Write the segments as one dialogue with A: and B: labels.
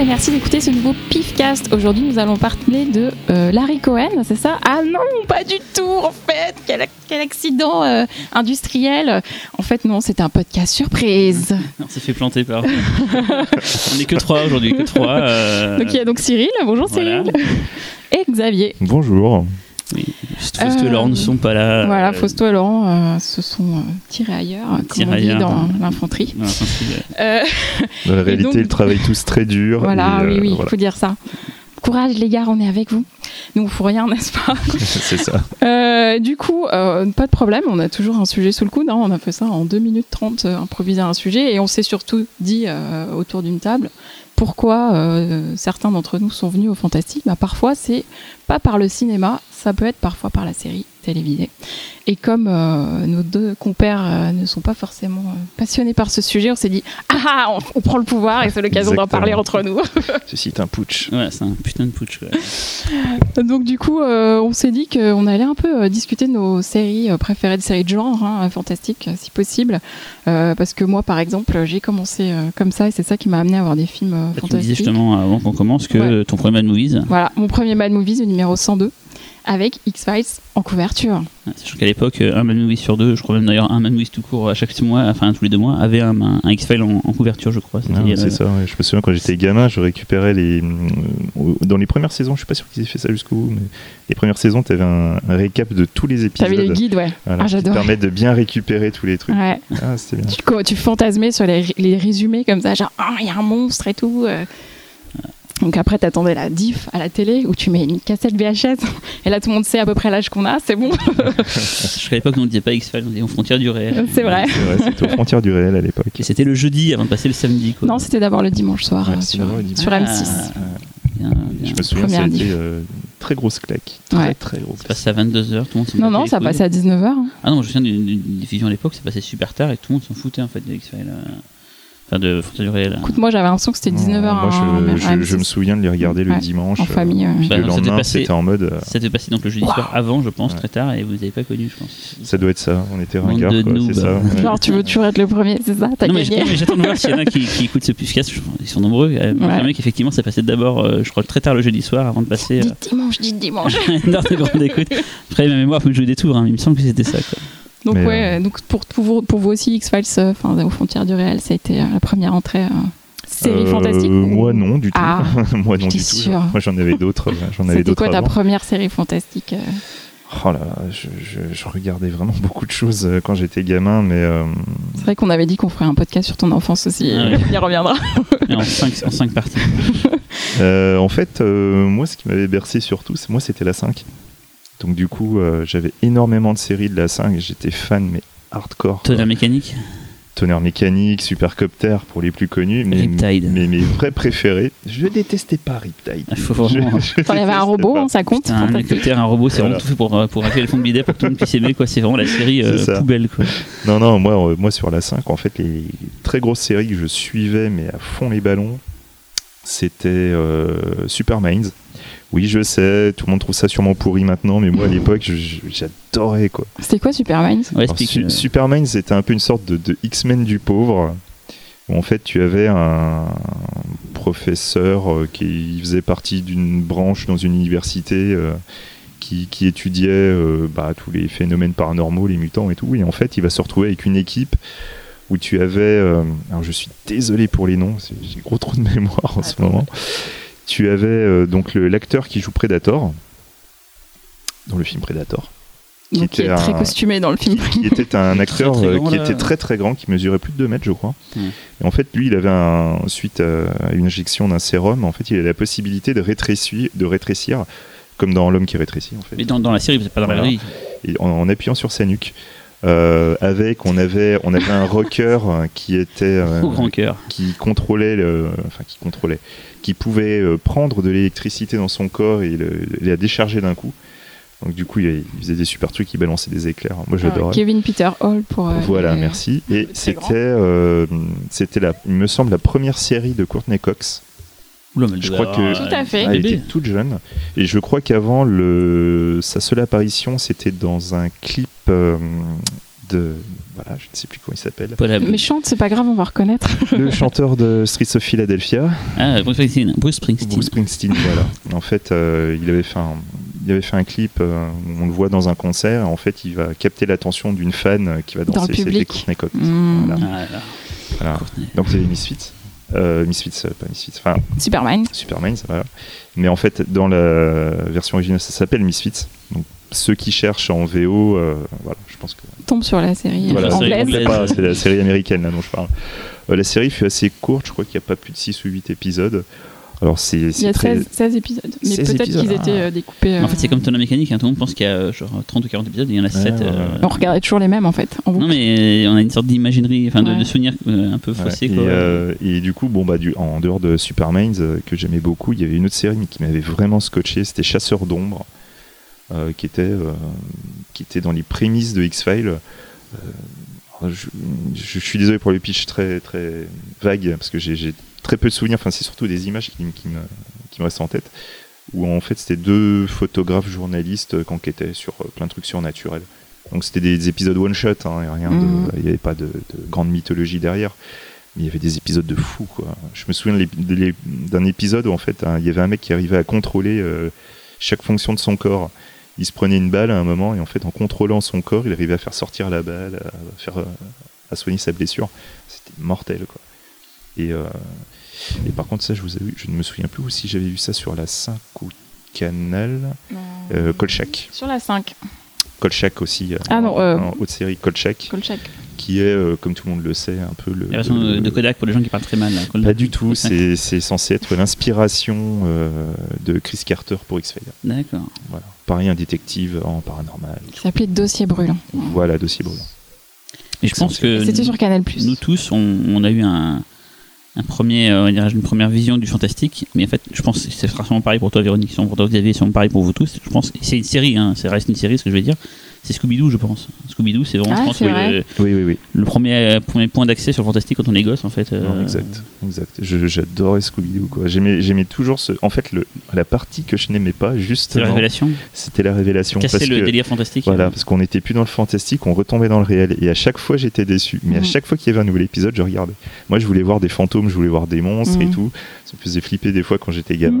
A: et merci d'écouter ce nouveau Pifcast. Aujourd'hui, nous allons parler de euh, Larry Cohen, c'est ça Ah non, pas du tout, en fait Quel, quel accident euh, industriel En fait, non, c'est un podcast surprise.
B: On s'est fait planter par. On n'est que trois aujourd'hui, que trois. euh,
A: Donc, il y a donc Cyril, bonjour
B: voilà.
A: Cyril Et Xavier.
C: Bonjour.
B: Faust et
A: Euh,
B: Laurent ne sont pas là.
A: voilà,
B: euh,
A: Fausto et Laurent euh, se sont euh, tirés ailleurs, comme on dit
B: ailleurs.
A: dans l'infanterie.
B: voilà, enfin, c'est-
A: Euh,
C: Dans la
A: Et
C: réalité,
A: donc-
C: ils travaillent tous très dur.
A: Voilà,
C: et, euh,
A: oui, oui, il
C: voilà.
A: faut dire ça. Courage les gars, on est avec vous. Nous, on fout rien, n'est-ce pas
C: c'est ça.
A: Euh, Du coup, euh, pas de problème, on a toujours un sujet sous le coude. hein. On a fait ça en 2 minutes 30, euh, improviser un sujet. Et on s'est surtout dit euh, autour d'une table pourquoi euh, certains d'entre nous sont venus au Fantastique. Bah, parfois, c'est pas par le cinéma, ça peut être parfois par la série télévisée. Et comme euh, nos deux compères euh, ne sont pas forcément euh, passionnés par ce sujet, on s'est dit Ah, ah, on, on prend le pouvoir et c'est l'occasion d'en
C: Exactement.
A: parler entre nous.
C: Ceci est un putsch.
B: euh, Ouais, c'est un putain de putsch. quoi.
A: Donc du coup, euh, on s'est dit qu'on allait un peu euh, discuter de nos séries euh, préférées, de séries de genre, hein, fantastiques euh, si possible, Euh, parce que moi par exemple, j'ai commencé euh, comme ça et c'est ça qui m'a amené à voir des films euh,
B: Ah, Tu me disais
A: fantastiques.
B: justement avant qu'on commence que
A: Ouais.
B: ton premier Mad Movies, euh,
A: Voilà, mon premier Mad Movies, le numéro 102, avec X-Files en couverture.
B: sachant qu'à l'époque, euh, un Mad Movies sur deux, je crois même d'ailleurs un Mad Movies tout court à chaque mois, enfin tous les deux mois, avait un, un- un X-File en, en couverture, je crois.
C: Non,
B: C'était, euh,
C: c'est ça. ouais. Je me souviens quand j'étais gamin, je récupérais les. euh, Dans les premières saisons, je suis pas sûr qu'ils aient fait ça jusqu'au bout, mais les premières saisons, t'avais un, un récap de tous les épisodes.
A: T'avais le guide, ouais.
C: Voilà,
A: Ah,
C: qui te
A: j'adore.
C: permet de bien récupérer tous les trucs.
A: ouais.
C: Ah, c'était bien.
A: Tu, co- tu fantasmais sur les, ré- les résumés comme ça, genre « Ah, il y a un monstre et tout euh. Donc après, t'attendais la diff à la télé où tu mets une cassette VHS et là, tout le monde sait à peu près l'âge qu'on a, c'est bon.
B: Sachant qu'à l'époque, on ne disait pas X-Files, on disait aux frontières du réel.
A: C'est vrai.
C: C'est vrai, c'était aux frontières du réel à l'époque.
B: Et c'était le jeudi avant de passer le samedi. Quoi.
A: Non, c'était d'abord le dimanche soir
C: Ouais,
A: euh,
C: c'est
A: sur,
C: d'abord le dimanche.
A: sur
B: Ah,
A: M6.
B: bien, bien.
C: Je me souviens, ça
A: Première
C: a été
A: diff.
C: euh, très grosse claque. Très,
A: Ouais.
C: très grosse claque.
B: Passé à 22h, tout le monde s'en
A: Non,
B: battait
A: non,
B: les
A: ça
B: couilles.
A: passait à 19h. hein.
B: Ah non, je me souviens d'une d'une diffusion à l'époque, c'est passé super tard et tout le monde s'en foutait en fait de X-Files. euh, Enfin, de Frontières du réel.
A: Écoute, moi j'avais l'impression que c'était 19h.
C: Moi, je- je, je me souviens de les regarder le
A: Ouais,
C: dimanche.
A: en
C: euh,
A: famille. ouais.
C: Puis
B: Bah,
C: le
B: non, c'était
C: lendemain,
B: passé-
C: c'était en mode. euh,
B: Ça devait passer donc le jeudi soir avant, je pense,
C: Ouais.
B: très tard, et vous n'avez pas connu, je pense.
C: Ça doit être ça, on était
B: Bande
C: ringards,
B: de
C: quoi,
B: noobs.
C: c'est ça. ouais.
A: Genre, tu veux toujours être le premier, c'est ça T'as
B: Non, mais
A: gagné
B: j'ai- mais j'attends de voir s'il y en a qui, qui écoutent ce podcast, je pense, ils sont nombreux. Euh,
A: Ouais.
B: mais qu'effectivement, ça passait d'abord, euh, je crois, très tard le jeudi soir avant de passer
A: Dites dimanche, dites dimanche.
B: euh, une heure de grande écoute. Après, ma mémoire, faut que je détourne, hein, mais il me semble que c'était ça. Quoi.
A: Donc,
C: Mais, euh,
A: ouais, donc pour, pour, vous- pour vous aussi, X-Files, euh, enfin, aux frontières du réel, ça a été euh, la première entrée. euh, série
C: Euh,
A: fantastique
C: Moi non du tout.
A: Ah,
C: moi non
A: j'étais
C: du tout.
A: sûre.
C: Moi j'en avais d'autres. euh, J'en avais
A: C'était
C: d'autres
A: quoi ta
C: avant.
A: première série fantastique euh
C: Oh là là, je, je- je regardais vraiment beaucoup de choses euh, quand j'étais gamin, mais euh,
A: C'est vrai qu'on avait dit qu'on ferait un podcast sur ton enfance aussi.
B: Ah
A: euh,
B: ouais.
A: Il y reviendra.
B: Mais en 5 en cinq parties.
C: euh, en fait, euh, moi ce qui m'avait bercé surtout, c'est moi c'était la 5. Donc du coup, euh, j'avais énormément de séries de la 5. J'étais fan, mais hardcore. quoi.
B: Tonnerre mécanique.
C: Tonnerre mécanique, Supercopter pour les plus connus, mais
B: Riptide.
C: mais mes vrais préférés. Je détestais pas Riptide.
B: Il faut vraiment.
C: Je- je
A: Enfin, il y avait un
C: détestais
A: robot,
C: pas.
A: hein, ça compte.
B: Putain, un
A: fantastique.
B: hélicoptère, un robot, c'est
C: Voilà.
B: vraiment tout fait pour, euh, pour racler le fond de bidet pour que tout le monde puisse aimer, quoi. C'est vraiment la série euh,
C: C'est ça.
B: poubelle, quoi.
C: Non, non, moi, euh, moi sur la 5, en fait, les très grosses séries que je suivais, mais à fond les ballons, c'était euh, Super Minds. Oui, je sais, tout le monde trouve ça sûrement pourri maintenant, mais moi à l'époque, je- je- j'adorais quoi.
A: C'était quoi Superman
B: Ouais,
C: Alors,
B: explique,
C: Su-
B: euh,
C: Super Minds, c'était un peu une sorte de, de X-Men du pauvre, où en fait, tu avais un professeur euh, qui faisait partie d'une branche dans une université. euh, qui, qui étudiait euh, bah, tous les phénomènes paranormaux, les mutants et tout. Et en fait, il va se retrouver avec une équipe où tu avais. euh, alors, je suis désolé pour les noms, c'est- j'ai gros trou de mémoire en ce moment. Tu avais euh, donc le- l'acteur qui joue Predator, dans le film Predator, Qui
A: Donc, qui est
C: était
A: très
C: un-
A: costumé dans le film.
C: qui était un acteur
B: très
C: euh,
B: grand,
C: qui
B: là.
C: était très très grand, qui mesurait plus de 2 mètres, je crois.
B: Mm.
C: Et en fait, lui, il avait un, suite à une injection d'un sérum, en fait, il avait la possibilité de rétrécir, de rétrécir comme dans L'homme qui rétrécit, en fait.
B: Mais dans, dans la série, vous êtes pas dans la
C: Voilà.
B: série.
C: Et en, en appuyant sur sa nuque. Euh, avec, on avait, on avait un rocker euh, qui était, euh,
B: Au grand cœur.
C: qui contrôlait, le, enfin qui contrôlait, qui pouvait euh, prendre de l'électricité dans son corps et le- la décharger d'un coup. Donc du coup, il, il faisait des super trucs, il balançait des éclairs.
B: Ah
C: Moi, j'adorais.
A: Kevin Peter Hall pour. euh,
C: Voilà,
A: les-
C: merci. Et
A: très grand.
C: c'était, euh, c'était la, il me semble, la première série de Courtney Cox.
B: Oula, mais elle
C: Je
B: devait
C: crois que-
B: avoir, euh,
A: Tout à fait.
C: elle
B: bébé.
C: était toute jeune. Et je crois qu'avant, le, sa seule apparition, c'était dans un clip euh, de. Voilà, je ne sais plus comment il s'appelle.
B: Paul Abou.
A: Mais chante, c'est pas grave, on va reconnaître.
C: Le chanteur de Streets of Philadelphia,
B: Ah, Bruce Springsteen. Bruce Springsteen.
C: Bruce Springsteen, voilà. En fait, euh, il, avait fait un, il avait fait un clip, euh, où on le voit dans un concert, en fait, il va capter l'attention d'une fan euh, qui va
A: Dans le
C: danser ses
A: public.
C: Courtney Cox.
A: Hmm.
C: Voilà.
B: Ah, là.
C: Voilà.
B: Courtney.
C: Donc, c'est Misfits. Euh, Misfits, euh, pas Misfits, enfin,
A: Superman.
C: Superman, ça va. Mais en fait, dans la version originale, ça s'appelle Misfits. Donc, ceux qui cherchent en VO, euh, voilà, je pense que
A: Tombe sur la série
C: Voilà,
A: euh,
B: série
A: anglaise.
B: anglaise.
C: C'est pas- c'est la série américaine là dont je parle. Euh, la série fut assez courte, je crois qu'il n'y a pas plus de 6 ou 8 épisodes. Alors c'est
A: Il y
C: c'est
A: a
C: très.
A: 16, 16 épisodes. Mais
C: 16
A: peut-être
C: épisodes,
A: qu'ils étaient
C: ah.
A: euh, découpés.
B: En fait,
A: euh,
B: c'est comme Tonneau Mécanique, hein. tout le monde pense qu'il y a euh, genre 30 ou 40 épisodes, et il y en a 7.
C: ouais, ouais.
A: On regardait toujours les mêmes en fait. En
B: Non,
A: boucle.
B: mais on a une sorte d'imaginerie, enfin de,
A: Ouais.
B: de souvenirs euh, un peu
C: Ouais.
B: faussés.
C: et,
B: quoi.
C: euh, et du coup, bon, bah, du, en dehors de Superman, euh, que j'aimais beaucoup, il y avait une autre série mais qui m'avait vraiment scotché, c'était Chasseur d'ombre, euh, qui, était, euh, qui était dans les prémices de X-Files. Euh, alors, je, je- je suis désolé pour le pitch très, très vague, parce que j'ai- j'ai très peu de souvenirs, enfin, c'est surtout des images qui, me- qui me, qui me restent en tête, où en fait c'était deux photographes journalistes euh, qui enquêtaient sur euh, plein de trucs surnaturels. Donc c'était des épisodes one-shot, hein, et rien de-
A: Mhm.
C: il n'y avait pas de, de grande mythologie derrière. Mais il y avait des épisodes de fou, quoi. Je me souviens de l'ép- de l'ép- d'un épisode où en fait hein, il y avait un mec qui arrivait à contrôler euh, chaque fonction de son corps. Il se prenait une balle à un moment et en fait en contrôlant son corps, il arrivait à faire sortir la balle, à, faire, euh, à soigner sa blessure. C'était mortel, quoi. Et, euh, et par contre, ça, je vous ai vu, je ne me souviens plus si j'avais vu ça sur la 5 ou Canal. Euh, Kolchak.
A: Sur la 5,
C: Kolchak aussi. euh,
A: Ah non, euh,
C: en haute série Kolchak,
A: Kolchak.
C: qui est, euh, comme tout le monde le sait, un peu le.
B: La version de, de Kodak pour les gens qui parlent très mal. là. Kodak.
C: Pas du tout, c'est c'est censé être l'inspiration euh, de Chris Carter pour X-Files.
B: D'accord.
C: Voilà. Pareil, un détective en paranormal.
A: qui s'appelait Dossier Brûlant.
B: Euh,
C: Voilà, dossier brûlant.
B: Mais je pense que
A: C'était sur Canal.
B: nous tous, on, on a eu un, un premier, euh, on dirait une première vision du fantastique. Mais en fait, je pense que ce sera sûrement pareil pour toi, Véronique, sûrement pour toi, Xavier, sûrement pareil pour vous tous. Je pense que c'est une série, hein, ça reste une série, ce que je vais dire. C'est Scooby-Doo, je pense. Scooby-Doo, c'est vraiment,
A: Ah,
B: je pense,
A: c'est
B: oui,
A: vrai.
B: le,
C: Oui, oui, oui.
B: le premier, premier point d'accès sur le fantastique quand on est gosse, en fait.
C: Non,
B: euh,
C: exact, exact. Je- J'adorais Scooby-Doo, quoi. J'aimais j'aimais toujours ce. En fait, le, la partie que je n'aimais pas,
B: C'est la
C: justement,
B: révélation.
C: c'était la révélation.
B: Casser
C: parce
B: le
C: que-
B: délire fantastique.
C: Voilà, parce qu'on n'était plus dans le fantastique, on retombait dans le réel. Et à chaque fois, j'étais déçu. Mais à
A: Mhm.
C: chaque fois qu'il y avait un nouvel épisode, je regardais. Moi, je voulais voir des fantômes, je voulais voir des monstres et
A: Mhm.
C: tout. Ça me faisait flipper des fois quand j'étais gamin.
A: Mm.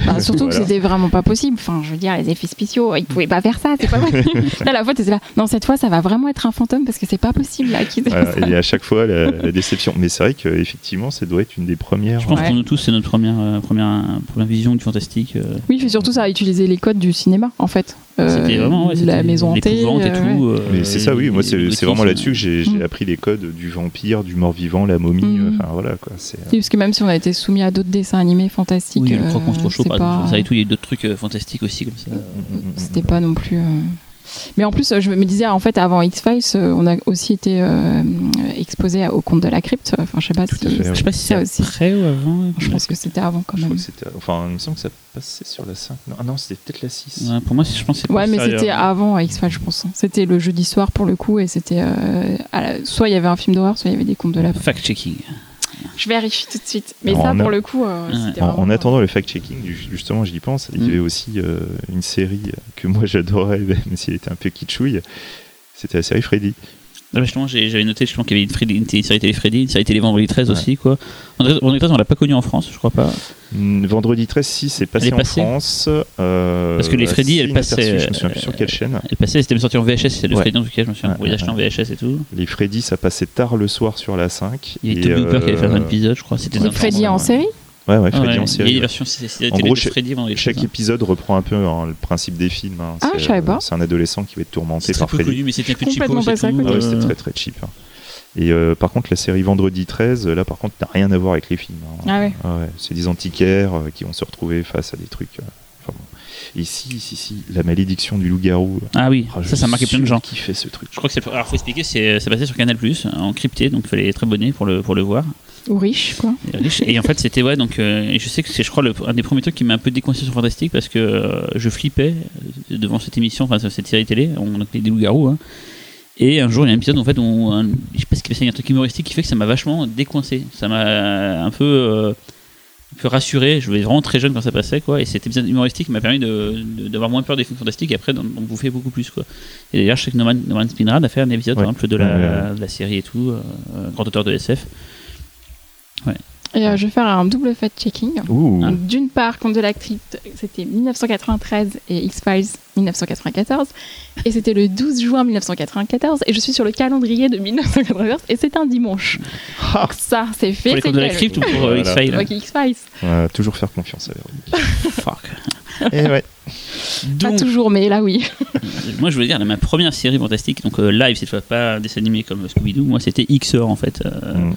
A: Enfin, surtout que
C: Voilà.
A: c'était vraiment pas possible. Enfin, je veux dire, les effets spéciaux, ils pouvaient pas faire ça, c'est pas possible. là, la faute était là. Non, cette fois, ça va vraiment être un fantôme parce que c'est pas possible là. qu'ils aient
C: Voilà,
A: ça.
C: Euh, et à chaque fois, la, la déception. Mais c'est vrai qu'effectivement, ça doit être une des premières. hein.
B: Je pense
A: Ouais.
B: que pour nous tous, c'est notre première, euh, première, première vision du fantastique. euh,
A: Oui, c'est surtout ça, utiliser les codes du cinéma en fait. Euh,
B: c'était vraiment ouais,
A: la
B: c'était
A: maison hantée.
B: l'épouvante
A: euh,
B: et
A: ouais.
B: tout. euh,
C: Mais c'est ça, oui.
B: les-
C: Moi,
B: les
C: c'est c'est
B: gothiques,
C: vraiment
B: euh,
C: là-dessus que j'ai j'ai
A: Mm.
C: appris les codes du vampire, du mort-vivant, la momie.
A: Mm.
C: Enfin, voilà, quoi. c'est-
A: Oui, parce que même si on a été soumis à d'autres dessins animés fantastiques,
B: Oui, le
A: euh,
B: croque monstre chaud,
A: c'est
B: par
A: pas-
B: exemple. Ça et tout, il y a eu d'autres trucs euh, fantastiques aussi, comme ça.
A: c'était pas non plus. euh. Mais en plus, euh, je me disais, en fait, avant X-Files, euh, on a aussi été euh, exposé au conte de la crypte. Enfin, je sais pas si.
C: à fait,
B: Je sais pas si c'est
A: Ça aussi.
B: après ou avant. hein,
A: Je pense que c'était avant quand
C: Je crois
A: même.
C: que c'était. Enfin, il me semble que ça passait sur la 5. Non, ah non c'était peut-être la 6.
B: Ouais, pour moi, c'est- je pense que c'est
A: Ouais, mais
B: postérieur.
A: c'était avant X-Files, je pense. C'était le jeudi soir pour le coup, et c'était. euh, à la- Soit il y avait un film d'horreur, soit il y avait des contes de la.
B: Fact-checking. Ah,
A: Je vérifie tout de suite. Mais
C: En
A: ça,
C: a-
A: pour le coup, euh,
B: Ouais.
A: c'était.
C: En, en
A: vraiment-
C: attendant le fact-checking, du- justement, j'y pense, il y
B: Mm.
C: avait aussi euh, une série que moi j'adorais, même si elle était un peu kitschouille. C'était la série Freddy.
B: Ah, bah, justement, j'ai- j'avais noté justement qu'il y avait une, Freddy- une télé- série télé Freddy, une série télé Vendredi 13
C: Ouais.
B: aussi, quoi. Vendredi Vendredi 13, on l'a pas connu en France, je crois pas.
C: Mm, Vendredi 13, si, c'est passé
B: Elle est
C: en
B: passée
C: France. euh,
B: Parce que les Freddy,
C: assez
B: elles passaient,
C: inaperçues, Je me souviens
B: euh,
C: plus sur quelle chaîne.
B: Elle passait, c'était sorti en VHS, c'est le
C: Ouais.
B: Freddy en tout cas, je me souviens.
C: Ouais,
B: On les achetait en VHS et tout.
C: Les Freddy, ça passait tard le soir sur la 5.
B: Il y
C: et,
B: avait Toby Hooper qui allait faire un
C: euh,
B: épisode, je crois. C'était
A: Oui,
B: un
A: Freddy
B: format,
A: en
B: ouais.
A: série
C: Ouais, ouais,
B: Ah ouais,
C: Freddy en
B: Il y a
C: série.
B: des
C: ouais.
B: versions c'est- c'est-
C: En
B: télé
C: gros,
B: de
C: chaque-
B: Freddy Vendredi
C: Chaque
B: 13, hein.
C: épisode reprend un peu hein, le principe des films. hein.
A: Ah,
C: C'est,
A: je savais
C: euh,
A: pas.
C: C'est un adolescent qui va être tourmenté
B: C'est
C: par
B: très peu
C: Freddy.
B: connu, mais c'était un peu cheapo,
A: Complètement
B: c'est
A: passé à
B: tout.
A: côté.
C: Ah ouais, c'était
B: euh,
C: très très cheap. hein. Et euh, par contre, la série Vendredi 13, là par contre, n'a rien à voir avec les films. hein.
A: Ah ouais.
C: Ah ouais, c'est des antiquaires euh, qui vont se retrouver face à des trucs. euh, enfin bon. Et si, si, si, la malédiction du loup-garou.
B: Ah oui,
C: Ah, je
B: ça, ça a marqué plein de
C: suis
B: gens.
C: Qui fait ce truc
B: Je crois que c'est. Alors, faut expliquer, c'est c'est passé sur Canal en crypté, donc il fallait être abonné pour le, pour le voir.
A: Ou riche, quoi.
B: Et riche. Et en fait, c'était ouais, donc euh, et je sais que c'est, je crois, le, un des premiers trucs qui m'a un peu déconseillé sur Fantastique parce que euh, je flippais devant cette émission, enfin cette série télé, on appelait des loups-garous. hein. Et un jour, il y a un épisode en fait, où un- je sais pas ce qu'il fait, c'est un truc humoristique qui fait que ça m'a vachement décoincé. Ça m'a un peu. euh, que rassuré. Je vais vraiment très jeune quand ça passait, quoi. Et cet épisode humoristique m'a permis d'avoir de, d'avoir moins peur des films fantastiques et après d'en d'en bouffer beaucoup plus, quoi. Et d'ailleurs, je sais que Norman, Norman Spinrad a fait un épisode,
C: Ouais.
B: par exemple, de la,
C: Ouais, ouais,
B: de la série et tout, euh, grand auteur de SF.
A: Et euh, je vais faire un double fact-checking.
C: Ouh.
A: Donc, D'une part, Conte de la Crypte, c'était 1993 et X-Files 1994. Et c'était le 12 juin 1994. Et je suis sur le calendrier de 1994 et c'est un dimanche. Donc ça, c'est fait.
B: Pour Ah. les
A: c'est
B: comptes de la
A: fait.
B: crypte ou pour euh,
C: Voilà.
B: X-Files
A: Ok, X-Files.
C: On va toujours faire confiance à Véronique.
B: Fuck.
C: Et Eh ouais.
A: Pas
B: Donc,
A: toujours, mais là, oui.
B: moi je voulais dire, ma première série fantastique, donc euh, live cette fois, pas dessin animé comme Scooby-Doo, moi c'était XOR en fait. euh,
C: Mm, mm,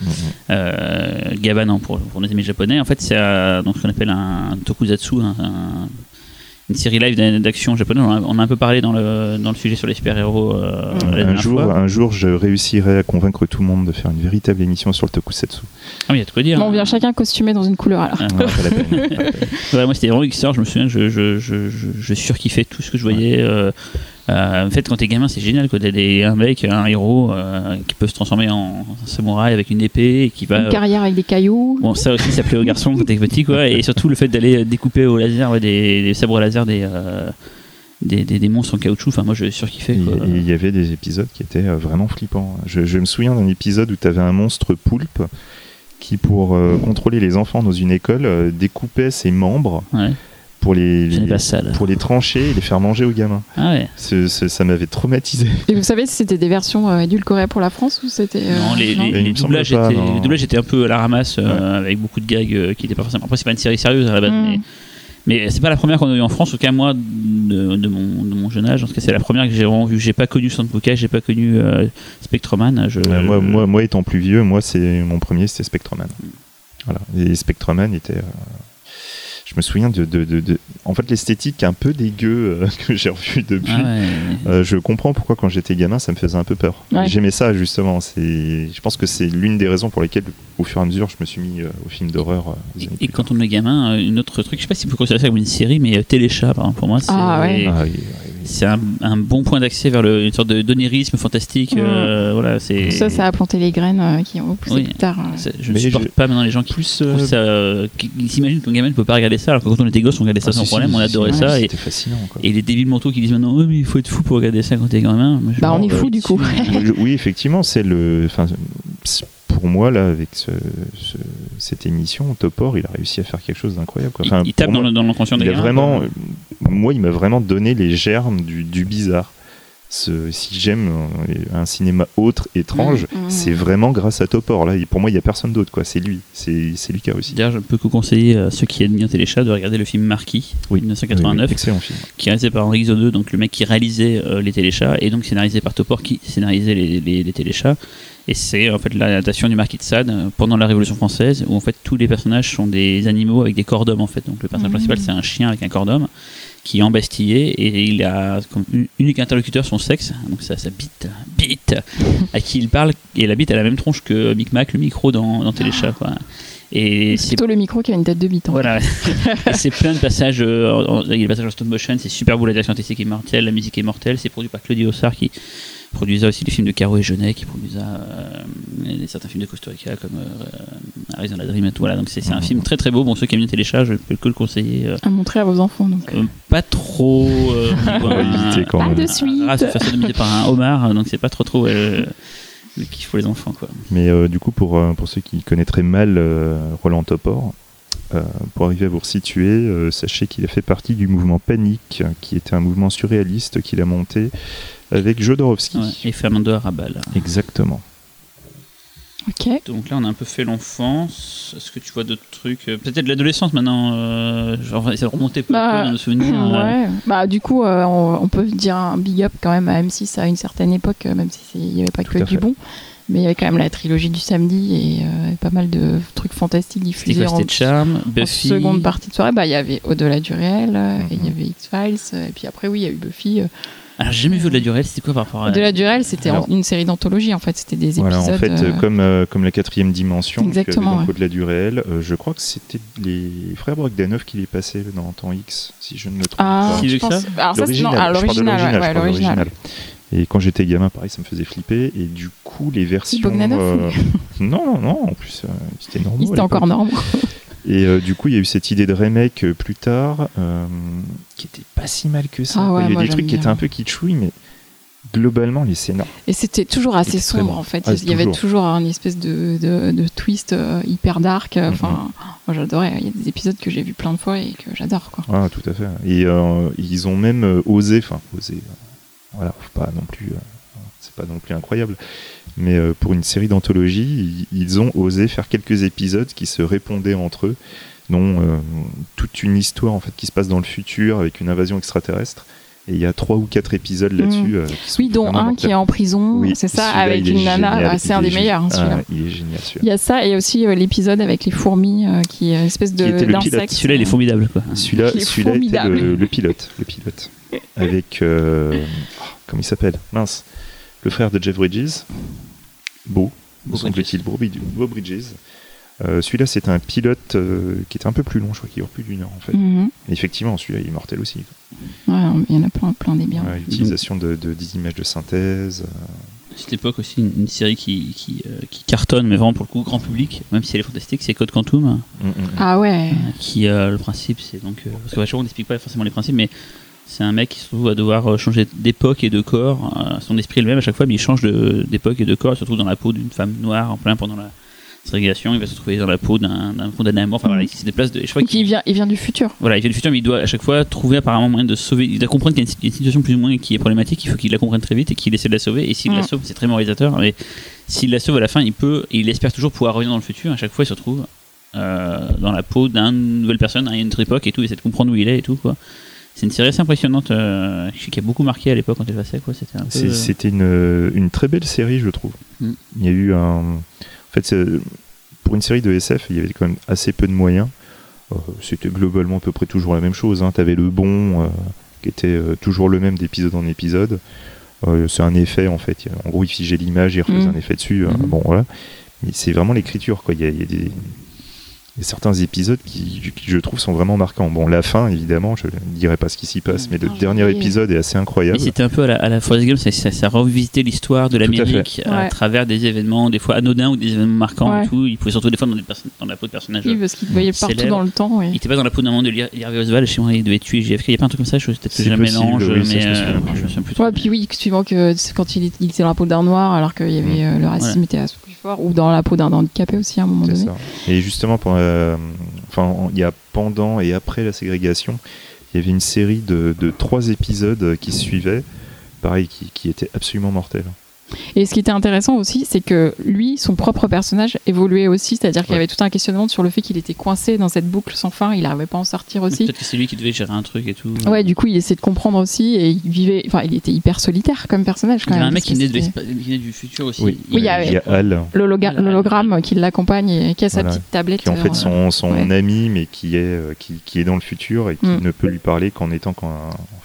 B: euh, Gabanan pour, pour nos amis japonais. En fait, c'est euh, donc ce qu'on appelle un tokusatsu, un- un- une série live d'a- d'action japonaise. On a, on a un peu parlé dans le, dans le sujet sur les super-héros. euh,
A: Mm.
B: la
C: Un
B: dernière
C: jour,
B: fois.
C: un jour, je réussirai à convaincre tout le monde de faire une véritable émission sur le tokusatsu.
B: Ah oui, il y a de quoi dire.
A: Bon, on vient chacun costumé dans une couleur alors.
B: Ah,
C: Ah, pas la peine, pas la peine.
B: ouais, moi, c'était vraiment Xor. Je me souviens, que je, je, je, je, je surkiffais tout ce que je voyais. euh, euh, en fait, quand t'es gamin, c'est génial. quoi. T'as des- un mec, un héros euh, qui peut se transformer en samouraï avec une épée et qui va. euh,
A: Une carrière avec des cailloux.
B: Bon, ça aussi, ça plaît aux garçons quand t'es petit, quoi. Et surtout, le fait d'aller découper au laser, ouais, des, des sabres laser, des, euh, des, des, des monstres en caoutchouc. Enfin, moi, je surkiffais,
C: Et
B: quoi.
C: et il y avait des épisodes qui étaient euh, vraiment flippants. Je, je me souviens d'un épisode où tu avais un monstre poulpe qui, pour euh, contrôler les enfants dans une école, euh, découpait ses membres
B: Ouais,
C: pour les,
B: je
C: les-
B: n'ai pas ça, là.
C: pour les trancher et les faire manger aux gamins.
B: Ah ouais.
C: Ce- ce- ça m'avait traumatisé.
A: Et vous savez si c'était des versions euh, édulcorées pour la France ou c'était. euh,
B: Non, les, les-
C: Il
B: les
C: me semble
B: doublages
C: pas,
B: étaient,
C: non.
B: les doublages étaient un peu à la ramasse, euh, avec beaucoup de gags euh, qui n'étaient pas forcément. Après, c'est pas une série sérieuse à la base,
A: Mm.
B: mais, mais c'est pas la première qu'on a eue en France, en tout cas, moi, de, de mon, de mon jeune âge. En tout cas, c'est la première que j'ai vraiment vue. J'ai pas connu Sandbooka, j'ai pas connu euh, Spectroman. Je,
C: Euh, moi, moi, moi, étant plus vieux, moi, c'est mon premier, c'était Spectroman. Voilà. Et Spectroman était. euh, je me souviens de, de- de- de- En fait, l'esthétique un peu dégueu euh, que j'ai revue depuis.
B: Ah ouais.
C: Euh, je comprends pourquoi quand j'étais gamin ça me faisait un peu peur.
A: Ouais.
C: J'aimais ça justement. C'est, je pense que c'est l'une des raisons pour lesquelles, au fur et à mesure, je me suis mis euh, au film d'horreur. euh, aux
B: Et,
C: années
B: et
C: plus
B: quand on est gamin, euh, une autre truc, je sais pas si vous considérez ça comme une série, mais euh, Téléchat, par exemple, pour moi, c'est
A: Ah ouais.
C: tard. Ah oui, oui, oui.
B: c'est un, un bon point d'accès vers le, une sorte de d'onirisme fantastique.
A: Mm.
B: euh, voilà, c'est.
A: Ça, ça a planté les graines euh, qui ont poussé
B: Oui.
A: plus tard. euh.
B: c'est- Je ne
C: Mais
B: supporte
C: je-
B: pas maintenant les gens qui
C: Plus.
B: trouvent ça, euh, qui, qui s'imaginent qu'un gamin ne peut pas regarder ça, alors que quand on était gosse, on regardait
C: Ah,
B: ça sans problème, on adorait ça. et-
C: C'était fascinant. Quoi.
B: Et, les débiles mentaux qui disent maintenant, oui, mais il faut être fou pour regarder ça quand t'es gamin. Moi, je
A: Bah,
B: me
A: on est
B: rappelle
A: fou, du
B: dessus.
A: coup.
C: Je- oui, effectivement, c'est le. Enfin, c'est- pour moi, là, avec ce- ce- cette émission, Topor, il a réussi à faire quelque chose d'incroyable. quoi.
B: Il,
C: Enfin,
B: il
C: pour
B: tape
C: moi,
B: dans le- dans l'inconscient des
C: Il a
B: gamins.
C: vraiment, euh, moi, il m'a vraiment donné les germes du, du bizarre. Ce- si j'aime euh, un cinéma autre, étrange,
A: Mmh, mmh.
C: c'est vraiment grâce à Topor. Là, Et pour moi, il n'y a personne d'autre. quoi. C'est lui. C'est c'est lui qui a réussi.
B: D'ailleurs, je peux que conseiller à ceux qui admirent Téléchat de regarder le film Marquis,
C: Oui.
B: 1989.
C: Excellent film.
B: qui est réalisé par Henri Xodeux, donc le mec qui réalisait euh, les téléchats, et donc scénarisé par Topor qui scénarisait les, les, les téléchats. Et c'est en fait l'adaptation du Marquis de Sade euh, pendant la Révolution française, où en fait tous les personnages sont des animaux avec des corps d'hommes en fait. Donc le personnage
A: Mhm.
B: principal c'est un chien avec un corps d'homme qui est embastillé et il a comme u- unique interlocuteur son sexe, donc ça, ça bite, bite, à qui il parle et la bite a la même tronche que Mic Mac, le micro dans, dans Téléchat. Quoi. Et
A: C'est
B: c'est
A: plutôt le micro qui a une tête de bite. en fait.
B: voilà. Et c'est plein de passages. euh, en- en- il y a des passages en stop motion, c'est super beau, la direction artistique est mortelle, la musique est mortelle. C'est produit par Claudio Sar qui produisa aussi les films de Caro et Genet, qui produisa euh, certains films de Costa Rica comme euh, Arizona Dream et tout. Voilà, donc c'est c'est un
C: Mhm.
B: film très très beau. Bon, ceux qui aiment bien Téléchat, je peux que le conseiller. euh,
A: À montrer à vos enfants. Donc.
B: euh, pas trop. euh,
C: On va
B: un-
C: éviter quand
A: Pas
C: même.
A: de suite.
B: un rat se faire sodomiser par un homard, donc c'est pas trop trop. Euh, le kiff pour les enfants quoi.
C: Mais euh, du coup, pour, euh, pour ceux qui connaîtraient mal euh, Roland Topor, euh, pour arriver à vous resituer, euh, sachez qu'il a fait partie du mouvement Panique, euh, qui était un mouvement surréaliste qu'il a monté avec Jodorowsky.
B: Ouais, Et Fernando Arabal.
C: Exactement.
A: Ok.
B: Donc là, on a un peu fait l'enfance. Est-ce que tu vois d'autres trucs euh, Peut-être l'adolescence maintenant. Euh, genre, on va essayer de remonter peu à
A: Bah,
B: peu dans nos souvenirs. euh,
A: Ouais. Bah, du coup, euh, on, on peut dire un big up quand même à M6 à une certaine époque, euh, même s'il n'y avait pas
C: Tout
A: que
C: à
A: du
C: fait.
A: bon. Mais il y avait quand même la trilogie du samedi et euh, pas mal de trucs fantastiques
B: C'était
A: diffusés
B: quoi
A: en,
B: C'était Charm,
A: en
B: Buffy.
A: seconde partie de soirée. Bah, il y avait Au-delà du réel, euh, et il y
C: Mhm.
A: avait X-Files, euh, et puis après, oui, il y a eu Buffy. euh.
B: Alors, j'ai jamais vu de la durée. C'était quoi par rapport à.
A: Au-delà du réel, c'était
C: Alors-
A: une série d'anthologie en fait, c'était des épisodes.
C: Voilà, en fait,
A: euh,
C: euh, comme, euh, comme la quatrième dimension, donc,
A: Exactement,
C: euh, donc
A: ouais.
C: au-delà du réel, euh, je crois que c'était les frères Bogdanov qui les passaient dans temps X, si je ne me trompe
A: Ah,
C: pas.
B: Si
A: je
B: vieux que
A: pense-
B: ça
A: alors ça, c'est non,
C: L'original,
A: ah,
C: je parle de
A: l'original, ouais,
C: l'original, je
A: ouais,
C: parle de
A: l'original.
C: l'original. Et quand j'étais gamin, pareil, ça me faisait flipper. Et du coup, les versions.
A: Bogdanov,
C: non, non, non, en plus, euh, c'était normal.
A: Il était encore normal.
C: Et euh, du coup, il y a eu cette idée de remake euh, plus tard, euh, qui était pas si mal que ça.
A: Ah
C: quoi.
A: ouais,
C: il y a
A: moi,
C: des trucs
A: j'aime
C: qui
A: bien.
C: étaient un peu kitschouilles, mais globalement, les scénars.
A: Et c'était toujours assez
C: Extrêmement.
A: sombre en fait.
C: Ah,
A: il y avait
C: toujours.
A: toujours une espèce de, de, de twist euh, hyper dark. euh, Enfin,
C: Mm-hmm.
A: moi j'adorais. Il y a des épisodes que j'ai vus plein de fois et que j'adore quoi.
C: Ah, tout à fait. Et euh, ils ont même euh, osé, enfin, osé. euh, voilà, faut pas non plus. euh, c'est pas non plus incroyable. Mais euh, pour une série d'anthologie, i- ils ont osé faire quelques épisodes qui se répondaient entre eux, dont euh, toute une histoire en fait qui se passe dans le futur avec une invasion extraterrestre. Et il y a trois ou quatre épisodes là-dessus. euh, qui sont
A: Mmh. Oui, dont
C: vraiment
A: un qui est en prison,
C: Oui,
A: c'est ça,
C: celui-là,
A: avec
C: il est
A: une nana.
C: génial,
A: Ah, c'est
C: il
A: un
C: est
A: des
C: gé-
A: meilleurs. hein,
C: Ah,
A: celui-là.
C: il est génial celui-là.
A: Il y a ça et aussi euh, l'épisode avec les fourmis euh, qui est une espèce de
C: Qui était le pilote.
A: d'insecte.
B: Celui-là, il est formidable. Quoi.
C: Celui-là,
A: Il est
C: celui-là était
A: formidable.
C: le, le pilote, le pilote, avec euh, oh, comment il s'appelle Mince, le frère de Jeff Bridges, Beau,
B: Beau
C: semble-t-il, Beau Brid- Beau Bridges. Euh, celui-là, c'est un pilote euh, qui était un peu plus long, je crois qu'il dure plus d'une heure en fait.
A: Mhm.
C: Et effectivement, celui-là, il est mortel aussi. quoi.
A: Ouais, il y en a plein, plein des biens.
C: Ouais, L'utilisation de, de- des images de synthèse. euh,
B: À cette époque aussi, une, une série qui, qui, euh, qui cartonne, mais vraiment pour le coup, grand public, même si elle est fantastique, c'est Code Quantum.
C: mm, mm, mm.
A: Ah ouais.
B: qui euh, le principe c'est donc euh, parce que chaque fois on n'explique pas forcément les principes mais c'est un mec qui se trouve à devoir euh, changer d'époque et de corps euh, son esprit est le même à chaque fois mais il change de- d'époque et de corps il se retrouve dans la peau d'une femme noire en plein pendant la ségrégation il va se trouver dans la peau d'un d'un condamné à mort enfin voilà il se déplace de, et je crois
A: Donc il vient, il vient du futur.
B: voilà, il vient du futur, mais il doit à chaque fois trouver apparemment moyen de sauver. Il doit comprendre qu'il y a une- une situation plus ou moins qui est problématique. Il faut qu'il la comprenne très vite et qu'il essaie de la sauver. Et s'il la
A: Mm.
B: sauve, c'est très moralisateur. Mais s'il la sauve à la fin, il peut, il espère toujours pouvoir revenir dans le futur. À chaque fois, il se retrouve euh, dans la peau d'une nouvelle personne, à une autre époque et tout. Il essaie de comprendre où il est et tout quoi. C'est une série assez impressionnante. euh, je sais qu'il y a beaucoup marqué à l'époque quand elle passait quoi. C'était un peu. euh,
C: C'est- C'était une, une très belle série, je trouve.
B: Mm.
C: Il y a eu un. En fait, c'est- pour une série de SF, il y avait quand même assez peu de moyens. Euh, C'était globalement à peu près toujours la même chose. Hein. Tu avais le bon euh, qui était euh, toujours le même d'épisode en épisode. Euh, c'est un effet en fait. Il y a- En gros, il figeait l'image, il refaisait
A: Mm.
C: un effet dessus. Euh,
B: Mhm.
C: Bon, voilà. Mais c'est vraiment l'écriture. quoi. Il y a, il y a des. il y a certains épisodes qui, qui, je trouve, sont vraiment marquants. Bon, la fin, évidemment, je ne dirai pas ce qui s'y passe, mais le
A: Ah, je
C: dernier
A: l'ai.
C: épisode est assez
B: Mais
C: incroyable.
B: c'était un peu à la, à la Forrest Gump, ça, ça, ça revisitait l'histoire de
C: à fait.
B: l'Amérique à,
A: Ouais.
B: travers des événements, des fois anodins ou des événements marquants
A: Ouais.
B: et tout. Il pouvait se retrouver des fois dans, des perso- dans la peau de personnages.
A: Oui, parce qu'il te voyait partout
B: Célèbre.
A: dans le temps. et-
B: Il était pas dans la peau d'un moment de Ly- Harvey Oswald, je sais pas, il devait tuer JFK, il y a pas un truc comme ça, je peut-être que
C: C'est
B: je
C: possible,
B: mélange,
C: oui, ça,
B: mais
C: je me souviens
B: euh,
C: plus.
B: je me souviens plus.
A: Ouais, puis oui, suivant que c'est quand il, est- il était dans la peau d'un noir, alors qu'il y avait
B: Mmh.
A: euh, le racisme était assez plus fort, ou dans la peau d'un handicapé aussi à un moment donné.
C: C'est ça. Et justement, pour, euh, enfin, en- il y a pendant et après la ségrégation, il y avait une série de, de trois épisodes qui se suivaient, pareil, qui, qui étaient absolument mortels.
A: Et ce qui était intéressant aussi, c'est que lui, son propre personnage évoluait aussi, c'est-à-dire qu'il y
C: Ouais.
A: avait tout un questionnement sur le fait qu'il était coincé dans cette boucle sans fin, il n'arrivait pas à en sortir aussi.
B: Peut-être que c'est lui qui devait gérer un truc et tout.
A: Ouais, du coup, il essayait de comprendre aussi, et il vivait, enfin, il était hyper solitaire comme personnage
B: il y
A: quand
B: a
A: même.
B: un mec
A: parce
B: qui
A: que
B: naît, de
A: c'était
B: l'espace- qui naît du futur aussi.
A: Oui, il y avait-
C: il y a Al,
A: l'hologa-
B: Voilà.
A: L'hologramme qui l'accompagne et qui a sa
C: Voilà.
A: petite tablette.
C: qui est en
A: euh,
C: fait son, son
A: Ouais.
C: ami, mais qui est, euh, qui, qui est dans le futur et qui
A: Mm.
C: ne peut lui parler qu'en étant, qu'en,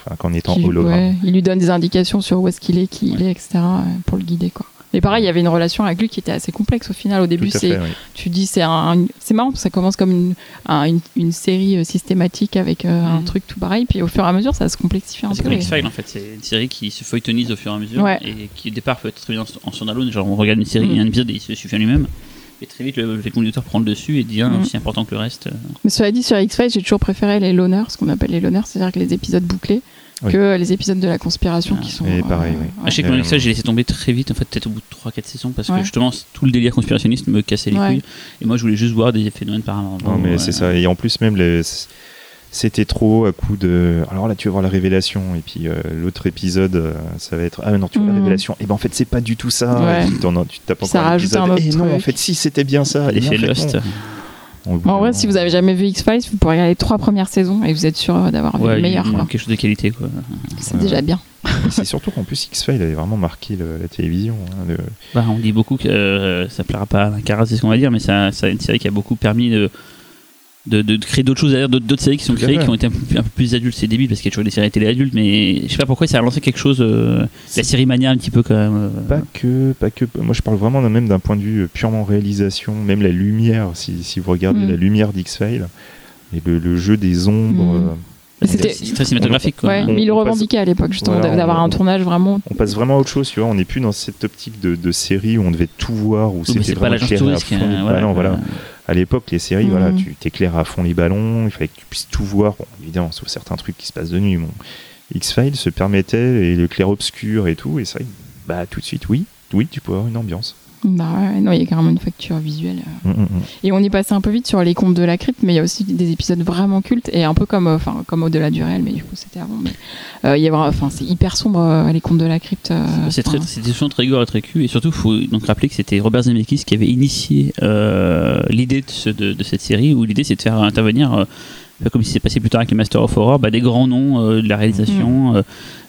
C: enfin, qu'en étant
A: qui-
C: hologramme.
A: ouais, il lui donne des indications sur où est-ce qu'il est, qui il est, etc. euh, pour le guider, quoi. Mais pareil, il y avait une relation avec lui qui était assez complexe au final. Au
C: Tout
A: début,
C: à
A: c'est
C: fait, oui.
A: tu dis c'est un, un- c'est marrant parce que ça commence comme une, un- une, une série euh, systématique avec euh, un
C: Mm.
B: Mhm.
A: truc tout pareil puis au fur et à mesure ça se complexifie un
B: C'est
A: peu
B: comme
A: et-
B: X-Files en fait, c'est une série qui se feuilletonise au fur et à mesure
A: Ouais.
B: et qui au départ peut être très bien en standalone, genre on regarde une série,
A: Mm.
B: un épisode et il se suffit à lui-même. Et très vite le, le conducteur prend le dessus et devient
A: Mm.
B: aussi important que le reste. euh,
A: mais cela dit sur X-Files j'ai toujours préféré les loners ce qu'on appelle les loners c'est-à-dire que les épisodes bouclés
C: Oui.
A: que les épisodes de la conspiration
B: Ah,
A: qui sont euh,
C: et pareil, oui.
A: ouais.
B: Ah, je sais que
C: Ouais,
B: Monolith Soul,
C: vraiment.
B: j'ai laissé tomber très vite, en fait, peut-être au bout de 3-4 saisons, parce
A: Ouais.
B: que justement, c- tout le délire conspirationniste me cassait les
A: Ouais.
B: couilles. Et moi, je voulais juste voir des phénomènes paranormaux.
C: Non, mais
B: euh,
C: c'est ça. Et en plus, même, les- c'était trop à coup de. Alors là, tu vas voir la révélation. Et puis euh, l'autre épisode, euh, ça va être. Ah, mais non, tu vois la
A: Mhm.
C: révélation. Et ben en fait, c'est pas du tout ça.
A: Ouais.
C: Et puis, t'en as- tu tapes
A: Puis
C: encore
A: ça rajoute
C: l'épisode.
A: un autre
C: Et non, en
A: truc.
C: fait, si, c'était bien ça. Et
B: L'effet
C: non, en fait,
B: Lost.
C: non.
A: en
C: Au bout d'un
A: vrai
C: moment,
A: si vous avez jamais vu X-Files vous pouvez regarder les trois premières saisons et vous êtes sûr euh, d'avoir vu
B: Ouais,
A: le
B: il
A: meilleur
B: manque
A: quoi.
B: quelque chose de qualité, quoi.
A: c'est
C: ouais.
A: déjà bien
C: C'est surtout qu'en plus, X-Files avait vraiment marqué le- la télévision. hein, le-
B: Bah, on dit beaucoup que euh, ça plaira pas à Alain Carras, c'est ce qu'on va dire, mais ça, ça, une série qui a beaucoup permis de. De, de créer d'autres choses d'ailleurs d'autres d'autres séries qui sont
C: Tout à
B: créées
C: fait.
B: qui ont été un peu, un peu plus adultes c'est débile parce qu'il y a toujours des séries télé adultes mais je sais pas pourquoi ça a lancé quelque chose euh, la série mania un petit peu quand même euh,
A: Mm.
C: Pas que, pas que. Moi, je parle vraiment d'un- même d'un point de vue euh, purement réalisation, même la lumière. Si, si vous regardez
A: Mm.
C: la lumière d'X-Files et le, le jeu des ombres.
A: Mm.
C: euh,
A: Mais
B: c'est
A: c'était-
B: c'est très cinématographique quoi.
A: ouais,
C: on-
A: mais il
C: on passe-
A: revendiquait à l'époque justement
C: Voilà,
A: d'avoir
C: on-
A: un tournage vraiment
C: On passe vraiment à autre chose, tu vois. On n'est plus dans cette optique de, de série où on devait tout voir,
B: Oui,
C: où
B: mais
C: c'était
B: c'est pas
C: vraiment
B: l'agence
C: clair à
B: touriste qui
C: fond.
B: euh,
C: Ah non, voilà. à l'époque, les séries,
A: Mhm.
C: voilà, tu t'éclaires à fond les ballons, il fallait que tu puisses tout voir. Bon, évidemment, sauf certains trucs qui se passent de nuit. Bon. X-Files se permettait et le clair-obscur et tout, et c'est vrai que, bah, tout de suite, oui, oui, tu peux avoir une ambiance.
A: Bah ouais, non, il y a carrément une facture visuelle. euh.
C: Mm, mm, mm.
A: Et on est passé un peu vite sur les contes de la crypte, mais il y a aussi des épisodes vraiment cultes et un peu comme, euh, enfin, comme au-delà du réel, mais du coup c'était avant. Mais euh, il y a, vraiment- enfin, c'est hyper sombre euh, les contes de la crypte. euh,
B: C'est
A: enfin,
B: très, c'était souvent très gore et très cul. Et surtout, faut donc rappeler que c'était Robert Zemeckis qui avait initié euh, l'idée de, ce- de- de cette série, où l'idée c'est de faire intervenir, euh, comme il s'est passé plus tard avec les Masters of Horror, bah, des grands noms euh, de la
A: Mm-hmm.
B: réalisation. Euh,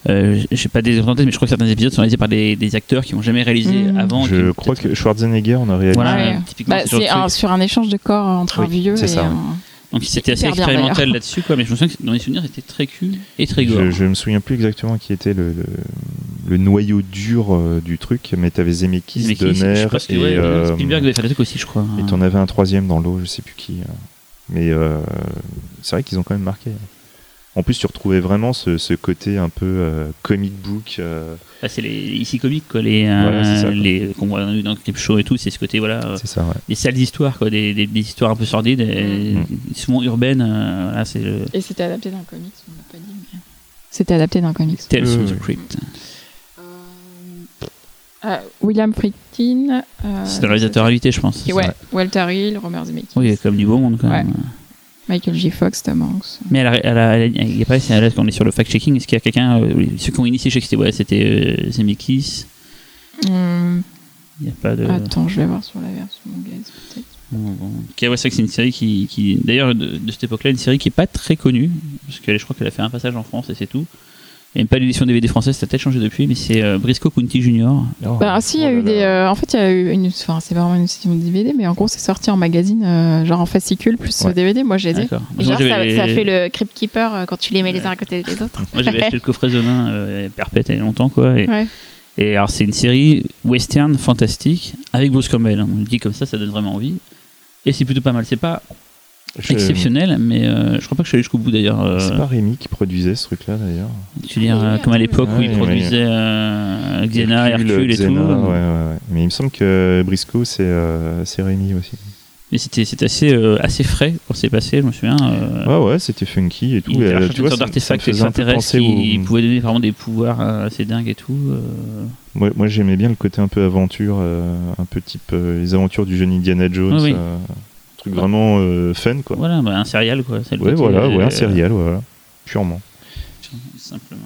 B: euh, je sais pas des exemples en tête, mais je crois que certains épisodes sont réalisés par des, des acteurs qui n'ont jamais réalisé
A: Mhm.
B: avant. qui-
C: Je crois que Schwarzenegger en a réalisé.
B: Voilà,
A: Ouais.
B: typiquement.
A: bah,
B: ce genre de
A: c'est un-
B: truc.
A: sur un échange de corps entre
C: Oui,
A: un vieux
C: c'est
A: et
C: ça, ouais.
A: un-
B: Donc c'était assez
A: hyper bien,
B: expérimental
A: d'ailleurs.
B: là-dessus, quoi. Mais je me souviens que dans mes souvenirs, c'était très cul et très gore.
C: Je, je me souviens plus exactement qui était le, le, le noyau dur euh, du truc, mais t'avais Zemeckis,
B: Zemeckis, je
C: Donner
B: pense que
C: et,
B: ouais,
C: euh,
B: Spielberg devait faire des trucs aussi, je crois.
C: et t'en avais un troisième dans l'eau, je sais plus qui. euh. Mais euh, c'est vrai qu'ils ont quand même marqué. En plus, tu retrouvais vraiment ce, ce côté un peu euh, comic book. euh,
B: Bah, c'est les ici comiques quoi, les, euh,
C: Voilà, c'est ça, quoi.
B: les qu'on voit dans le clip show et tout, c'est ce côté voilà, euh,
C: c'est ça, ouais.
B: des sales histoires quoi, des, des, des histoires un peu sordides, et
C: Mm.
B: souvent urbaines. euh, voilà, c'est le
A: Et c'était adapté d'un comics, on l'a pas dit. mais- C'était adapté d'un comics.
B: Tales
C: Euh,
B: from the
C: oui.
B: Crypt.
A: Euh, William Friedkin. euh,
B: C'est un réalisateur invité, je pense.
A: et ouais, Walter Hill, Robert Zemeckis,
B: Oui, il y a comme du beau monde quand même.
A: Michael J. Fox, Tom Hanks.
B: Mais à la, à la- à la- il y a pas c'est là qu'on est sur le fact-checking. Est-ce qu'il y a quelqu'un, euh, ceux qui ont initié, je sais que c'était ouais, c'était euh, Zemeckis. Euh.
A: Hum,
B: Il n'y a pas de.
A: Attends, je vais voir sur la version anglaise peut-être.
B: Bon, bon. Ok, ouais, c'est vrai que c'est une série qui, qui d'ailleurs, de, de cette époque-là, une série qui est pas très connue, parce que je crois qu'elle a fait un passage en France et c'est tout. Il n'y a même pas d'édition DVD française, ça a peut-être changé depuis, mais c'est euh, Briscoe County Junior.
A: Bah, si, il y a
C: Oh là
A: eu
C: là.
A: des. euh, en fait, il y a eu une. Enfin, c'est vraiment une édition de DVD, mais en gros, c'est sorti en magazine, euh, genre en fascicule plus
C: Ouais.
A: DVD. Moi, je les ai.
B: D'accord.
A: Et
B: Moi,
A: genre, ça,
B: j'avais-
A: ça fait le Crypt Keeper euh, quand tu les mets les
B: Ouais.
A: uns à côté des autres.
B: Moi j'avais acheté le coffret de main euh, perpète il y a longtemps quoi. Et,
A: Ouais.
B: et alors c'est une série western fantastique avec Bruce Campbell. hein. On le dit comme ça, ça donne vraiment envie. Et c'est plutôt pas mal. C'est pas
C: Je-
B: exceptionnel, mais euh, je crois pas que je suis allé jusqu'au bout d'ailleurs. euh,
C: C'est pas Rémi qui produisait ce truc-là d'ailleurs.
B: tu veux dire,
A: Oui,
B: euh, comme à l'époque où
C: oui.
B: ils
C: Oui, oui.
B: produisaient euh, Xena, Hercule, et tout.
C: Xena, ouais, ouais, ouais. Mais il me semble que Briscoe, c'est euh, c'est Rémi aussi.
B: Mais c'était c'était assez, euh, assez frais quand c'est passé, je me souviens. euh,
C: Ah Ouais, ouais, c'était funky et tout.
B: il
C: Et,
B: avait
C: euh,
B: cherché une sorte
C: ça- ça me
B: d'artefact
C: faisait un peu
B: extraterrestre
C: penser
B: qui
C: au-
B: pouvait donner vraiment des pouvoirs euh, assez dingues et tout. euh.
C: Moi, moi, j'aimais bien le côté un peu aventure, euh, un peu type euh, les aventures du jeune Indiana Jones.
B: Ah Oui, oui.
C: euh, un truc vraiment euh, fun, quoi.
B: Voilà, bah, un serial quoi. c'est le
C: Ouais,
B: côté,
C: voilà,
B: euh,
C: ouais, un serial, voilà. Purement.
B: Simplement.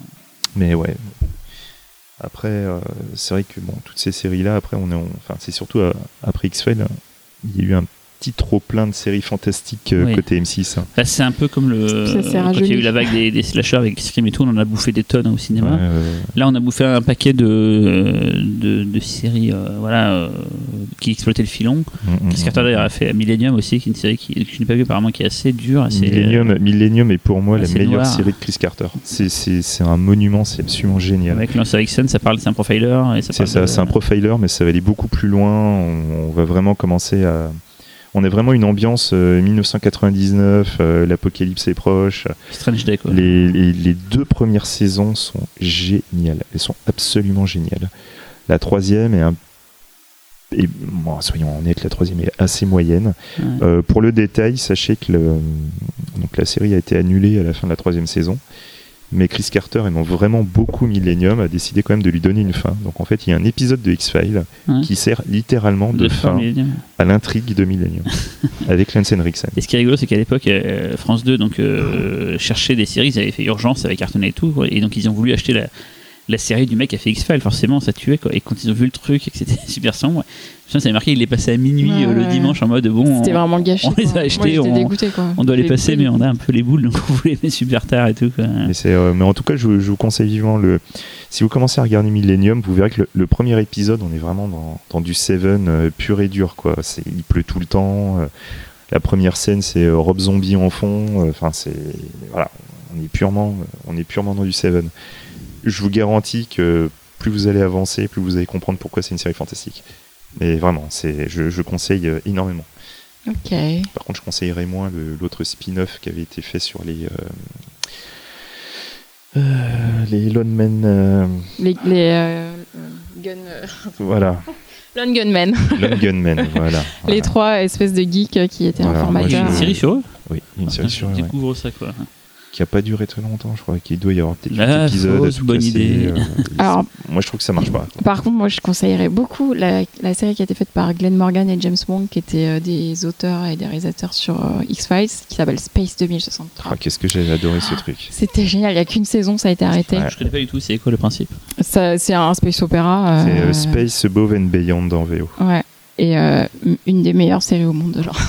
C: Mais ouais. Après, euh, c'est vrai que bon, toutes ces séries-là, après, on est, en- enfin, c'est surtout euh, après X-Files, hein, il y a eu un petit trop plein de séries fantastiques euh,
B: Oui.
C: côté M6. hein.
B: Bah, c'est un peu comme le.
A: Ça
B: euh,
A: sert à
B: Quand il y a
A: joli.
B: eu la vague des, des slashers avec Scream et tout, on en a bouffé des tonnes hein, au cinéma.
C: Ouais, euh,
B: Là, on a bouffé un paquet de, euh, de, de séries euh, voilà, euh, qui exploitaient le filon.
C: mm, mm,
B: Chris Carter d'ailleurs a fait Millennium aussi, qui est une série qui, que je n'ai pas vue apparemment, qui est assez dure. euh, Assez,
C: mm. Millennium, Millennium est pour moi
B: Ah,
C: la
B: c'est
C: meilleure
B: noir.
C: série de Chris Carter. C'est- C'est c'est un monument, c'est absolument génial.
B: Avec Lance Erickson, ça parle, c'est un profiler. et ça
C: C'est
B: parle
C: ça,
B: de-
C: c'est un profiler, mais ça va aller beaucoup plus loin. On, on va vraiment commencer à. On a vraiment une ambiance euh, 1999, euh, l'apocalypse est proche.
B: Strange Day, quoi.
C: Les, les- les deux premières saisons sont géniales. Elles sont absolument géniales. La troisième est un. Et, bon, soyons honnêtes, la troisième est assez moyenne.
B: Ouais.
C: Euh, pour le détail, sachez que le- donc la série a été annulée à la fin de la troisième saison. Mais Chris Carter aimant vraiment beaucoup Millennium a décidé quand même de lui donner une fin. Donc en fait, il y a un épisode de X-Files
B: Ouais.
C: qui sert littéralement de,
B: Deux fois
C: fin
B: Millennium.
C: à l'intrigue de Millennium avec Lance Henriksen.
B: Et ce qui est rigolo, c'est qu'à l'époque, euh, France 2 donc,
C: Oh.
B: euh, cherchait des séries, ils avaient fait Urgence, ça avait cartonné et tout, quoi. et donc ils ont voulu acheter la, la série du mec qui a fait X-Files, forcément, ça tuait, quoi. et quand ils ont vu le truc et que c'était super sombre, je me souviens, ça avait marqué, il les passait à minuit
A: Ouais,
B: euh, le
A: ouais.
B: dimanche en mode, bon,
A: C'était
B: on,
A: vraiment gâché.
B: on les
A: quoi.
B: a achetés,
A: Moi, j'étais
B: on-
A: dégoûtée, quoi.
B: on doit les
A: J'ai-
B: passer, mais on a un peu les boules, donc on voulait les met super tard et tout. Quoi.
C: Mais, c'est, euh, mais en tout cas, je, vous- je vous conseille vivement le. Si vous commencez à regarder Millennium, vous verrez que le, le premier épisode, on est vraiment dans, dans du Seven euh, pur et dur. Quoi. C'est, il pleut tout le temps. euh, la première scène, c'est euh, Rob Zombie en fond. euh, Enfin, c'est voilà, on est purement, euh, on est purement dans du Seven. Je vous garantis que plus vous allez avancer, plus vous allez comprendre pourquoi c'est une série fantastique. Mais vraiment, c'est, je, je conseille euh, énormément.
A: Ok.
C: Par contre, je conseillerais moins le- l'autre spin-off qui avait été fait sur les. euh, euh, les Lone Men. euh,
A: Les, les euh, euh, gun, euh,
C: voilà.
A: Lone Gunman.
C: Lone Gunman, voilà.
A: Les
C: voilà.
A: trois espèces de geeks qui étaient
C: Voilà, moi,
B: Il y a
A: informateurs.
B: une
C: je-
B: série sur eux
C: Oui, il y a une
A: Ah,
C: série sur eux,
B: Je
C: ouais,
B: découvre ça quoi.
C: qui a pas duré très longtemps, je crois, qu'il doit y avoir peut-être
A: Ah,
B: La
C: 8 épisodes. à
B: fausse
C: toute
B: bonne
C: la série,
B: idée.
C: euh,
A: Alors,
C: Moi, je trouve que ça marche pas.
A: Par contre, moi, je conseillerais beaucoup la, la série qui a été faite par Glenn Morgan et James Wong, qui étaient euh, des auteurs et des réalisateurs sur euh, X-Files, qui s'appelle Space 2063.
C: Ah, Qu'est-ce que j'ai adoré ce truc.
A: C'était génial, il n'y a qu'une saison, ça a été arrêté.
C: Ouais.
B: Je connais pas du tout, c'est quoi le principe
A: Ça- C'est un space opéra.
C: C'est euh,
A: euh,
C: Space Above and Beyond en VO.
A: Ouais. Et euh, une des meilleures séries au monde, genre.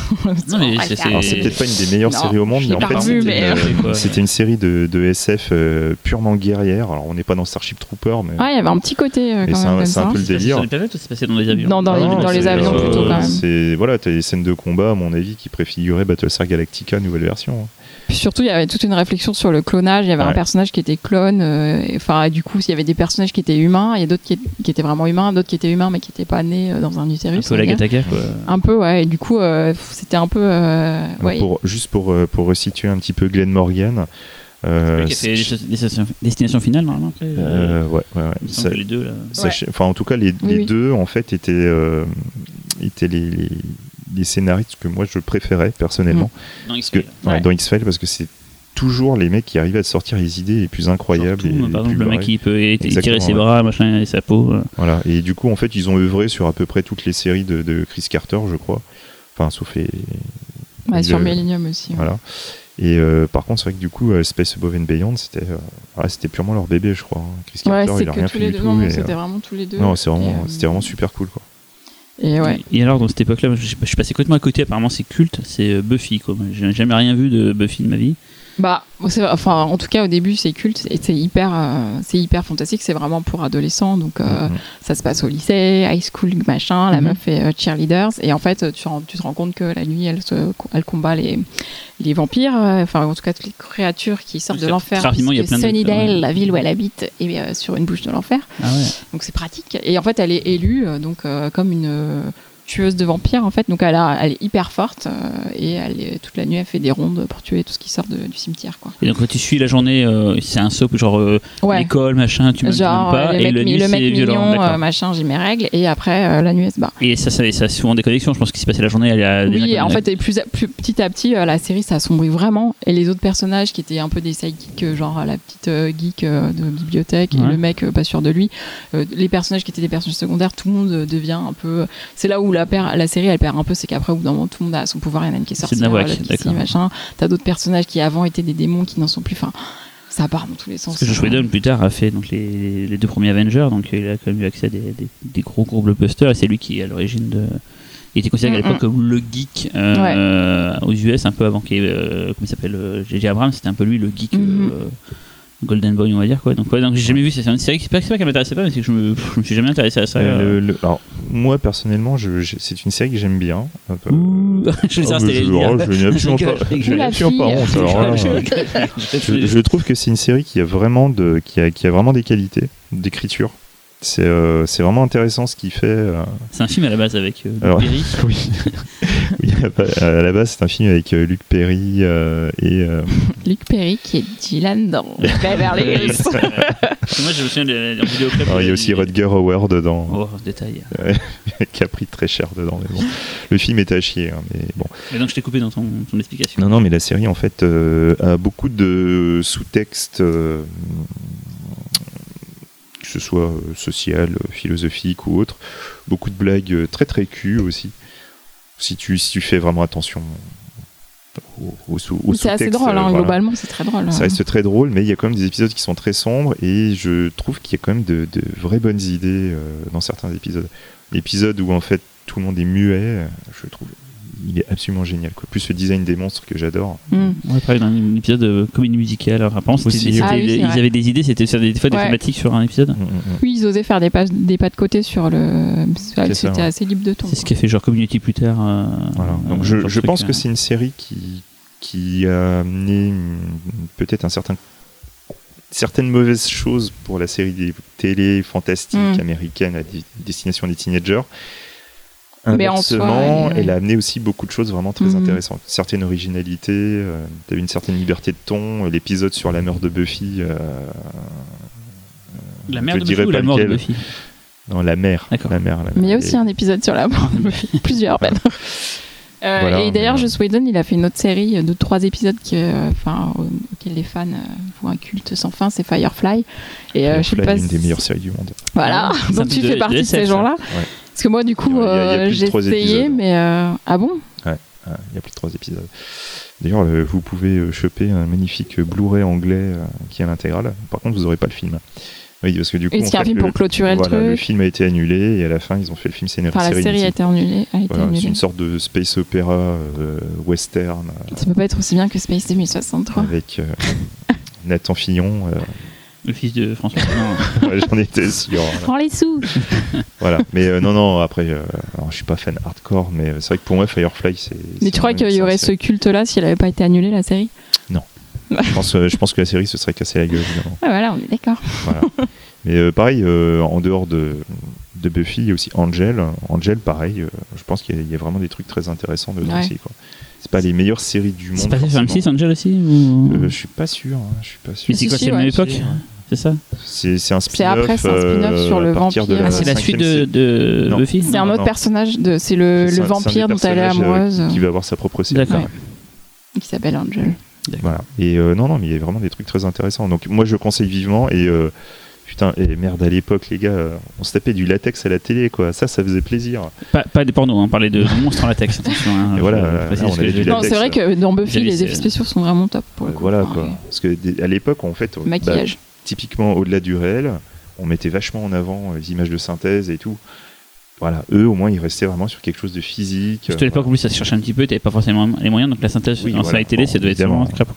B: Non mais c'est
C: Alors, c'est peut-être pas une des meilleures
A: Non,
C: séries au monde,
A: je l'ai
C: mais en
A: pas
C: fait,
A: revue,
C: c'était
A: mais-
C: une,
B: C'est quoi
C: c'était une série de, de SF euh, purement guerrière. Alors, on n'est pas dans Starship Trooper, mais.
A: Ouais, il y avait un petit côté euh,
C: Et
A: quand
C: c'est
A: même
C: un-
A: comme
C: c'est un
A: ça.
C: peu le
B: C'est passé
C: délire.
B: sur les planètes ou c'est passé dans les avions
A: Non, dans les-
C: Non,
A: dans les
C: c'est,
A: avions,
C: euh,
A: plutôt, quand même.
C: C'est voilà, t'as des scènes de combat, à mon avis, qui préfiguraient Battlestar Galactica nouvelle version. hein.
A: Puis surtout, il y avait toute une réflexion sur le clonage. Il y avait un
C: Ouais.
A: personnage qui était clone. euh, et, Enfin, et du coup, il y avait des personnages qui étaient humains, il y a d'autres qui, qui étaient vraiment humains, d'autres qui étaient humains mais qui n'étaient pas nés euh, dans un
B: Un
A: utérus.
B: peu
A: on va
B: la
A: dire.
B: Gataka quoi.
A: Un peu, ouais. Et du coup, euh, pff, c'était un peu. euh,
C: Alors,
A: ouais.
C: Pour juste pour euh, pour resituer un petit peu Glenn Morgan. euh,
B: Celui qui a fait les- les destinations- Destination finale normalement après. euh,
C: euh, ouais, ouais, ouais.
B: il me
C: Ça-
B: semble que les deux là.
C: Sachez- Enfin, en tout cas, les, les
A: oui.
C: deux, en fait, étaient, euh, étaient les, les, les scénaristes que moi je préférais personnellement
B: Non,
C: Parce que,
A: Mm. Ouais.
C: ouais, dans X-Files, parce que c'est toujours les mecs qui arrivent à te sortir les idées les plus incroyables. et les
B: euh, par
C: plus
B: exemple, le mec
C: barrées.
B: qui peut é-
C: Exactement,
B: étirer ses
C: ouais.
B: bras, machin, et sa peau. euh.
C: Voilà. Et du coup, en fait, ils ont œuvré sur à peu près toutes les séries de, de Chris Carter, je crois. Enfin, sauf les.
A: Bah, sur
C: le-
A: Millennium aussi. ouais.
C: Voilà. Et euh, par contre, c'est vrai que du coup, euh, Space Above and Beyond, c'était euh, voilà, c'était purement leur bébé, je crois. hein. Chris
A: Ouais,
C: Carter,
A: c'est
C: il a
A: que
C: rien
A: tous les
C: fait du
A: deux.
C: tout.
A: non,
C: et,
A: c'était
C: euh,
A: vraiment tous les deux.
C: non, c'est
A: Et,
C: vraiment,
A: euh,
C: c'était vraiment super cool, quoi.
A: Et ouais.
B: Et alors, dans cette époque-là, moi, je, je suis passé complètement à côté, apparemment c'est culte, c'est euh, Buffy quoi. Moi, J'ai jamais rien vu de Buffy de ma vie.
A: Bah, c'est- enfin, en tout cas, au début, c'est culte et c'est hyper, euh, c'est hyper fantastique. C'est vraiment pour adolescents, donc euh,
C: Mhm.
A: ça se passe au lycée, high school, machin. La
B: Mhm.
A: meuf est euh, cheerleaders et en fait, euh, tu, rends- tu te rends compte que la nuit, elle, se- elle combat les, les vampires, euh, enfin, en tout cas, toutes les créatures qui sortent
B: Oui,
A: de
B: ça-
A: l'enfer.
B: très rapidement, il y a
A: puisque
B: plein de-
A: Sunnydale,
B: ouais.
A: la ville où elle habite, est euh, sur une bouche de l'enfer.
B: Ah ouais.
A: Donc c'est pratique. Et en fait, elle est élue euh, donc euh, comme une euh, tueuse de vampires en fait. Donc elle, a- elle est hyper forte euh, et elle est- toute la nuit elle fait des rondes pour tuer tout ce qui sort de- du cimetière quoi.
B: Et donc quand tu suis la journée, euh, c'est un soap genre euh, l'école, machin, tu me tu m'aimes
A: Genre
B: pas,
A: euh,
B: et
A: le
B: le
A: mec, mi-
B: nuit
A: le
B: c'est
A: mec
B: violent.
A: mignon, euh,
B: d'accord.
A: machin, j'ai mes règles et après euh, la nuit elle se barre.
B: Et ça, ça, ça a souvent des connexions, je pense qu'il s'est passé la journée, elle a
A: Oui, et en fait, et plus, plus petit à petit, euh, la série s'assombrit vraiment. Et les autres personnages qui étaient un peu des sidekicks, euh, genre la petite euh, geek euh, de bibliothèque et
B: Ouais.
A: le mec euh, pas sûr de lui, euh, les personnages qui étaient des personnages secondaires, tout le monde euh, devient un peu. C'est là où la, per- la série elle perd un peu, c'est qu'après, au bout d'un moment, tout le monde a son pouvoir. Il y en a une qui est
B: C'est
A: sortie, hein,
B: Nawak,
A: l'autre qui
B: d'accord.
A: si, machin. T'as d'autres personnages qui avant étaient des démons qui n'en sont plus. Enfin, ça part dans tous les sens.
B: Parce que Josh Whedon plus tard a fait donc les, les deux premiers Avengers, donc il a quand même eu accès à des, des, des gros gros blockbusters et c'est lui qui est à l'origine de. Il était considéré à
A: Mm,
B: l'époque comme le geek euh, aux US, un peu avant qu'il y ait, euh, comment il s'appelle, euh, J.J. Abrams, c'était un peu lui le geek euh,
A: Mhm.
B: Golden Boy, on va dire quoi. Donc, ouais, donc j'ai jamais vu, c'est c'est une série, qui- c'est pas, c'est pas qu'elle m'intéressait pas, mais c'est que je me, pff, je me suis jamais intéressé à ça. euh,
C: Le- Euh, le- alors, moi, personnellement, je- je- c'est une série que j'aime bien. Un peu-
B: Ouh, je sais
C: Ah,
B: pas,
C: mais
B: c'était
C: je-
B: les gars.
C: oh, je n'ai absolument pas,
B: Je
C: je n'ai
A: la
C: absolument pas
A: fille. hein.
C: honte. alors euh, là, euh, je, je trouve que c'est une série qui a vraiment de, qui a, qui a vraiment des qualités d'écriture. C'est euh, c'est vraiment intéressant ce qu'il fait. euh.
B: C'est un film à la base avec euh,
C: Alors,
B: Berry.
C: oui. Oui, à la base, c'est un film avec euh, Luc Perry euh, et euh,
A: Luc Perry qui est Dylan dans Beverly
B: Ouais.
A: Hills.
B: Moi, je me souviens de la vidéo club.
C: alors, il y a aussi Rutger Hauer dedans,
B: Oh, détail.
C: qui a pris très cher dedans. mais bon. Le film est à chier, hein, mais bon.
B: Mais donc, je t'ai coupé dans ton, ton explication.
C: Non, non, mais la série, en fait, euh, a beaucoup de sous-textes, euh, que ce soit euh, social, euh, philosophique ou autre. Beaucoup de blagues euh, très, très cul aussi. Si tu, si tu fais vraiment attention au, au sous- au
A: C'est assez
C: sous-texte,
A: drôle,
C: euh,
A: hein,
C: voilà.
A: globalement, c'est très drôle. hein.
C: Ça reste très drôle, mais il y a quand même des épisodes qui sont très sombres et je trouve qu'il y a quand même de, de vraies bonnes idées euh, dans certains épisodes. L'épisode où en fait tout le monde est muet, euh, je trouve, il est absolument génial. Quoi. Plus le design des monstres que j'adore.
A: Mm.
B: On va parler d'un épisode de comédie musicale. Alors, apparemment, c'était-
C: Aussi.
B: c'était-
A: Ah oui, c'est
B: ils
A: vrai.
B: avaient des idées, c'était sur des, des fois des
A: Ouais.
B: thématiques sur un épisode.
C: Mm, mm, mm.
A: Oui, ils osaient faire des pas, des pas de côté sur le. C'était
C: ça, ouais.
A: assez libre de ton.
B: C'est ce qu'a fait genre Community plus tard. euh,
C: Voilà. Donc
B: euh,
C: je,
B: sur
C: je
B: le
C: pense
B: truc,
C: que
B: hein.
C: c'est une série qui, qui a amené une- peut-être un certain certaines mauvaises choses pour la série des télé fantastique
A: Mm.
C: américaine à di- destination des teenagers.
A: Mais en soi,
C: Inversement,
A: elle est-
C: elle a amené aussi beaucoup de choses vraiment très
A: Mhm.
C: intéressantes. Certaines originalités, euh, t'as eu une certaine liberté de ton. euh, L'épisode sur la mère de Buffy, euh,
B: La mère
C: je
B: de
C: dirais
B: Buffy ou
C: pas
B: la mort de
C: lequel.
B: Buffy
C: Non, la mer.
B: D'accord.
C: La mer, la mer.
A: Mais il y a
C: Et-
A: aussi un épisode sur la mort, plusieurs même. Euh,
C: Voilà,
A: et d'ailleurs,
C: mais-
A: Joss Whedon, il a fait une autre série de trois épisodes que, euh, enfin, au- auxquels les fans euh, font un culte sans fin, c'est Firefly. Et euh, je sais
C: Firefly,
A: pas
C: une des
A: si-
C: meilleures séries du monde.
A: Voilà,
B: Ah, c'est un
A: donc tu
B: truc de-
A: fais
B: de
A: partie de
B: SF,
A: ces
B: ça.
A: gens-là.
C: Ouais.
A: Parce que moi, du coup,
C: Il y a- il y a
A: euh,
C: plus de
A: j'ai
C: trois
A: essayé,
C: épisodes.
A: mais euh, ah bon
C: Ah, Il y a plus de trois épisodes. D'ailleurs, euh, vous pouvez euh, choper un magnifique Blu-ray anglais euh, qui a l'intégrale. Par contre, vous n'aurez pas le film. Oui, parce que du coup,
A: Est-ce
C: en
A: qu'il y a un
C: fait,
A: film
C: le-
A: pour clôturer le
C: voilà,
A: truc
C: film a été annulé et à la fin, ils ont fait le film scénario
A: Enfin, la série a été annulée. A été
C: Voilà, c'est
A: annulée.
C: une sorte de space opéra euh, western euh,
A: Ça peut pas être aussi bien que Space 2063.
C: avec euh, Nathan Fillon. euh,
B: Le fils de François. Non.
C: ouais, J'en étais sûr. hein.
A: Prends les sous
C: voilà. Mais euh, non, non, après, euh, alors, je suis pas fan hardcore, mais euh, c'est vrai que pour moi, Firefly, c'est.
A: Mais
C: c'est
A: tu crois
C: vraiment
A: qu'il y
C: une
A: aurait ce
C: série-
A: culte-là si elle avait pas été annulée, la série
C: Je pense, euh, je pense que la série se serait cassée la gueule, évidemment.
A: Ah voilà, on est d'accord.
C: Voilà. Mais euh, pareil, euh, en dehors de, de Buffy, il y a aussi Angel. Angel, pareil, euh, je pense qu'il y, a- il y a vraiment des trucs très intéressants dedans
A: Ouais.
C: aussi. quoi. C'est pas les meilleures séries du monde.
B: C'est passé sur
C: forcément.
B: M6, Angel aussi ou...
C: Euh, Je suis pas sûr. hein, je suis pas sûr.
B: Mais c'est
A: si,
B: quoi
A: si,
B: C'est la même
A: ouais.
B: époque C'est ça
C: Euh, C'est c'est un spin-off.
A: après, c'est un spin-off
C: euh,
A: sur le
C: à partir
A: vampire.
C: de
A: Ah,
B: C'est la
C: cinquième
B: suite de,
C: sé-
B: de
C: Non.
B: Buffy
A: C'est un
C: non,
A: autre
C: non.
A: personnage, de, c'est le, le
C: c'est un- c'est un
A: vampire
C: des
A: dont elle est
C: personnages, euh,
A: amoureuse,
C: Qui, qui va avoir sa propre série.
B: D'accord.
A: Ouais. qui s'appelle Angel.
C: Voilà. Et euh, non, non, mais il y a vraiment des trucs très intéressants. Donc moi, je conseille vivement. Et euh, putain, et merde, à l'époque, les gars, euh, on se tapait du latex à la télé, quoi. Ça, ça faisait plaisir.
B: Pas, pas des pornos, hein, on parlait de monstres en latex, attention. Hein,
C: Et voilà,
B: Je- je précise
C: là, on
B: ce que
C: avait
B: je
C: du
B: dis.
A: Non,
C: latex,
A: c'est vrai que dans Buffy,
B: J'avais
A: les
B: c'est-
A: effets spéciaux sont vraiment top pour le
C: Euh,
A: coup.
C: voilà,
A: Enfin,
C: quoi. Parce que des- à l'époque, en fait, euh, bah,
A: Maquillage.
C: typiquement au-delà du réel, on mettait vachement en avant euh, les images de synthèse et tout. Voilà, eux au moins ils restaient vraiment sur quelque chose de physique.
B: Juste à l'époque, en plus, ça se cherchait un petit peu, t'avais pas forcément les moyens, donc la synthèse
C: Oui,
B: dans
C: voilà.
B: la télé,
C: Bon,
B: ça doit être
C: évidemment.
B: vraiment crap.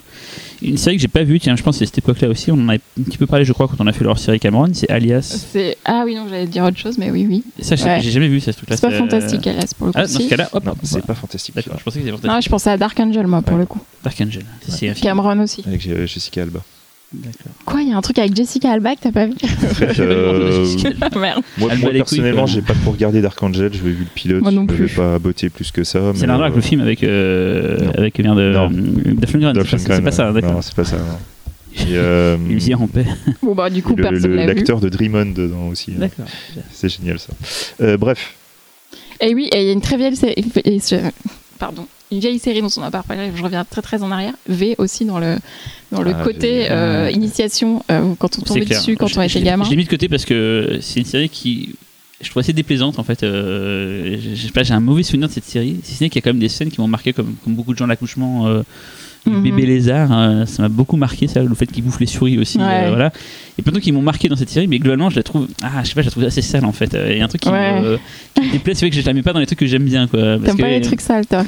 B: Une série que j'ai pas vue, tiens, je pense que c'est cette époque-là aussi, on en avait un petit peu parlé, je crois, quand on a fait leur série Cameron, c'est Alias.
A: C'est- Ah oui, non, j'allais dire autre chose, mais oui, oui.
B: Ça, je-
A: Ouais.
B: j'ai jamais vu ça, ce truc-là.
A: C'est pas
B: euh,
A: fantastique, Alice, pour le coup.
B: Ah, dans
A: si.
B: ce cas-là, hop,
C: Euh, Non,
B: hop,
C: c'est
B: voilà.
C: pas fantastique.
B: D'accord, je pensais que c'était
A: Non,
B: fantastique.
A: je pensais à Dark Angel, moi, pour
C: Ouais.
A: le coup.
B: Dark Angel, ça, c'est un film.
A: Cameron aussi.
C: Avec euh, Jessica Alba.
B: D'accord.
A: Quoi, il y a un truc avec Jessica Alba que t'as pas vu
C: En fait, euh,
A: Merde.
C: moi,
B: Elle bat
C: moi,
B: les couilles,
C: personnellement,
B: quoi.
C: j'ai pas pour regarder Dark Angel, je vais vu le pilote,
A: Moi non
C: je
A: plus.
C: vais pas botter plus que ça.
B: C'est
C: mais,
B: l'un
C: euh,
B: avec le film avec. euh,
C: Non.
B: Avec merde. euh,
C: Non.
B: Dolph Lundgren, c'est
C: Dolph
B: pas- c'est pas
C: Lundgren,
B: ça, hein,
C: euh,
B: d'accord.
C: Non, c'est pas ça. non. Et, euh,
B: Une vie en paix.
A: Bon, bah, du coup,
C: le-
A: personne
C: le-
A: l'a vu.
C: L'acteur de Dreamon dedans aussi. hein.
B: D'accord.
C: C'est génial ça. Euh, bref,
A: Et Eh oui, et il y a une très vieille série. et ce- Pardon. Une vieille série dont on n'a pas parlé, je reviens très très en arrière. V aussi dans le, dans le
C: Ah,
A: côté
C: V.
A: euh, initiation, euh, quand on tombait dessus quand
B: Je-
A: on
B: je
A: était
B: l'ai-
A: gamin.
B: Je l'ai mis de côté parce que c'est une série qui. Je trouve assez déplaisante en fait. euh, je, je sais pas, j'ai un mauvais souvenir de cette série. Si ce n'est qu'il y a quand même des scènes qui m'ont marqué, comme, comme beaucoup de gens, l'accouchement euh, du
A: Mhm.
B: bébé lézard. euh, ça m'a beaucoup marqué, ça, le fait qu'il bouffe les souris aussi.
A: Ouais.
B: euh, voilà. Et plein de trucs qui m'ont marqué dans cette série, mais globalement, je la trouve. Ah, je sais pas, je la trouve assez sale en fait. Euh, Il y a un truc qui
A: Ouais.
B: me euh, qui me déplaît, c'est vrai que je la mets pas dans les trucs que j'aime bien. quoi. parce
A: T'aimes
B: que-
A: pas les trucs sales, toi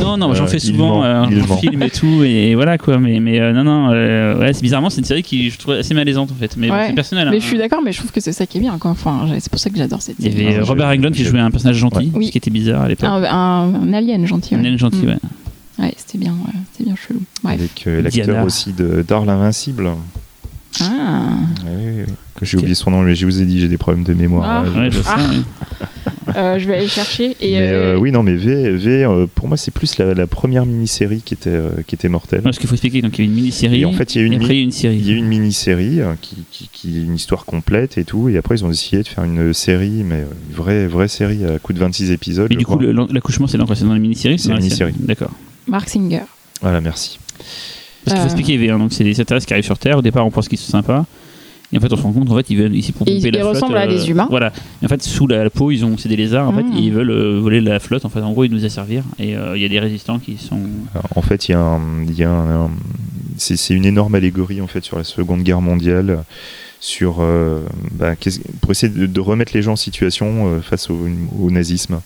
B: non, non, j'en
C: Euh,
B: fais
C: il
B: souvent
C: ment,
B: euh,
C: il
B: en
C: ment.
B: film et tout, et, voilà quoi. Mais, mais euh, non, non, euh, ouais, c'est bizarrement, c'est une série qui je trouve assez malaisante en fait. Mais bon,
A: Ouais,
B: c'est personnel. hein.
A: Mais je suis d'accord, mais je trouve que c'est ça qui est bien, quoi. Enfin, j'ai- c'est pour ça que j'adore cette
B: Il y
A: série.
B: avait
C: Non,
B: euh,
C: je-
B: Robert Englund qui
C: je-
B: jouait un personnage gentil,
A: Ouais.
B: ce qui était bizarre à l'époque.
A: Un, un- un alien gentil.
B: Un
A: Ah, ouais.
B: alien gentil,
A: Mm.
B: ouais.
A: Ouais, c'était bien, ouais, c'était bien chelou. Bref.
C: avec euh, l'acteur
B: Diana.
C: aussi de Darl Invincible.
A: Ah.
C: Oui, oui, oui. Que j'ai oublié son nom, mais je vous ai dit, j'ai des problèmes de mémoire.
A: Ah.
C: Ouais, je-
B: Ouais, je sais,
A: Ah.
B: ouais.
A: Euh, je vais aller chercher. Et,
C: Mais
A: euh,
C: euh, oui, non, mais V, V euh, pour moi, c'est plus la, la première mini-série qui était, euh, qui était mortelle.
B: Non, ce qu'il faut expliquer, donc il y avait une mini-série.
C: Et en fait, il y a eu
B: et
C: une,
B: après, il y a eu une
C: il y a
B: série.
C: eu une mini-série euh, qui, qui, qui est une histoire complète et tout. Et après, ils ont décidé de faire une série, mais euh, une vraie, vraie série à coup de 26 épisodes.
B: Mais
C: je
B: du coup,
C: crois.
B: le- l'accouchement, c'est dans quoi C'est dans la mini-série ou
C: C'est
B: dans la
C: une
B: série
C: mini-série.
B: D'accord.
A: Mark Singer.
C: Voilà, merci.
B: Parce qu'il faut
A: Euh.
B: expliquer, V1, donc c'est des extraterrestres qui arrivent sur Terre. Au départ, on pense qu'ils sont sympas. Et en fait, on se rend compte, en fait, ils veulent ici pour
A: Et ils-
B: pomper
A: ils
B: la flotte. euh,
A: ressemblent à des humains.
B: Voilà. Et en fait, sous la, la peau, ils ont, c'est des lézards. En
A: Mm.
B: fait, et ils veulent euh, voler la flotte. En fait, en gros, ils nous asservir. Et euh, il y a des résistants qui sont.
C: Alors, en fait, il y a un- il y a un- un- c'est c'est une énorme allégorie en fait sur la Seconde Guerre mondiale, sur euh, bah, qu'est-ce- pour essayer de, de remettre les gens en situation euh, face au, au nazisme.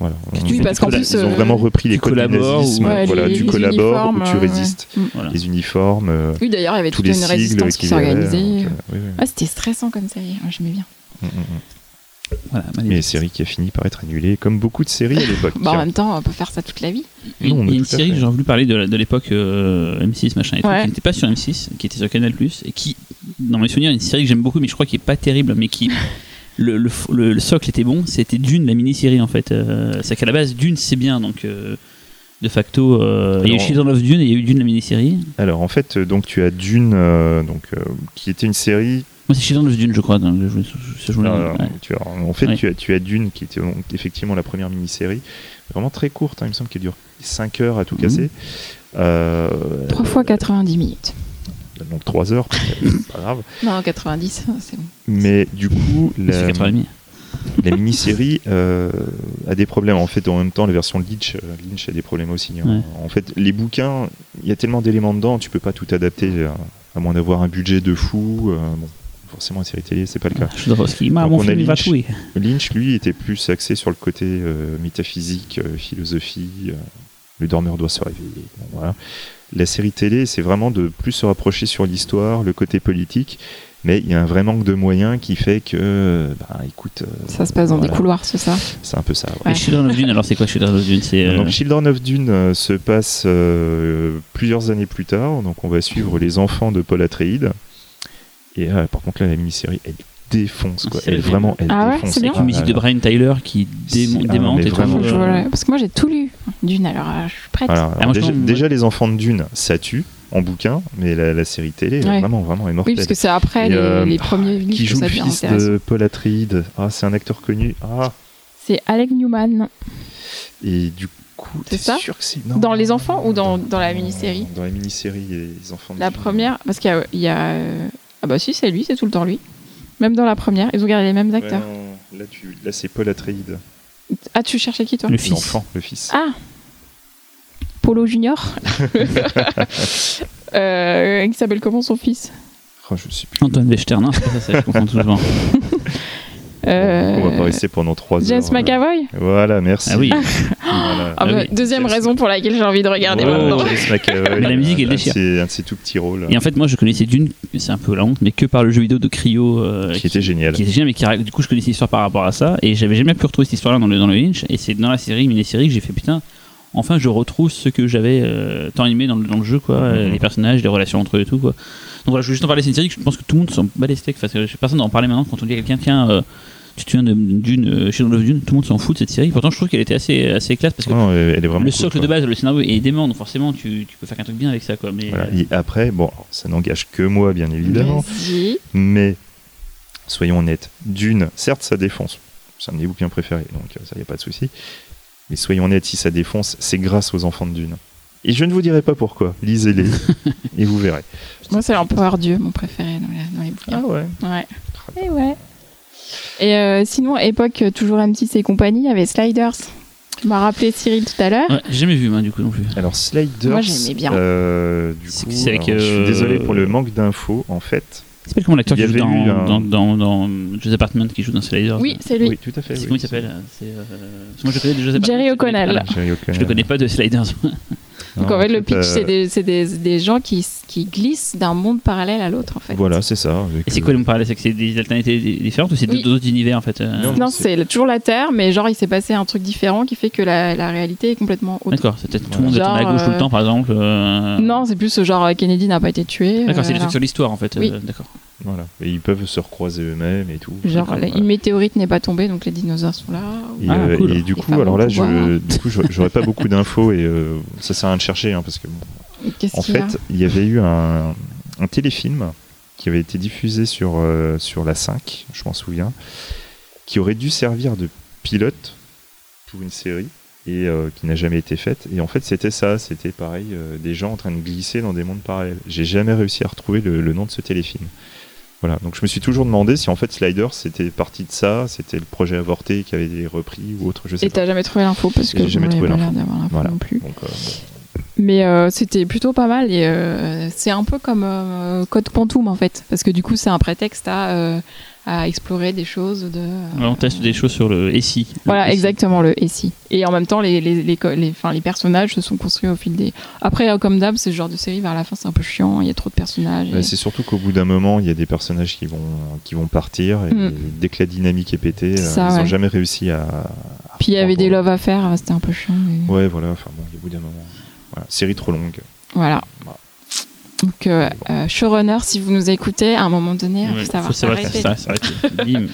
C: Voilà.
A: Oui,
B: fait
A: parce
B: du
A: qu'en
B: colla-
A: plus.
C: Ils ont
A: euh,
C: vraiment repris les
B: tu
C: codes du
B: collabores ou-
C: nazisme,
A: Ouais,
C: voilà,
A: les-
C: tu
A: les
C: collabores ou
A: uniformes,
C: tu
A: ouais, ouais.
C: résistes.
B: Voilà.
C: Les uniformes, euh,
A: Oui, d'ailleurs, il y avait
C: tous
A: toute
C: les
A: une
C: sigles
A: résistance qui
C: qu'ils avaient,
A: s'organisait.
C: donc, euh, oui, oui.
A: Ah, c'était stressant comme série. Ah, J'aimais bien.
C: Mm, mm, mm.
B: Voilà,
C: Mais
B: magnifique.
C: une série qui a fini par être annulée, comme beaucoup de séries à l'époque.
A: Bah, en même temps, on peut faire ça toute la vie.
B: Il y a
C: Non, mais
B: une
C: tout à
B: série
C: fait.
B: que j'ai voulu parler de, la- de l'époque euh, M6 machin et tout,
A: Ouais.
B: qui n'était pas sur M6, qui était sur Canal et qui, dans mes souvenirs, est une série que j'aime beaucoup, mais je crois qui est pas terrible, mais qui le, le, f- le- le socle était bon, c'était Dune, la mini-série en fait. Euh, c'est qu'à la base Dune c'est bien, donc euh, de facto, euh, il y a eu
C: Alors-
B: Children of Dune et il y a eu Dune la mini-série.
C: Alors en fait, euh, donc tu as Dune, euh, donc euh, qui était une série
B: Moi, c'est Children of Dune, je crois. donc, je- je- ce jeu-là,
C: Ah, Alors,
B: Mm. ouais.
C: tu as- en fait,
B: Oui.
C: tu, as, tu as Dune, qui était donc effectivement la première mini-série, vraiment très courte, hein, il me semble qu'elle dure 5 heures à tout
B: Mhm.
C: casser. Euh,
A: 3 fois 90 minutes.
C: donc 3 heures, c'est pas grave.
A: Non, 90, c'est bon.
C: Mais du coup,
B: C'est
C: la,
B: 4h30.
C: la mini-série euh, a des problèmes. En fait, en même temps, la version Lynch, euh, Lynch a des problèmes aussi. hein.
B: Ouais.
C: En fait, les bouquins, il y a tellement d'éléments dedans, tu peux pas tout adapter, euh, à moins d'avoir un budget de fou. euh, bon, forcément, la série télé, c'est pas le cas.
B: Ah, Jodorowsky. M'a
C: Donc,
B: mon
C: on a
B: film
C: Lynch.
B: Vatouille.
C: Lynch, lui, était plus axé sur le côté euh, métaphysique, euh, philosophie. euh, le dormeur doit se réveiller. bon, voilà. La série télé, c'est vraiment de plus se rapprocher sur l'histoire, le côté politique. Mais il y a un vrai manque de moyens qui fait que, euh, bah, écoute, euh,
A: Ça se passe dans
C: Voilà.
A: des couloirs, c'est ça
C: c'est un peu ça. ouais.
B: Et Children of Dune, alors c'est quoi Children of Dune C'est. euh,
C: Donc Children of Dune euh, se passe euh, plusieurs années plus tard, donc on va suivre les enfants de Paul Atreides. Et euh, par contre là, la mini-série, elle défonce quoi.
B: C'est
C: Elle
B: vrai.
C: vraiment, elle
A: Ah ouais,
C: défonce.
A: c'est bien.
B: avec une musique de Brian Tyler qui
C: Si,
B: démon-
C: ah,
B: démente
C: mais
B: et tout.
C: vraiment.
A: Faut que je-
B: Euh,
A: voilà. Parce que moi, j'ai tout lu. D'une, alors euh, je suis prête.
C: Voilà, alors
B: Ah, moi, je
C: déjà,
B: trouve-
C: déjà, les enfants de Dune, ça tue en bouquin, mais la, la série télé,
A: Ouais.
C: vraiment, vraiment, est
A: oui,
C: mortelle.
A: parce que c'est après
C: Et,
A: les,
C: euh,
A: les premiers livres
C: qui
A: que
C: joue
A: ça
C: le
A: devient
C: fils
A: intéressant.
C: de Paul Atreides Ah, c'est un acteur connu. Ah,
A: C'est Alec Newman.
C: et du coup,
A: C'est
C: t'es
A: ça
C: sûr que c'est non,
A: Dans
C: non,
A: Les
C: non,
A: Enfants
C: non,
A: ou dans-
C: non,
A: dans la
C: non,
A: mini-série
C: Dans la mini-série, les enfants. de
A: La
C: Dune.
A: première, parce qu'il y a. il y a, euh, ah bah si, c'est lui, c'est tout le temps lui. Même dans la première, ils ont gardé les mêmes
C: Ouais,
A: acteurs.
C: non, là, tu- là, c'est Paul Atreides.
A: Ah, tu cherchais qui toi
B: Le fils.
C: L'enfant, le fils.
A: Ah Polo Junior euh, Il s'appelle comment son fils
C: Oh, je sais plus.
B: Antoine Wechter, non, c'est pas ça, ça, je confonds toujours.
A: Euh,
C: On va pas rester pendant 3
A: James
C: heures.
A: McAvoy
C: Voilà, merci.
B: Ah oui,
C: Voilà.
A: Ah
B: Ah
A: bah,
B: oui,
A: Deuxième
C: James-
A: raison pour laquelle j'ai envie de regarder
C: Wow,
A: maintenant.
C: James McAvoy.
B: Mais la musique, elle
C: un de
B: déchire.
C: ses- Un de ses tout petits rôles.
B: et en fait, moi je connaissais Dune, c'est un peu la honte, mais que par le jeu vidéo de Cryo. euh,
C: Qui était génial.
B: qui était génial, mais qui, du coup je connaissais l'histoire par rapport à ça, et j'avais jamais pu retrouver cette histoire-là dans le, dans le Lynch, et c'est dans la série, mini-série, que j'ai fait putain, enfin je retrouve ce que j'avais euh, tant aimé dans le, dans le jeu, quoi, euh,
C: Mhm.
B: les personnages, les relations entre eux et tout, quoi. Donc voilà, je voulais juste en parler, c'est une série que je pense que tout le monde s'en bat les steaks, parce que personne n'en parlait maintenant quand on dit à quelqu'un, tiens, euh, tu te souviens de- d'une, euh, Children of Dune, tout le monde s'en fout de cette série, pourtant je trouve qu'elle était assez, assez classe, parce que
C: Non, elle elle est vraiment
B: le
C: cool,
B: socle
C: quoi.
B: de base, le scénario est dément, donc forcément tu, tu peux faire qu'un truc bien avec ça, quoi, mais.
C: Voilà.
B: euh,
C: Et après, bon, ça n'engage que moi, bien évidemment,
A: Vas-y.
C: mais soyons honnêtes, d'une, certes, ça défonce. C'est un de mes bouquins préférés, donc euh, ça, y a pas de souci. Mais soyons honnêtes, si ça défonce, c'est grâce aux enfants de Dune. Et je ne vous dirai pas pourquoi. Lisez-les et vous verrez.
A: Moi, c'est l'Empereur Dieu, mon préféré dans les, dans les
B: Ah
A: bouquins.
C: ouais.
A: Ouais. Et Ah. Eh ouais. Et euh, sinon, époque euh, toujours M6 et compagnie, il y avait Sliders. Tu m'as rappelé Cyril tout à l'heure.
B: ouais, j'ai jamais vu, moi, du coup, non plus.
C: Alors Sliders.
A: Moi, j'aimais bien.
C: euh, du
B: C'est-
C: coup,
B: c'est avec,
C: alors, je suis
B: euh,
C: désolé pour le manque d'infos en fait.
B: C'est pas comment l'acteur
C: Il y
B: qui joue
C: avait eu
B: dans, dans,
C: un-
B: dans, dans Jeux Apartment qui joue dans Sliders.
A: Oui, c'est lui.
C: tout à fait.
B: C'est
C: oui.
B: comment il s'appelle euh, C'est euh, parce que moi je connais de Joseph
A: Jerry
B: Arnott, je connais
A: O'Connell.
B: pas, là.
C: Jerry
B: Je le connais pas de Sliders.
A: Donc en fait, le pitch,
C: euh,
A: c'est des, c'est des, des gens qui, s- qui glissent d'un monde parallèle à l'autre, en fait.
C: Voilà, c'est ça. avec,
B: Et c'est
C: euh,
B: quoi le parallèle C'est que c'est des alternatives différentes ou c'est
A: Oui.
B: deux d'autres univers en fait euh,
C: Non,
A: Non,
C: c'est-
A: c'est le- toujours la Terre, mais genre, il s'est passé un truc différent qui fait que la, la réalité est complètement autre.
B: D'accord, c'est peut-être tout le monde est
A: Genre,
B: tourné à gauche tout le
A: euh,
B: temps par exemple. euh,
A: Non, c'est plus euh, genre euh, Kennedy n'a pas été tué.
B: D'accord,
A: euh,
B: c'est des trucs
A: alors.
B: sur l'histoire en fait.
A: Oui.
B: euh, D'accord.
C: Voilà. Et ils peuvent se recroiser eux-mêmes et tout.
A: Genre,
C: Voilà.
A: la- une météorite n'est pas tombée, donc les dinosaures sont là.
C: Et,
B: Ah,
C: euh,
B: cool.
C: et du
A: Les
C: coup,
A: femmes
C: alors
A: au
C: là,
A: pouvoir.
C: je, du coup, j'aurais- j'aurais pas beaucoup d'infos et euh, ça sert à rien de chercher hein, parce que bon,
A: Qu'est-ce
C: en
A: qu'il y a
C: fait, il y avait eu un, un téléfilm qui avait été diffusé sur euh, sur la 5, je m'en souviens, qui aurait dû servir de pilote pour une série et euh, qui n'a jamais été faite. Et en fait, c'était ça, c'était pareil, euh, des gens en train de glisser dans des mondes parallèles. J'ai jamais réussi à retrouver le, le nom de ce téléfilm. Voilà, donc je me suis toujours demandé si en fait Sliders c'était partie de ça, c'était le projet avorté qui avait été repris ou autre, je sais
A: Et
C: pas.
A: t'as jamais trouvé l'info parce
C: J'ai
A: que je
C: jamais
A: n'ai
C: trouvé
A: pas l'air
C: l'info.
A: d'avoir l'info
C: Voilà.
A: non plus.
C: Donc, euh,
A: Mais euh, c'était plutôt pas mal et euh, c'est un peu comme euh, Code Quantum en fait, parce que du coup c'est un prétexte à, euh, à explorer des choses de. euh,
B: Alors, on teste des choses sur le SI. le
A: Voilà,
B: SI.
A: exactement le et si. Et en même temps, les, les, les, co- les, enfin, les personnages se sont construits au fil des. Après, euh, comme d'hab, c'est ce genre de série vers la fin, c'est un peu chiant, il y a trop de personnages. et-
C: Bah, c'est surtout qu'au bout d'un moment, il y a des personnages qui vont, qui vont partir et
A: Mm.
C: dès que la dynamique est pétée,
A: C'est
C: euh,
A: ça,
C: ils n'ont
A: ouais.
C: jamais réussi à.
A: Puis il y avait des
C: loves
A: love à faire, c'était un peu chiant. mais-
C: Ouais, voilà, enfin bon, au bout d'un moment. Voilà, série trop longue.
A: Voilà.
C: Voilà.
A: Donc, euh, euh, showrunner, si vous nous écoutez, à un moment donné,
B: Ouais,
A: il faut savoir s'arrêter.
B: ça, s'arrêter. Bim.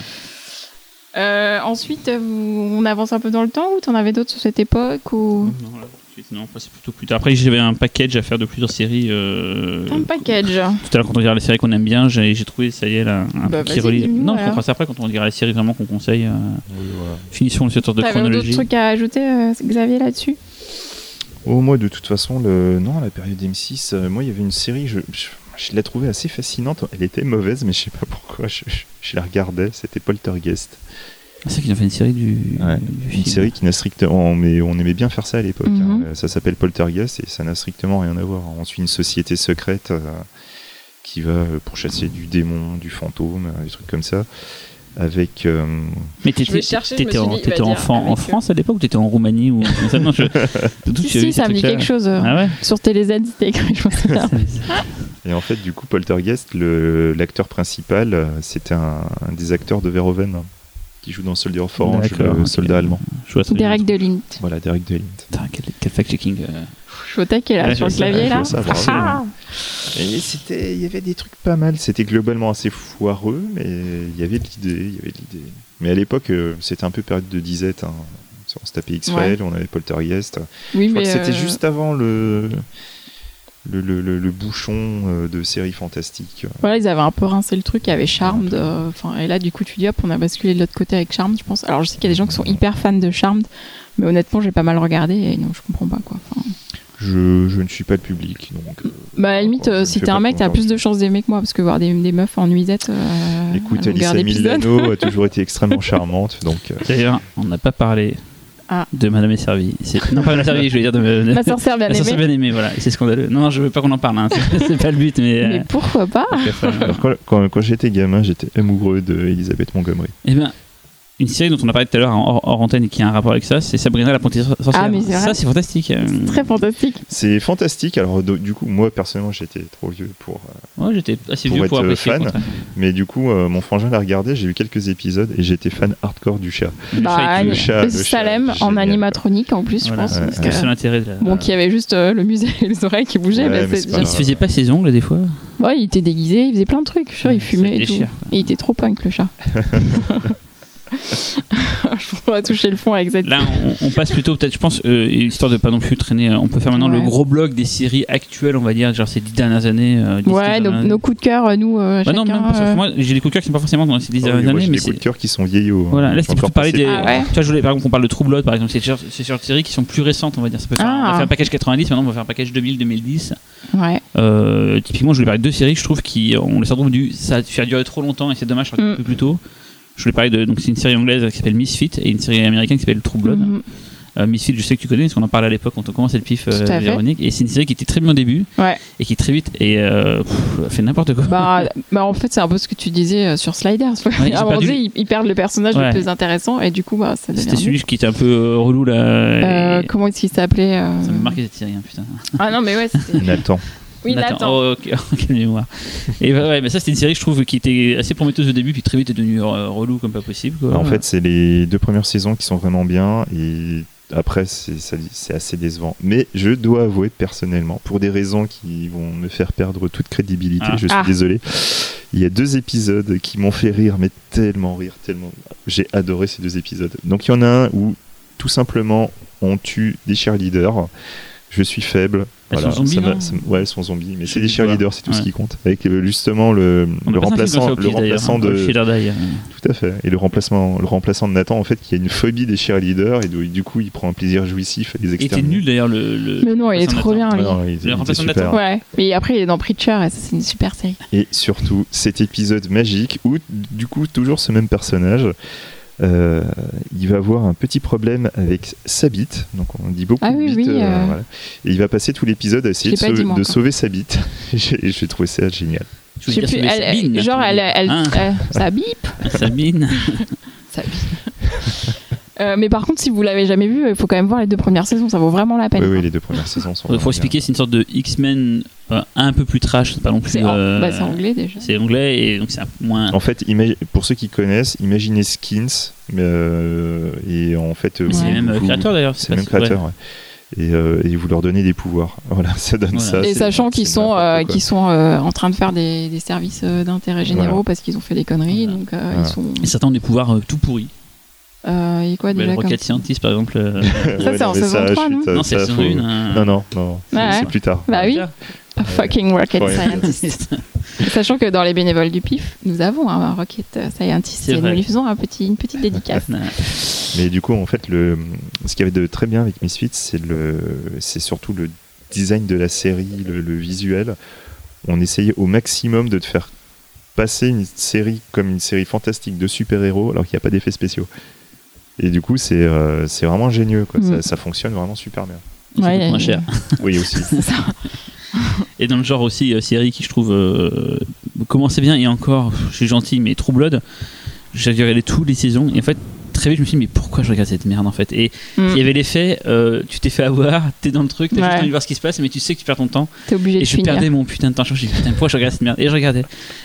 A: Euh, ensuite, vous- on avance un peu dans le temps ou t'en avais d'autres sur cette époque ou...
B: Non, là, suite, non, c'est plutôt plus tard. Après, j'avais un package à faire de plusieurs séries. euh,
A: Un package.
B: Tout à l'heure, quand on regarde les séries qu'on aime bien, j'ai j'ai trouvé, ça y est, là, un
A: Bah,
B: petit
A: vas-y,
B: relis.
A: dis-nous,
B: Non, je
A: alors.
B: comprends ça après quand on regarde les séries vraiment qu'on conseille. euh, Finissons le sorte de
A: T'avais d'autres
B: chronologie.
A: trucs à ajouter, euh, Xavier, là-dessus
C: Oh, moi, de toute façon, le... non, la période M6, euh, moi, il y avait une série, je, je, je la trouvais assez fascinante. Elle était mauvaise, mais je sais pas pourquoi. Je, je- je la regardais, c'était Poltergeist.
B: Ah, C'est ça qu'ils ont fait une série du.
C: Ouais,
B: du
C: Une
B: film.
C: série qui n'a strictement. Mais on aimait bien faire ça à l'époque. hein.
A: Mhm.
C: Euh, Ça s'appelle Poltergeist et ça n'a strictement rien à voir. On suit une société secrète euh, qui va euh, pourchasser du démon, du fantôme, euh, des trucs comme ça. Avec. euh,
B: Mais
A: vais
B: t'étais
A: chercher, je me suis
B: t'étais en-
A: dit, il va
B: t'étais
A: dire
B: enfant
A: avec
B: en
A: eux.
B: France à l'époque ou t'étais en Roumanie ou comme ça, non, je- Tout de
A: Si,
B: suite, j'avais
A: si,
B: vu
A: ça
B: ces
A: me dit
B: trucs-là.
A: quelque chose. euh,
B: Ah ouais
A: Sur TéléZ, c'était écrit, je me souviens.
C: Et en fait, du coup, Poltergeist, le- l'acteur principal, euh, c'était un, un des acteurs de Verhoeven hein, qui joue dans Soldier of Orange, le
B: D'accord, ok.
C: soldat allemand.
B: Je vois très bien.
A: Derek de Lint.
C: Voilà, Derek Delint.
B: Putain, quel, quel fact-checking. euh.
A: Je suis au taquet, là,
B: Ouais,
A: sur
B: je
A: le
B: sais,
A: clavier,
C: je
A: là.
C: sais, bravo.
A: Ah,
C: Et c'était, il y avait des trucs pas mal. C'était globalement assez foireux, mais il y avait de l'idée, il y avait de l'idée. Mais à l'époque, euh, c'était un peu période de disette. hein. On se tapait X-Files, on avait Poltergeist.
A: oui,
C: Je crois
A: mais.
C: que c'était
A: euh,
C: juste avant le le, le- le- le bouchon euh, de série fantastique.
A: Voilà, ils avaient un peu rincé le truc, il y avait Charmed. euh, enfin, et là, du coup, tu dis hop, on a basculé de l'autre côté avec Charmed, je pense. Alors, je sais qu'il y a des gens qui sont hyper fans de Charmed, mais honnêtement, j'ai pas mal regardé et non, je comprends pas quoi. Enfin,
C: Je, je ne suis pas le public, donc. euh,
A: bah, à la limite,
C: Encore,
A: euh,
C: je
A: si
C: fais
A: t'es
C: pas
A: un mec, t'as
C: confiance.
A: plus de chances d'aimer que moi, parce que voir des, des meufs en nuisette. Euh,
C: Écoute,
A: à longueur
C: Alissa
A: d'épisode.
C: Milano a toujours été extrêmement charmante, donc euh,
B: D'ailleurs, on n'a pas parlé
A: Ah.
B: de Madame est servie. C'est- Non, pas Madame est servie, je vais dire de
A: Ma sorcière bien
B: La sorcière
A: aimée.
B: bien aimée, voilà. Et Ah, C'est scandaleux. Non, non, je veux pas qu'on en parle. hein. C'est- C'est pas le but, mais. euh,
A: Mais pourquoi pas
B: donc, après, euh,
C: alors, quand, quand- quand j'étais gamin, j'étais amoureux de Elisabeth Montgomery.
B: Eh bien, une série dont on a parlé tout à l'heure en hors, hors antenne et qui a un rapport avec ça, c'est Sabrina la apprentie sor- sorcière.
A: Ah, mais c'est vrai.
B: ça, c'est fantastique. Euh,
A: C'est très fantastique.
C: C'est fantastique. Alors do- du coup, moi personnellement, j'étais trop vieux pour. euh,
B: ouais, j'étais assez
C: Pour
B: vieux pour
C: être, euh,
B: apprécier.
C: fan.
B: le contraire.
C: mais du coup, euh, mon frangin l'a regardé. J'ai vu quelques épisodes et j'étais fan hardcore du chat.
B: Le
A: Bah,
B: chat est
A: Anne-
B: le-
C: chat, le
A: Salem
C: chat,
A: en
C: génial.
A: animatronique en plus, je
B: Voilà,
A: pense.
C: ouais,
A: parce
B: c'est le
A: que-
B: seul intérêt de la.
A: Bon, qui avait juste euh, le musée et les oreilles qui bougeaient,
C: Ouais,
A: bah,
C: mais
A: c'est
C: c'est
A: déjà
C: pas
B: il se faisait pas ses ongles des fois.
A: Ouais, il était déguisé, il faisait plein de trucs. Je suis sûr, il
B: Ça
A: fumait et tout.
B: déchire.
A: Et il était trop punk, le chat. je pourrais toucher le fond avec cette.
B: Là, on, on passe plutôt, peut-être, je pense, euh, histoire de pas non plus traîner, euh, on peut faire maintenant le
A: Ouais.
B: gros bloc des séries actuelles, on va dire, genre ces dix dernières années. euh, dix,
A: ouais,
B: quinze
A: nos,
B: dernières
A: nos coups de cœur, euh, nous, euh,
B: Bah non,
A: chacun,
B: même parce que
A: euh,
B: moi, j'ai des coups de cœur qui sont pas forcément dans ces dix
C: Ah oui,
B: dernières
C: moi,
B: années,
C: j'ai
B: mais
C: des coups
B: c'est.
C: de cœur qui sont vieillots. hein.
B: Voilà, là c'était
C: Encore
B: plutôt parler
C: passé
B: des.
C: de-
A: Ah ouais.
B: Tu vois, je voulais par exemple qu'on parle de True Blood, par exemple, c'est sur, c'est sur des séries qui sont plus récentes, on va dire. Ça peut faire, on va
A: Ah.
B: faire un package 90, maintenant on va faire un package 2000-2010.
A: Ouais.
B: Euh, typiquement, je voulais parler de deux séries que je trouve qui on les sort donc du. Ça a fait durer trop longtemps et c'est dommage, ça aurait été
A: Mm.
B: un peu plus tôt. Je voulais parler de. Donc, c'est une série anglaise qui s'appelle Misfit et une série américaine qui s'appelle True Blood.
A: Mhm.
B: Euh, Misfit, je sais que tu connais, parce qu'on en parlait à l'époque quand on commençait le pif, euh,
A: Tout à fait.
B: Véronique. Et c'est une série qui était très bien au début
A: Ouais.
B: et qui très vite et, euh, pff, fait n'importe quoi.
A: Bah, bah, en fait, c'est un peu ce que tu disais euh, sur Sliders.
B: Ouais, ils ont
A: à un moment
B: perdu-
A: donné, ils, ils perdent le personnage
B: Ouais.
A: le plus intéressant et du coup, bah, ça devient.
B: C'était celui qui était un peu euh, relou là.
A: nul. Euh,
B: et-
A: Comment est-ce qu'il s'appelait euh,
B: Ça m'a marqué cette série, hein, putain.
A: Ah non, mais ouais, c'était.
C: Nathan.
A: Oui, Nathan.
B: Oh, ok, quelle mémoire. Et bah, ouais, bah, ça, c'était une série, je trouve, qui était assez prometteuse au début, puis très vite est devenue euh, relou comme pas possible. quoi.
C: En fait, c'est les deux premières saisons qui sont vraiment bien et après, c'est ça- c'est assez décevant. Mais je dois avouer personnellement, pour des raisons qui vont me faire perdre toute crédibilité,
B: Ah.
C: je suis
A: Ah.
C: désolé. Il y a deux épisodes qui m'ont fait rire, mais tellement rire, tellement. J'ai adoré ces deux épisodes. Donc il y en a un où tout simplement on tue des cheerleaders. Je suis faible.
B: Elles sont zombies,
C: ça m'a-
B: non
C: ça m- ouais, elles sont zombies, mais c'est des
B: sais pas.
C: cheerleaders, c'est tout ce
B: Ouais.
C: qui compte. Avec euh, justement le,
B: On
C: le
B: a passé un film comme
C: remplaçant,
B: ça au
C: le
B: Kiss, d'ailleurs,
C: remplaçant
B: hein,
C: de,
B: chez Dardaille.
C: tout à fait. Et le remplacement, le remplaçant de Nathan, en fait, qui a une phobie des cheerleaders, et du du coup, il prend un plaisir jouissif à les
B: Il était
C: exterminer.
B: nul hein, d'ailleurs le. le
A: Mais non, il est
B: Oh. Nathan.
A: trop bien,
C: Ah
A: lui.
C: non, il- il était
B: remplaçant de
C: super.
B: Nathan.
A: Ouais. Et après, il est dans Preacher et ça, c'est une super série.
C: Et surtout, cet épisode magique où, du coup, toujours ce même personnage, euh, il va avoir un petit problème avec sa bite. Donc, on dit beaucoup
A: Ah
C: de
A: oui,
C: bite,
A: oui, euh.
C: voilà. Et il va passer tout l'épisode à essayer de,
A: l'ai pas
C: sauver-
A: dit, moi,
C: de
A: encore.
C: sauver sa bite. Et j'ai- et j'ai trouvé ça génial.
B: Je
A: Je
B: voulais
A: sais
B: dire
A: plus, elle-
B: sauver
A: elle-
B: Sabine.
A: genre, elle, elle,
B: Hein,
A: euh, ça bip
B: Sabine.
A: Ça bip. Euh, mais par contre, si vous l'avez jamais vu, il faut quand même voir les deux premières saisons, ça vaut vraiment la peine.
C: Oui, oui, les deux premières saisons
B: Il
C: sont. vraiment
B: faut expliquer, c'est une sorte de X-Men euh, un peu plus trash, c'est pas non plus.
A: C'est
B: euh,
A: bah, c'est anglais déjà.
B: c'est anglais et donc c'est un peu moins.
C: En fait, ima- pour ceux qui connaissent, imaginez Skins, mais, euh, et en fait, euh,
B: C'est
C: vous-
B: le même euh,
C: vous-
B: créateur d'ailleurs.
C: c'est
B: pas
C: le même
B: si- ouais.
C: créateur. ouais. Et, euh, et vous leur donnez des pouvoirs. Voilà, ça donne
B: Voilà.
C: ça.
A: Et
C: c'est-
A: sachant qu'ils
C: c'est
A: sont,
C: n'importe
A: euh,
C: quoi.
A: qu'ils sont euh, en train de faire des, des services euh, d'intérêt généraux
C: Voilà.
A: parce qu'ils ont fait des conneries,
B: Voilà.
A: donc euh,
C: Voilà.
A: ils sont.
B: Et certains ont des pouvoirs euh, tout pourris.
A: euh, travaillé quoi
B: Belle
A: déjà comme-
B: Rocket Scientist, par exemple. euh,
A: Ça, c'est en
C: mais
A: saison
C: ça,
A: 3,
C: chut,
A: non
C: ça-
B: non,
C: ça,
B: c'est sur
C: faut-
B: une. un-
C: Non, non, non, c'est
A: Ouais.
C: c'est plus tard.
A: Bah oui,
B: un-
A: a fucking rocket
C: Ouais.
A: scientist. Sachant que dans les bénévoles du PIF, nous avons un rocket scientist
B: C'est
A: et nous
B: vrai.
A: lui faisons un petit, une petite dédicace.
C: Mais du coup, en fait, le, ce qu'il y avait de très bien avec Misfits, c'est le, c'est surtout le design de la série, le, le visuel. On essayait au maximum de te faire passer une série comme une série fantastique de super-héros, alors qu'il n'y a pas d'effets spéciaux. Et du coup, c'est, euh, c'est vraiment génieux. Quoi.
A: Mm.
C: Ça, ça fonctionne vraiment super bien.
B: Il
A: Ouais,
B: coûte
A: il y a-
B: moins cher.
C: Oui, aussi.
A: C'est ça.
B: Et dans le genre aussi, euh, série qui je trouve euh, commençait bien et encore, pff, je suis gentil, mais True Blood, j'ai regardé toutes les saisons et en fait, très vite je me suis dit, mais pourquoi je regarde cette merde en fait Et
A: Mm.
B: il y avait l'effet, euh, tu t'es fait avoir, t'es dans le truc, t'as
A: Ouais. hein.
B: juste envie de voir ce qui se passe, mais tu sais que tu perds ton temps.
A: T'es obligé
B: Et
A: de
B: je
A: finir.
B: perdais mon putain de temps, je me suis dit, putain, pourquoi je regarde cette merde Et je regardais,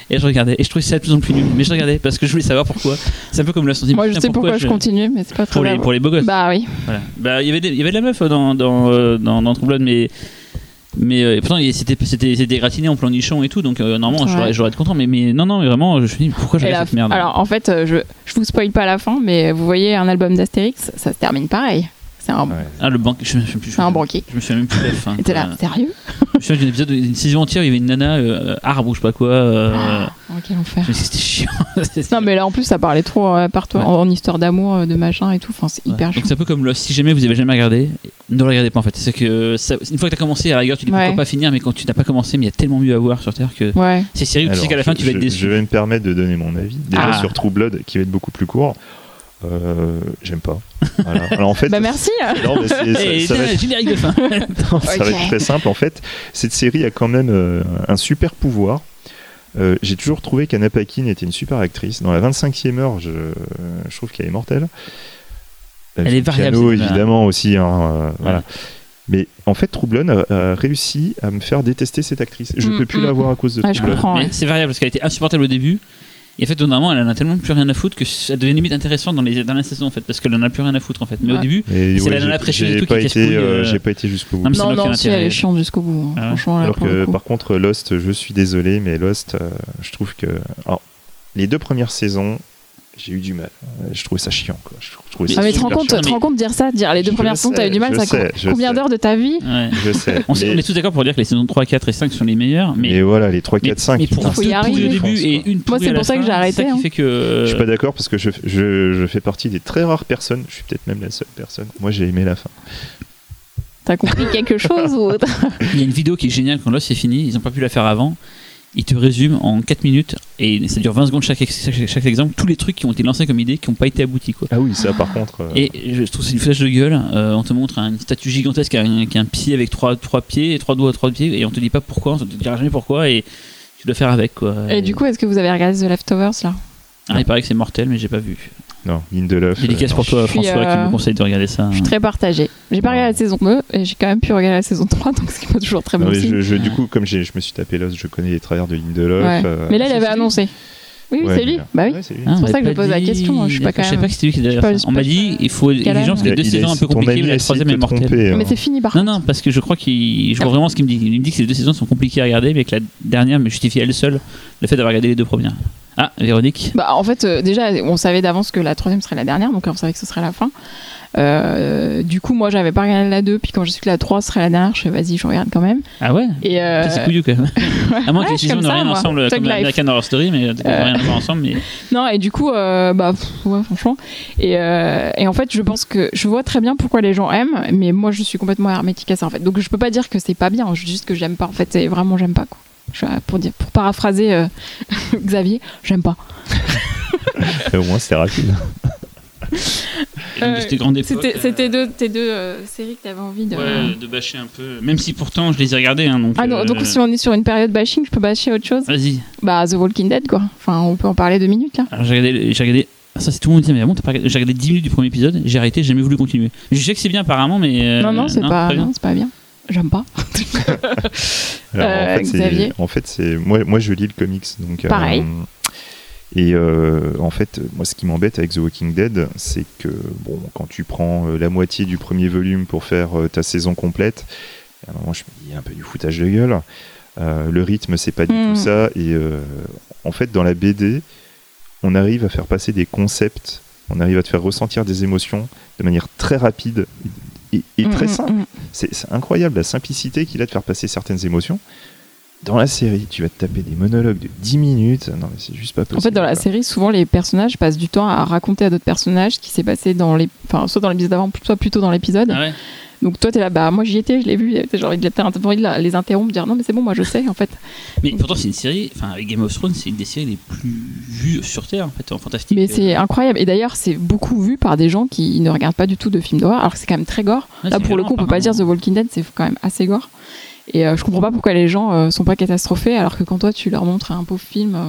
B: et je regardais, et je trouvais ça de plus en plus nul, mais je regardais parce que je voulais savoir pourquoi. C'est un peu comme le sentiment.
A: Moi, je sais pourquoi, je continue, mais c'est pas trop
B: Pour les,
A: grave.
B: pour les beaux gosses.
A: Bah oui.
B: Voilà. Bah, il y avait des- il y avait de la meuf euh, dans dans euh, dans, dans True Blood, mais mais euh, et pourtant il- c'était c'était c'était gratiné en plan nichon et tout, donc euh, normalement
A: Ouais.
B: j'aurais j'aurais été content, mais mais non non, mais vraiment, je me suis dit pourquoi je
A: Et la-
B: regarde cette merde.
A: Alors en fait, euh, je, je vous spoil pas la fin, mais vous voyez un album d'Astérix, ça se termine pareil. C'est un,
C: Ouais.
B: Ah le banquier, je, me souviens plus- je,
A: c'est un banquier.
B: je me souviens même plus de la fin.
A: Et t'es là,
B: quoi.
A: sérieux
B: Je me souviens d'un épisode, d'une saison entière, il y avait une nana euh, arbre ou je sais pas quoi. euh,
A: Ah, oh, Quel enfer.
B: je me suis dit, C'était chiant.
A: Non, mais là en plus, ça parlait trop euh, par toi,
B: Ouais.
A: en, en histoire d'amour, euh, de machin et tout. Enfin, c'est
B: Ouais.
A: hyper
B: Donc
A: chaud.
B: c'est un peu comme Lost. Si jamais vous avez jamais regardé, ne le regardez pas en fait. C'est que ça- une fois que t'as commencé à la rigueur, tu dis
A: Ouais.
B: pourquoi pas finir, mais quand tu n'as pas commencé, mais il y a tellement mieux à voir sur Terre que
A: Ouais.
B: c'est sérieux. Tu sais
C: Alors,
B: qu'à la fin tu vas
C: je-
B: être
C: Je
B: déçu.
C: vais me permettre de donner mon avis. Déjà
B: Ah.
C: sur True Blood, qui va être beaucoup plus court. Euh, j'aime pas. Voilà. Alors en fait,
A: Bah merci.
C: non, mais c'est- ça-
B: Et
C: ça va être
B: Eh, générique de fin.
C: ça va être
A: Ok.
C: très simple en fait. Cette série a quand même euh, un super pouvoir. Euh, J'ai toujours trouvé qu'Anna Paquin était une super actrice. Dans la 25e heure, je, je trouve qu'elle est mortelle. Elle,
B: est
C: fait le
B: variable,
C: piano,
B: cette nana.
C: évidemment aussi. hein, euh, voilà. Mais en fait, Troublon a, a réussi à me faire détester cette actrice. Je
A: Mm,
C: peux plus
A: mm.
C: la voir à cause de
A: Ah, je
C: True Blood.
A: comprends.
B: Mais
A: ouais.
B: C'est variable parce qu'elle était insupportable au début. Et en fait, au bout d'un moment, elle en a tellement plus rien à foutre que ça devient limite intéressant dans, les, dans la saison en fait. Parce qu'elle en a plus rien à foutre en fait. Mais au
A: Ouais.
B: début,
C: Et
B: C'est
C: ouais,
B: la
C: j'ai-
B: nana prêcheuse et
C: j'ai
B: tout qui
C: pas,
B: casse
C: été,
B: couille,
C: euh,
B: euh,
C: j'ai pas été jusqu'au bout.
B: Non, mais c'est
A: Non,
B: là
A: non,
B: qu'il y a
A: si elle
B: l'intérêt.
A: est chiante jusqu'au bout. hein.
B: Ah ouais.
A: Franchement, là,
C: Alors
A: pour
C: que
A: le coup.
C: par contre Lost, je suis désolé, mais Lost, euh, je trouve que alors, les deux premières saisons, j'ai eu du mal. Euh, Je trouvais ça chiant. Quoi. Je trouvais
B: Mais
C: ça
A: Ah, mais te
C: super
A: rends compte,
C: chiant.
B: chiant.
A: te rends compte de dire ça, de dire les deux
C: Je
A: premières saisons,
C: sais,
A: t'as eu du mal,
C: je
A: ça
C: sais, je
A: combien
C: sais.
A: d'heures de ta vie
B: ouais.
C: Je sais.
B: on, sait-
C: mais,
B: on est tous d'accord pour dire que les saisons 3, 4 et 5 sont les meilleures. Mais,
C: mais voilà, les 3,
B: mais-
C: 4, 5.
B: mais pour
C: putain,
B: un
A: Faut y
B: deux pourries au
A: arriver.
B: début et une
A: Moi,
B: pourrie
A: c'est
B: à
A: pour
B: la
A: ça que
B: fin,
A: j'ai arrêté,
B: C'est ça
A: hein.
B: qui fait que.
C: Je suis pas d'accord parce que je, je, je fais partie des très rares personnes, je suis peut-être même la seule personne. Moi j'ai aimé la fin.
A: T'as compris quelque chose ou...
B: euh, Il y a une vidéo qui est géniale quand Lost c'est fini, ils n'ont pas pu la faire avant. Ils te résument en 4 minutes et ça dure 20 secondes chaque, ex- chaque, chaque exemple tous les trucs qui ont été lancés comme idée qui n'ont pas été aboutis quoi.
C: Ah oui, ça par contre. euh,
B: Et je trouve que c'est une flèche de gueule. Euh, on te montre une statue gigantesque qui a un, qui a un pied avec trois, trois pieds, et trois doigts, trois pieds, et on te dit pas pourquoi, on te dira jamais pourquoi, et tu dois faire avec quoi.
A: Et du coup, est-ce que vous avez regardé The Leftovers là
B: Ah, il paraît que c'est mortel, mais j'ai pas vu.
C: Non, Lindelof.
B: Dédicace
C: euh,
B: pour toi,
A: je suis,
B: François, qui
A: euh,
B: me conseille de regarder ça. hein. Ah,
A: Je suis très partagée. J'ai pas
C: Ouais.
A: regardé la saison 2 et j'ai quand même pu regarder la saison 3, donc ce qui est pas toujours très
C: non,
A: bon
C: mais
A: signe.
C: je- je- du coup, comme j'ai- je me suis tapé Lost, je connais les travers de Lindelof.
A: Ouais.
C: euh,
A: Mais là, il
B: c'est
A: avait
B: lui
A: annoncé. Oui, oui,
C: ouais,
A: c'est lui.
C: mais- euh,
A: Bah oui.
C: ouais, c'est lui.
B: Ah, on
A: pour ça
B: m'avait
A: que je
B: pas
A: pose la
B: dit-
A: question, hein, je suis pas
B: D'accord,
A: quand
B: Je sais
A: même-
B: pas que c'est lui qui est derrière
A: je suis
B: ça.
A: pas-
B: On m'a dit, il faut les
A: Calame.
B: gens, parce que les deux
C: Il a-
B: saisons un peu
C: ton
B: compliquées,
C: ami
B: mais la
C: essaie de
B: troisième
C: te
B: est mortelle.
C: tromper, hein.
A: Mais c'est fini par
B: Non,
A: contre.
B: non, parce que je crois qu'il. Je vois vraiment ce qu'il me dit. Il me dit que ces deux saisons sont compliquées à regarder, mais que la dernière me justifie elle seule le fait d'avoir regardé les deux premières. Ah, Véronique
A: Bah, en fait, euh, déjà, on savait d'avance que la troisième serait la dernière, donc on savait que ce serait la fin. Euh, du coup, moi, j'avais pas regardé la 2, puis quand j'ai su que la 3 serait la dernière, je fais vas-y, je regarde quand même.
B: Ah ouais
A: Et euh,
B: Ça, C'est couillu quand même. À moins
A: ouais,
B: que les
A: je suis
B: saisons
A: comme
B: n'aient
A: ça,
B: rien
A: moi.
B: ensemble,
A: Thug
B: comme
A: Life. Euh.
B: American Horror Story, mais n'ont rien à voir ensemble. Mais
A: Non, et du coup, euh, bah, pff, ouais, franchement. Et, euh, et en fait, je pense que je vois très bien pourquoi les gens aiment, mais moi, je suis complètement hermétique à ça, en fait. Donc, je peux pas dire que c'est pas bien, je dis juste que j'aime pas, en fait. C'est vraiment, j'aime pas, quoi. Je, suis à- pour, dire, pour paraphraser euh, Xavier, j'aime pas.
C: Et Au moins, c'était rapide.
A: Euh,
B: de tes grandes époques,
A: C'était
B: euh,
A: c'était deux, tes deux euh, séries que t'avais envie de.
B: Ouais, de bâcher un peu. Même si pourtant je les ai regardées. Hein, donc,
A: Ah non,
B: euh,
A: donc si on est sur une période bashing, je peux bâcher autre chose
B: Vas-y.
A: Bah, The Walking Dead, quoi. Enfin, on peut en parler deux minutes, là.
B: Alors j'ai regardé. J'ai regardé... ah, Ça, c'est tout le monde dit, mais ah bon, t'as pas regardé- J'ai regardé 10 minutes du premier épisode, j'ai arrêté, j'ai jamais voulu continuer. Je sais que c'est bien apparemment, mais. euh,
A: non, non, c'est pas,
B: bien.
A: non, c'est pas bien. J'aime pas.
C: Alors,
A: Euh,
C: en fait,
A: Xavier
C: c'est, en fait, c'est moi, moi, je lis le comics, donc. euh,
A: Pareil.
C: et euh, en fait, moi, ce qui m'embête avec The Walking Dead, c'est que bon, quand tu prends euh, la moitié du premier volume pour faire euh, ta saison complète, à un moment, je me dis, il y a un peu du foutage de gueule. Euh, le rythme, c'est pas du
A: Mm.
C: tout ça. Et euh, en fait, dans la BD, on arrive à faire passer des concepts on arrive à te faire ressentir des émotions de manière très rapide et, et
A: Mm,
C: très
A: mm,
C: simple.
A: mm.
C: C'est c'est incroyable la simplicité qu'il a de faire passer certaines émotions. Dans la série, tu vas te taper des monologues de 10 minutes. Non, mais c'est juste pas possible.
A: En fait, dans la
C: quoi.
A: série, souvent les personnages passent du temps à raconter à d'autres personnages ce qui s'est passé dans les, enfin, soit dans l'épisode d'avant, soit plutôt dans l'épisode.
B: Ah ouais
A: Donc toi, t'es là, bah moi j'y étais, je l'ai vu, et t'as genre envie de les- t'as envie de la- les interrompre, dire non mais c'est bon, moi je sais en fait.
B: Mais pourtant, c'est une série, enfin, avec Game of Thrones, c'est une des séries les plus vues sur Terre, en fait, en fantastique.
A: Mais c'est incroyable. Et d'ailleurs, c'est beaucoup vu par des gens qui ne regardent pas du tout de films d'horreur, alors que c'est quand même très gore.
B: Ouais,
A: Là,
B: c'est
A: pour le coup, on peut
B: violent,
A: pas
B: apparemment.
A: dire The Walking Dead, c'est quand même assez gore. Et euh, je comprends pas pourquoi les gens euh, sont pas catastrophés, alors que quand toi tu leur montres un pauvre film. euh,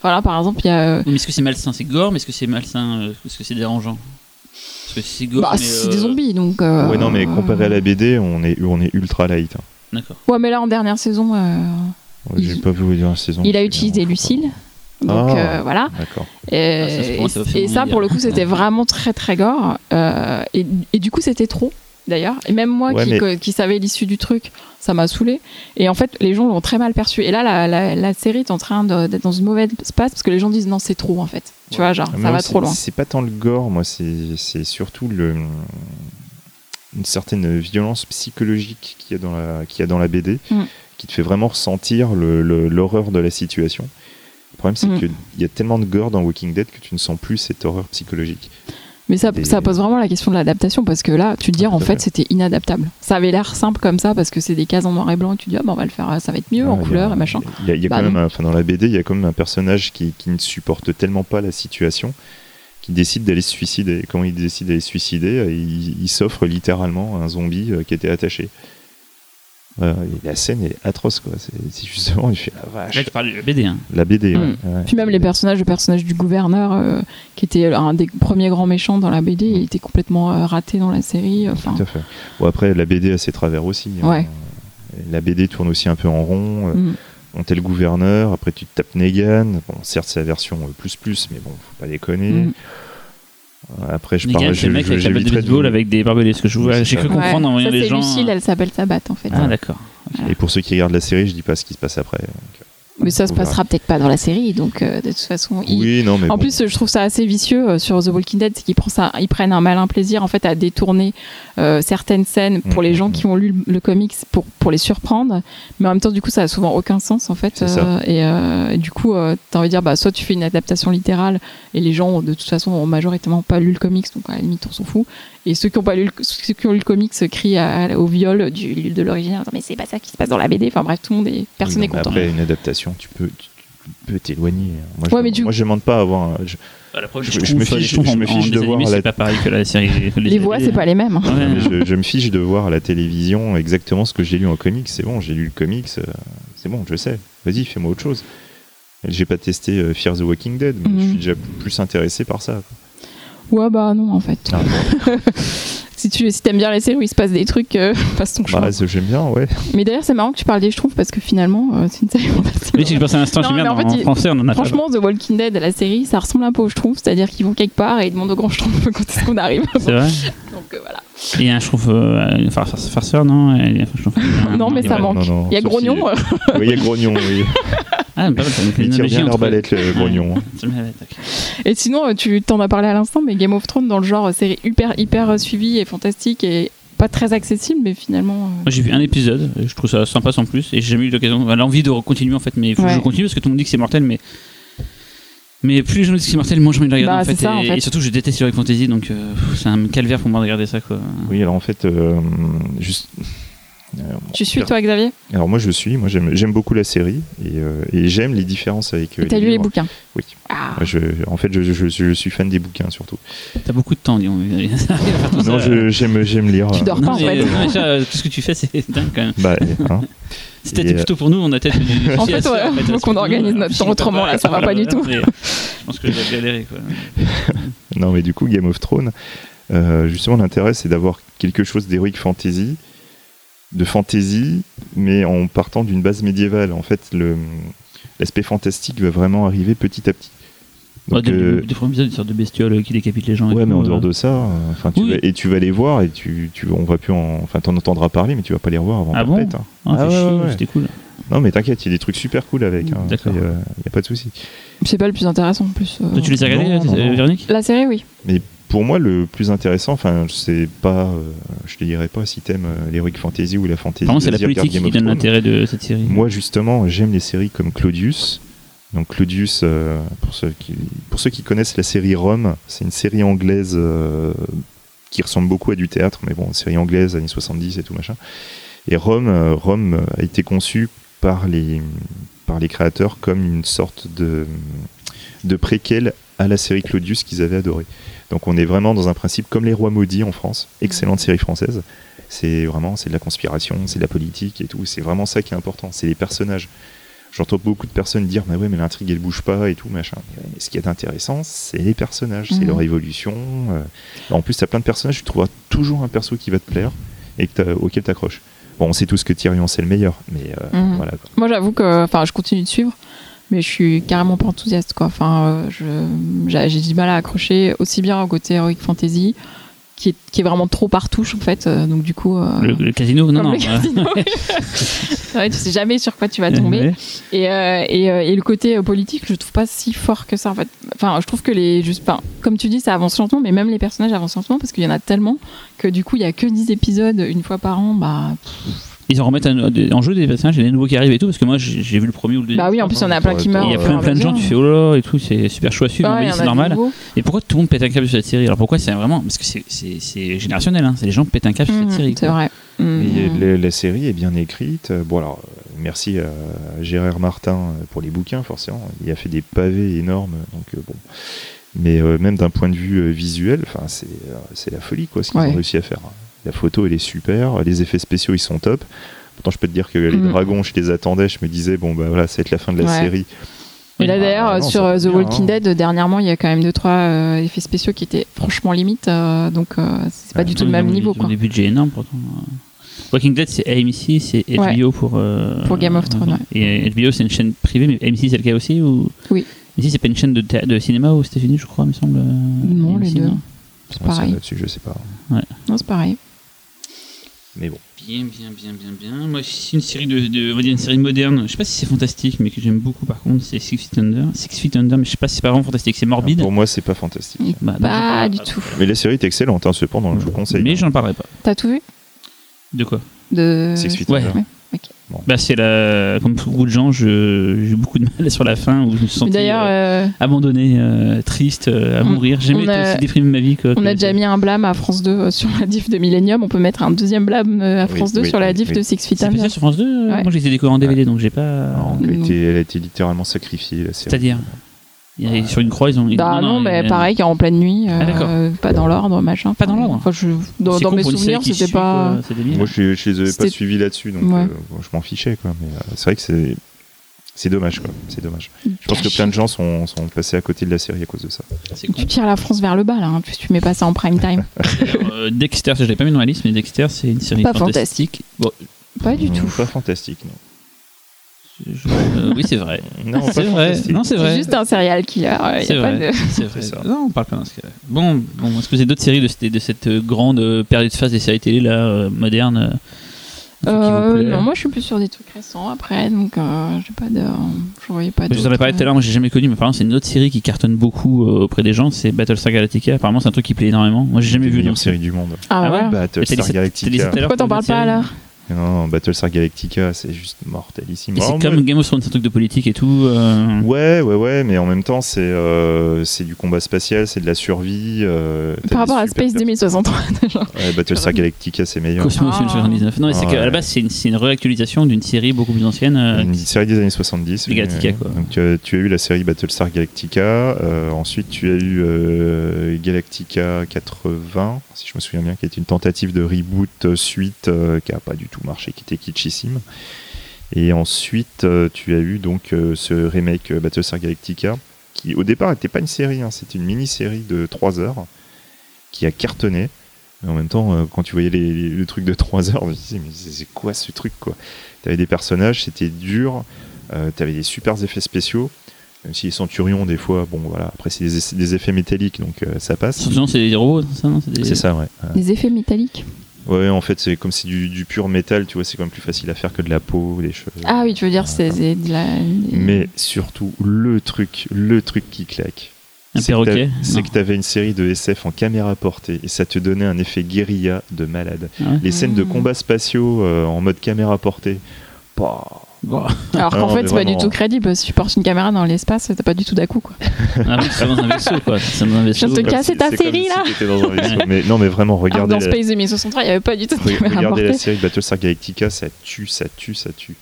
A: Enfin là, par exemple, il y a. euh,
B: Oui, Mais est-ce que c'est malsain C'est gore, mais est-ce que c'est malsain euh, Est-ce que c'est dérangeant Parce que c'est gore.
A: Bah,
B: mais,
A: c'est
B: euh,
A: des zombies, donc. euh,
C: Ouais, non, mais comparé à la BD, on est, on est ultra light. hein.
B: D'accord.
A: Ouais, mais là, en dernière saison, euh,
C: Ouais, J'ai
A: Il-
C: pas vu la saison.
A: il a
C: je-
A: utilisé Lucille. Donc
C: Ah.
A: euh, voilà.
C: D'accord.
A: Et,
B: Ah, ça, c'est- pour moi, ça va faire
A: et ça,
B: vomir.
A: pour le coup, c'était vraiment très très gore. Euh, et, et du coup, c'était trop, d'ailleurs. Et même moi
C: Ouais,
A: qui,
C: mais-
A: que- qui savais l'issue du truc, ça m'a saoulé. Et en fait, les gens l'ont très mal perçu. Et là, la, la- la série est en train de- d'être dans une mauvaise passe parce que les gens disent non, c'est trop en fait. Tu
B: Ouais.
A: vois, genre, ça
C: Moi,
A: va
C: Ah, c'est-
A: trop loin.
C: C'est pas tant le gore, moi, c'est c'est surtout le, une certaine violence psychologique qu'il y, a dans la- qu'il y a dans la BD,
A: Mm.
C: qui te fait vraiment ressentir le- le- l'horreur de la situation. Le problème, c'est
A: Mm.
C: qu'il y a tellement de gore dans Walking Dead que tu ne sens plus cette horreur psychologique.
A: Mais ça,
C: des-
A: ça pose vraiment la question de l'adaptation parce que là, tu te dis
C: Ah,
A: en
C: tout à
A: fait,
C: fait.
A: c'était inadaptable. Ça avait l'air simple comme ça parce que c'est des cases en noir et blanc et tu te dis ah, bah, on va le faire, ça va être mieux
C: Ah,
A: en
C: il y a-
A: couleur et machin.
C: Il y a, il y a
A: Bah
C: quand
A: non.
C: même un- enfin, dans la BD, il y a quand même un personnage qui, qui ne supporte tellement pas la situation qui décide d'aller se suicider. Quand il décide d'aller se suicider, euh, il, il s'offre littéralement à un zombie euh, qui était attaché. Euh, et la scène est atroce, quoi. C'est c'est justement, il fait la
B: Là,
C: vache.
B: tu parles de la BD. Hein.
C: La BD, ouais.
A: Mm.
C: Ouais.
A: Puis même les personnages, le personnage du gouverneur, euh, qui était un des premiers grands méchants dans la BD, il était complètement euh, raté dans la série. Enfin,
C: Tout à fait. Bon, après, la BD a ses travers aussi. hein.
A: Ouais.
C: La BD tourne aussi un peu en rond. euh,
A: Mm.
C: On t'est le gouverneur, après tu te tapes Negan. Bon, certes, c'est la version euh, plus plus, mais bon, faut pas déconner.
A: Mm.
C: Après, je parle.
B: Negan, c'est
C: je-
B: le mec
C: je-
B: avec la balle de
C: j'éviterai de
B: baseball
C: vous-
B: avec des barbelés. Ce que je
C: Oui,
B: vois,
C: c'est
B: j'ai
C: ça.
B: cru comprendre en voyant
A: ça,
B: les
A: c'est
B: gens. euh,
A: Lucille, elle s'appelle Sabat en fait.
B: Ah, d'accord.
C: Et pour ceux qui regardent la série, je dis pas ce qui se passe après. donc,
A: Mais ça se
C: on verra.
A: passera peut-être pas dans la série, donc euh, de toute façon. il-
C: Oui, non, mais
A: En
C: bon.
A: plus, euh, je trouve ça assez vicieux euh, sur The Walking Dead, c'est qu'ils prennent, ça- ils prennent un malin plaisir en fait à détourner euh, certaines scènes pour
C: Mm,
A: les
C: mm,
A: gens
C: mm.
A: qui ont lu le, le comics pour pour les surprendre, mais en même temps, du coup, ça a souvent aucun sens en fait.
C: C'est ça.
A: euh, et, euh, et du coup, euh, t'as envie de dire, bah, soit tu fais une adaptation littérale et les gens ont- de toute façon ont majoritairement pas lu le comics, donc à la limite on s'en fout. Et ceux qui ont pas lu, le- ceux qui ont lu le comics euh, crient à- au viol du de l'original, en disant, mais c'est pas ça qui se passe dans la BD. Enfin bref, tout le monde est personne
C: Oui,
A: n'est
C: non, mais
A: content.
C: Après une adaptation, tu peux, tu, tu peux t'éloigner. Moi,
A: Ouais,
C: je,
A: mais tu-
C: moi, je demande pas à avoir. un- je-
B: Ah, la preuve,
C: Je-
B: je,
C: je me fiche- je me fiche de voir la-
B: C'est pas pareil que la série. que
A: Les voix, c'est pas les mêmes. hein.
B: Ouais,
C: Non, mais
B: ouais.
C: je, je me fiche de voir à la télévision exactement ce que j'ai lu en comics. C'est bon, j'ai lu le comics. euh, C'est bon, je sais. Vas-y, fais-moi autre chose. J'ai pas testé euh, Fear the Walking Dead, mais
A: Mhm.
C: je suis déjà plus intéressé par ça.
A: Ouais, bah non, en fait.
C: Ah, bon,
A: Si tu si t'aimes bien les séries où il se passe des trucs, euh, passe ton chemin.
C: bah, c'est- j'aime bien, ouais.
A: mais d'ailleurs, c'est marrant que tu parles des trouve parce que finalement, euh, c'est une série fantastique.
B: Oui, si je passe un instant,
A: Non,
B: je
A: mais
B: merde.
A: en fait,
B: En
A: il-
B: français,
C: Ah,
B: on en a pas.
A: Franchement, The Walking Dead, la série, ça ressemble un peu au trouve c'est-à-dire qu'ils vont quelque part et ils demandent au grand Schtroumpf quand est-ce qu'on arrive.
B: C'est vrai.
A: Donc euh, voilà.
B: Et un trouve euh, far- far- farceur, non Et un Schtroumpf- un-
A: Non, mais
B: il
A: ça
B: va-
A: manque.
C: non, non,
A: Il y a
C: sauf si-
A: Grognon. euh,
C: Oui, il y a Grognon, oui.
B: Ah, pas mal, ça nous fait
C: Il
B: une
C: tire
B: analogie
C: bien
B: entre-
C: l'arbalète, le Grognon. hein.
B: Ça me- d'accord.
A: Et sinon, euh, tu t'en as parlé à l'instant, mais Game of Thrones, dans le genre euh, série hyper, hyper euh, suivie et fantastique et pas très accessible, mais finalement. euh,
B: Moi j'ai vu un épisode, je trouve ça sympa sans plus, et j'ai jamais eu l'occasion, enfin, l'envie de continuer en fait, mais il faut
A: Ouais.
B: que je continue parce que tout le monde dit que c'est mortel, mais. Mais plus les gens disent que c'est mortel, moins j'ai envie de le regarder
A: Bah,
B: en, fait,
A: c'est ça,
B: et,
A: en fait.
B: et surtout je déteste l'Heroic Fantasy, donc euh, pff, c'est un calvaire pour moi de regarder ça quoi.
C: Oui, alors en fait, euh, juste. euh,
A: Tu suis, toi, Xavier
C: Alors moi je suis, moi j'aime j'aime beaucoup la série et, euh, et j'aime les différences avec. euh,
A: Et T'as lu les
C: livres.
A: bouquins
C: Oui.
A: Ah.
C: Ouais, je- en fait, je, je- je suis fan des bouquins surtout.
B: T'as beaucoup de temps, disons. Ah,
C: Non, je- j'aime j'aime lire.
A: Tu
C: euh,
A: dors
B: Non,
A: hein. pas, en
B: mais-
A: fait.
B: non, mais ça, euh, tout ce que tu fais, c'est dingue quand même.
C: Bah, hein.
B: Si t'étais
C: Et, euh,
B: plutôt pour nous, on a peut-être. du-
A: En
B: du-
A: fait,
B: du-
A: ouais,
B: du-
A: faut
B: du-
A: qu'on
B: du-
A: organise notre
B: du-
A: temps autrement, là, ça va pas du tout.
B: mais euh, Je pense que j'ai galéré quoi.
C: Non, mais du coup, Game of Thrones, euh, justement, l'intérêt c'est d'avoir quelque chose d'héroïque fantasy, de fantasy, mais en partant d'une base médiévale. En fait, le- l'aspect fantastique va vraiment arriver petit à petit.
B: Ouais,
C: Donc,
B: Bah, dès le
C: euh,
B: dès le premier épisode, une sorte de bestiole euh, qui décapite les gens. et
C: Ouais,
B: tout,
C: mais en
B: euh.
C: dehors de ça, euh, enfin, tu
B: Oui.
C: vas- et tu vas les voir et tu, tu on va plus en, enfin, t'en entendras parler, mais tu vas pas les revoir avant
B: Ah
C: Perpète, hein.
B: Ah,
C: Ah
B: fait
C: ouais,
B: chier,
C: ouais, ouais.
B: C'était cool.
C: Non, mais t'inquiète, il y a des trucs super cool avec. Hein,
B: D'accord.
C: Il y a pas de souci.
A: C'est pas le plus intéressant en plus. euh.
B: Toi, tu les as regardés,
C: non, non,
B: euh,
C: non.
B: Véronique
A: La série, oui.
C: Pour moi, le plus intéressant, enfin, c'est pas, euh, je te dirais pas si t'aimes euh, l'heroic fantasy ou la fantasy.
B: Apparemment, c'est la
C: vas-y, regarde
B: politique
C: Game
B: qui
C: of
B: donne
C: Thrones.
B: l'intérêt de cette série.
C: Moi, justement, j'aime les séries comme Claudius. Donc, Claudius, euh, pour, ceux qui, pour ceux qui connaissent la série Rome, c'est une série anglaise euh, qui ressemble beaucoup à du théâtre, mais bon, série anglaise, années 70 et tout machin. Et Rome, euh, Rome a été conçue par les, par les créateurs comme une sorte de, de préquel à la série Claudius qu'ils avaient adoré. Donc, on est vraiment dans un principe comme Les Rois Maudits en France, excellente série française c'est vraiment c'est de la conspiration, c'est de la politique et tout. C'est vraiment ça qui est important, c'est les personnages. J'entends beaucoup de personnes dire mais ouais mais l'intrigue elle bouge pas et tout machin. Mais ouais, ce qui est intéressant c'est les personnages, c'est
A: Mhm.
C: leur évolution. euh. En plus t'as plein de personnages, tu trouveras toujours un perso qui va te plaire et que t'as- auquel t'accroches. Bon on sait tous que Tyrion c'est le meilleur, mais euh,
A: Mhm.
C: voilà. quoi.
A: Moi, j'avoue que, enfin, je continue de suivre, mais je suis carrément pas enthousiaste, quoi. Enfin, euh, je- j'ai j'ai du mal à accrocher aussi bien au côté heroic fantasy, qui est, qui est vraiment trop par touche, en fait. euh, donc, du coup, euh,
B: Le, le casino, non,
A: comme
B: non. bah.
A: le casino. Ouais, tu sais jamais sur quoi tu vas
B: euh,
A: tomber.
B: ouais.
A: Et, euh, et, euh, et le côté euh, politique, je le trouve pas si fort que ça en fait. Enfin, je trouve que les. Juste, enfin, comme tu dis, ça avance lentement, mais même les personnages avancent lentement parce qu'il y en a tellement que du coup, il y a que 10 épisodes une fois par an. Bah,
B: Ils en remettent un- des- en jeu des personnages, il y en a des nouveaux qui arrivent et tout, parce que moi, j'ai j'ai vu le premier ou le deuxième.
A: bah oui, en plus, il y en a plein qui
C: Et
B: Et
A: meurent.
B: il y a
A: au fur et
B: plein,
A: à
B: plein de gens,
A: mesure.
B: tu fais oh là là et tout, c'est super chaud à suivre,
A: Ouais,
B: mais
A: il y en a
B: c'est
A: de
B: normal.
A: nouveaux.
B: Et pourquoi tout le monde pète un câble sur cette série Alors pourquoi c'est vraiment. Parce que c'est- c'est c'est générationnel, hein. c'est les gens qui pètent un câble sur cette
A: Mhm,
B: série.
A: C'est
B: quoi.
A: vrai. Mhm.
C: Mais la, la série est bien écrite. Euh, Bon alors euh, merci à Gérard Martin euh, pour les bouquins forcément. Il a fait des pavés énormes donc euh, bon. Mais euh, même d'un point de vue euh, visuel, enfin c'est euh, c'est la folie quoi ce qu'ils
A: Ouais.
C: ont réussi à faire. La photo elle est super, les effets spéciaux ils sont top. Pourtant je peux te dire que les
A: Mm.
C: dragons je les attendais, je me disais bon bah voilà ça va être la fin de la
A: Ouais.
C: série.
A: Et là
C: Ah,
A: d'ailleurs,
C: non,
A: euh,
C: ça
A: sur
C: va
A: euh, The
C: bien,
A: Walking
C: hein.
A: Dead, euh, dernièrement, il y a quand même 2-3 effets spéciaux qui étaient franchement limites. euh, donc, euh, c'est pas
C: Ouais,
A: du
B: Ils
A: tout
B: ont
A: le même
B: des-
A: niveau.
B: Ils ont
A: Quoi.
B: des budgets énormes pourtant. euh. Walking Dead c'est AMC, c'est HBO pour, euh,
A: Pour Game of Thrones, ouais.
B: Et HBO c'est une chaîne privée, mais AMC c'est le cas aussi ou
A: Oui.
B: Ici c'est pas une chaîne de, thé- de cinéma aux États-Unis, je crois, il me semble. euh,
A: Non, les
B: AMC,
A: deux.
B: non
A: C'est
C: Ouais, ça,
A: pareil.
C: là-dessus, je sais pas.
A: Non, c'est pareil.
C: Mais bon.
B: Bien, bien, bien, bien, bien. Moi, c'est une série de, de- on va dire une série moderne. Je sais pas si c'est fantastique, mais que j'aime beaucoup par contre, c'est Six Feet Under. Six Feet Under, mais je sais pas si c'est pas vraiment fantastique, c'est morbide.
C: Ah, Pour moi c'est pas fantastique.
B: Bah, donc,
A: Pas
B: j'en
A: du
B: parlerai
A: tout.
C: Mais la série est excellente hein, cependant je vous
B: pas.
C: conseille. hein.
B: Mais j'en parlerai pas.
A: T'as tout vu
B: De quoi
A: de...
C: Six Feet
B: ouais.
C: Under.
A: Ouais.
B: Bah c'est la, comme beaucoup de gens, je- j'ai eu beaucoup de mal sur la fin où je me suis
A: Mais
B: senti
A: D'ailleurs,
B: euh,
A: euh,
B: abandonné, euh, triste, euh, à
A: on-
B: mourir. J'ai
A: on
B: jamais été
A: a-
B: aussi déprimé de ma vie. Quoi,
A: On
B: que-
A: a déjà mis un blâme à France 2 euh, sur la diff de Millennium. On peut mettre un deuxième blâme euh, à
C: Oui,
A: France 2
C: oui,
A: sur la
C: oui,
A: diff
C: oui.
A: de Six Feet
B: C'est passé
A: Under.
B: sur France 2
A: Ouais.
B: Moi j'ai été découvert en DVD, donc j'ai pas.
C: Non, elle, a
A: Non.
C: été, elle a été littéralement sacrifiée la série.
B: C'est-à-dire il y a- Sur une croix, ils ont. ils-
A: Bah non, mais
B: euh,
A: pareil, qui est en pleine nuit, euh,
B: Ah, d'accord.
A: pas dans l'ordre, machin.
B: Pas dans l'ordre.
A: Enfin, je- dans
B: c'est
A: dans
B: con
A: mes
B: pour une
A: souvenirs,
B: série qui
A: c'était
B: suit,
A: pas.
B: quoi, c'est débile.
C: Moi, je, je les avais pas
A: C'était-
C: suivis là-dessus, donc
A: Ouais.
C: euh, bon, je m'en fichais, quoi. Mais euh, c'est vrai que c'est. C'est dommage, quoi. C'est dommage. Je pense que plein de gens sont, sont passés à côté de la série à cause de ça.
B: C'est con.
A: Tu tires la France vers le bas là, hein, tu, tu mets pas ça en prime time.
B: Euh, Dexter, je l'ai pas mis dans ma liste, mais Dexter, c'est une série
A: Pas
B: fantastique. Bon,
A: pas du tout.
C: Pas fantastique, non.
B: je- euh, oui, c'est vrai.
C: Non,
B: C'est
C: pas
B: vrai.
C: fantastique.
B: Non, c'est
A: C'est
B: vrai.
A: juste un serial killer. euh, y a
B: C'est
A: pas
B: vrai.
A: de-
B: C'est vrai.
C: C'est ça.
B: Non, on parle pas dans ce cas-là. Bon, bon est-ce que vous avez d'autres séries de, cette- de cette euh, grande euh, période de phase des séries télé là, euh, modernes euh, un truc qui vous
A: Euh,
B: plaît
A: non, moi je suis plus sur des trucs récents après, donc euh, j'ai pas de. Je voyais pas de.
B: Je vous en ai parlé tout à l'heure, moi j'ai jamais connu, mais apparemment c'est une autre série qui cartonne beaucoup euh, auprès des gens, c'est Battlestar Galactica. Apparemment c'est un truc qui plaît énormément. Moi j'ai jamais
C: C'est la
B: vu.
C: meilleure
B: donc-
C: série du monde.
A: Ah,
B: Ah ouais,
A: voilà.
C: Bah,
B: Mais t'as dit
C: Battlestar
B: ça- t'as dit ça
C: Galactica.
B: tout à l'heure
A: Pourquoi t'en
B: pour
A: parles
B: d'autres
A: pas
B: séries.
A: alors
C: Non, non, Battlestar Galactica, c'est juste mortelissime.
B: Et
C: Ah,
B: c'est
C: moi,
B: comme Game of Thrones, c'est un truc de politique et tout. euh,
C: Ouais, ouais, ouais, mais en même temps, c'est euh, c'est du combat spatial, c'est de la survie. euh, t'as
A: Par
C: des
A: rapport à
C: super
A: Space
C: per-
A: 2063 déjà.
C: Ouais, Battlestar Galactica, c'est meilleur.
B: Cosmo aussi,
A: Ah.
B: le 79. Non, mais c'est
C: Ah
B: qu'à la
C: ouais.
B: base, c'est une, c'est une réactualisation d'une série beaucoup plus ancienne. euh,
C: Une série des années 70.
B: Les
C: oui,
B: Galactica,
C: oui.
B: quoi.
C: Donc tu as, tu as eu la série Battlestar Galactica, euh, ensuite tu as eu euh, Galactica 80, si je me souviens bien, qui est une tentative de reboot euh, suite euh, qui a pas du tout marché, qui était kitschissime. Et ensuite euh, tu as eu donc euh, ce remake euh, Battlestar Galactica, qui au départ n'était pas une série, hein, c'était une mini-série de 3 heures, qui a cartonné. Mais en même temps, euh, quand tu voyais les, les- le truc de 3 heures, je me disais, mais c'est c'est quoi ce truc quoi T'avais des personnages, c'était dur, euh, t'avais des super effets spéciaux. Même si les centurions, des fois, bon, voilà. Après, c'est des, des effets métalliques, donc euh, ça passe.
B: Sinon, c'est des robots, c'est ça, non des-
C: C'est ça, ouais.
A: Des effets métalliques.
C: Ouais, en fait, c'est comme c'est du, du pur métal, tu vois, c'est quand même plus facile à faire que de la peau, des cheveux.
A: Ah oui, tu veux dire, c'est c'est de la.
C: Mais surtout, le truc, le truc qui claque.
B: Un
C: c'est que t'as-
B: perroquet
C: C'est
B: Non.
C: que t'avais une série de SF en caméra portée et ça te donnait un effet guérilla de malade.
B: Ah ouais
C: Les scènes de
A: Mmh.
C: combats spatiaux euh, en mode caméra portée. Bah,
B: Bon.
A: Alors
C: Ah
A: qu'en
C: non,
A: fait,
C: mais
A: c'est pas du
C: vraiment.
A: tout crédible. parce que Si tu portes une caméra dans l'espace, t'as pas du tout d'un coup, quoi.
B: Ah oui, c'est dans un vaisseau, quoi. C'est dans un vaisseau.
A: Surtout
B: quoi.
A: Cas, c'est ta
C: comme
A: série,
C: si
A: là
C: t'étais dans un vaisseau. mais, Non, mais vraiment,
A: Alors,
C: regardez,
A: dans
C: la,
A: Space 2063, il y avait pas du tout de
C: re-
A: caméra
C: regardez la
A: portée.
C: série de Battlestar Galactica, ça tue, ça tue, ça tue.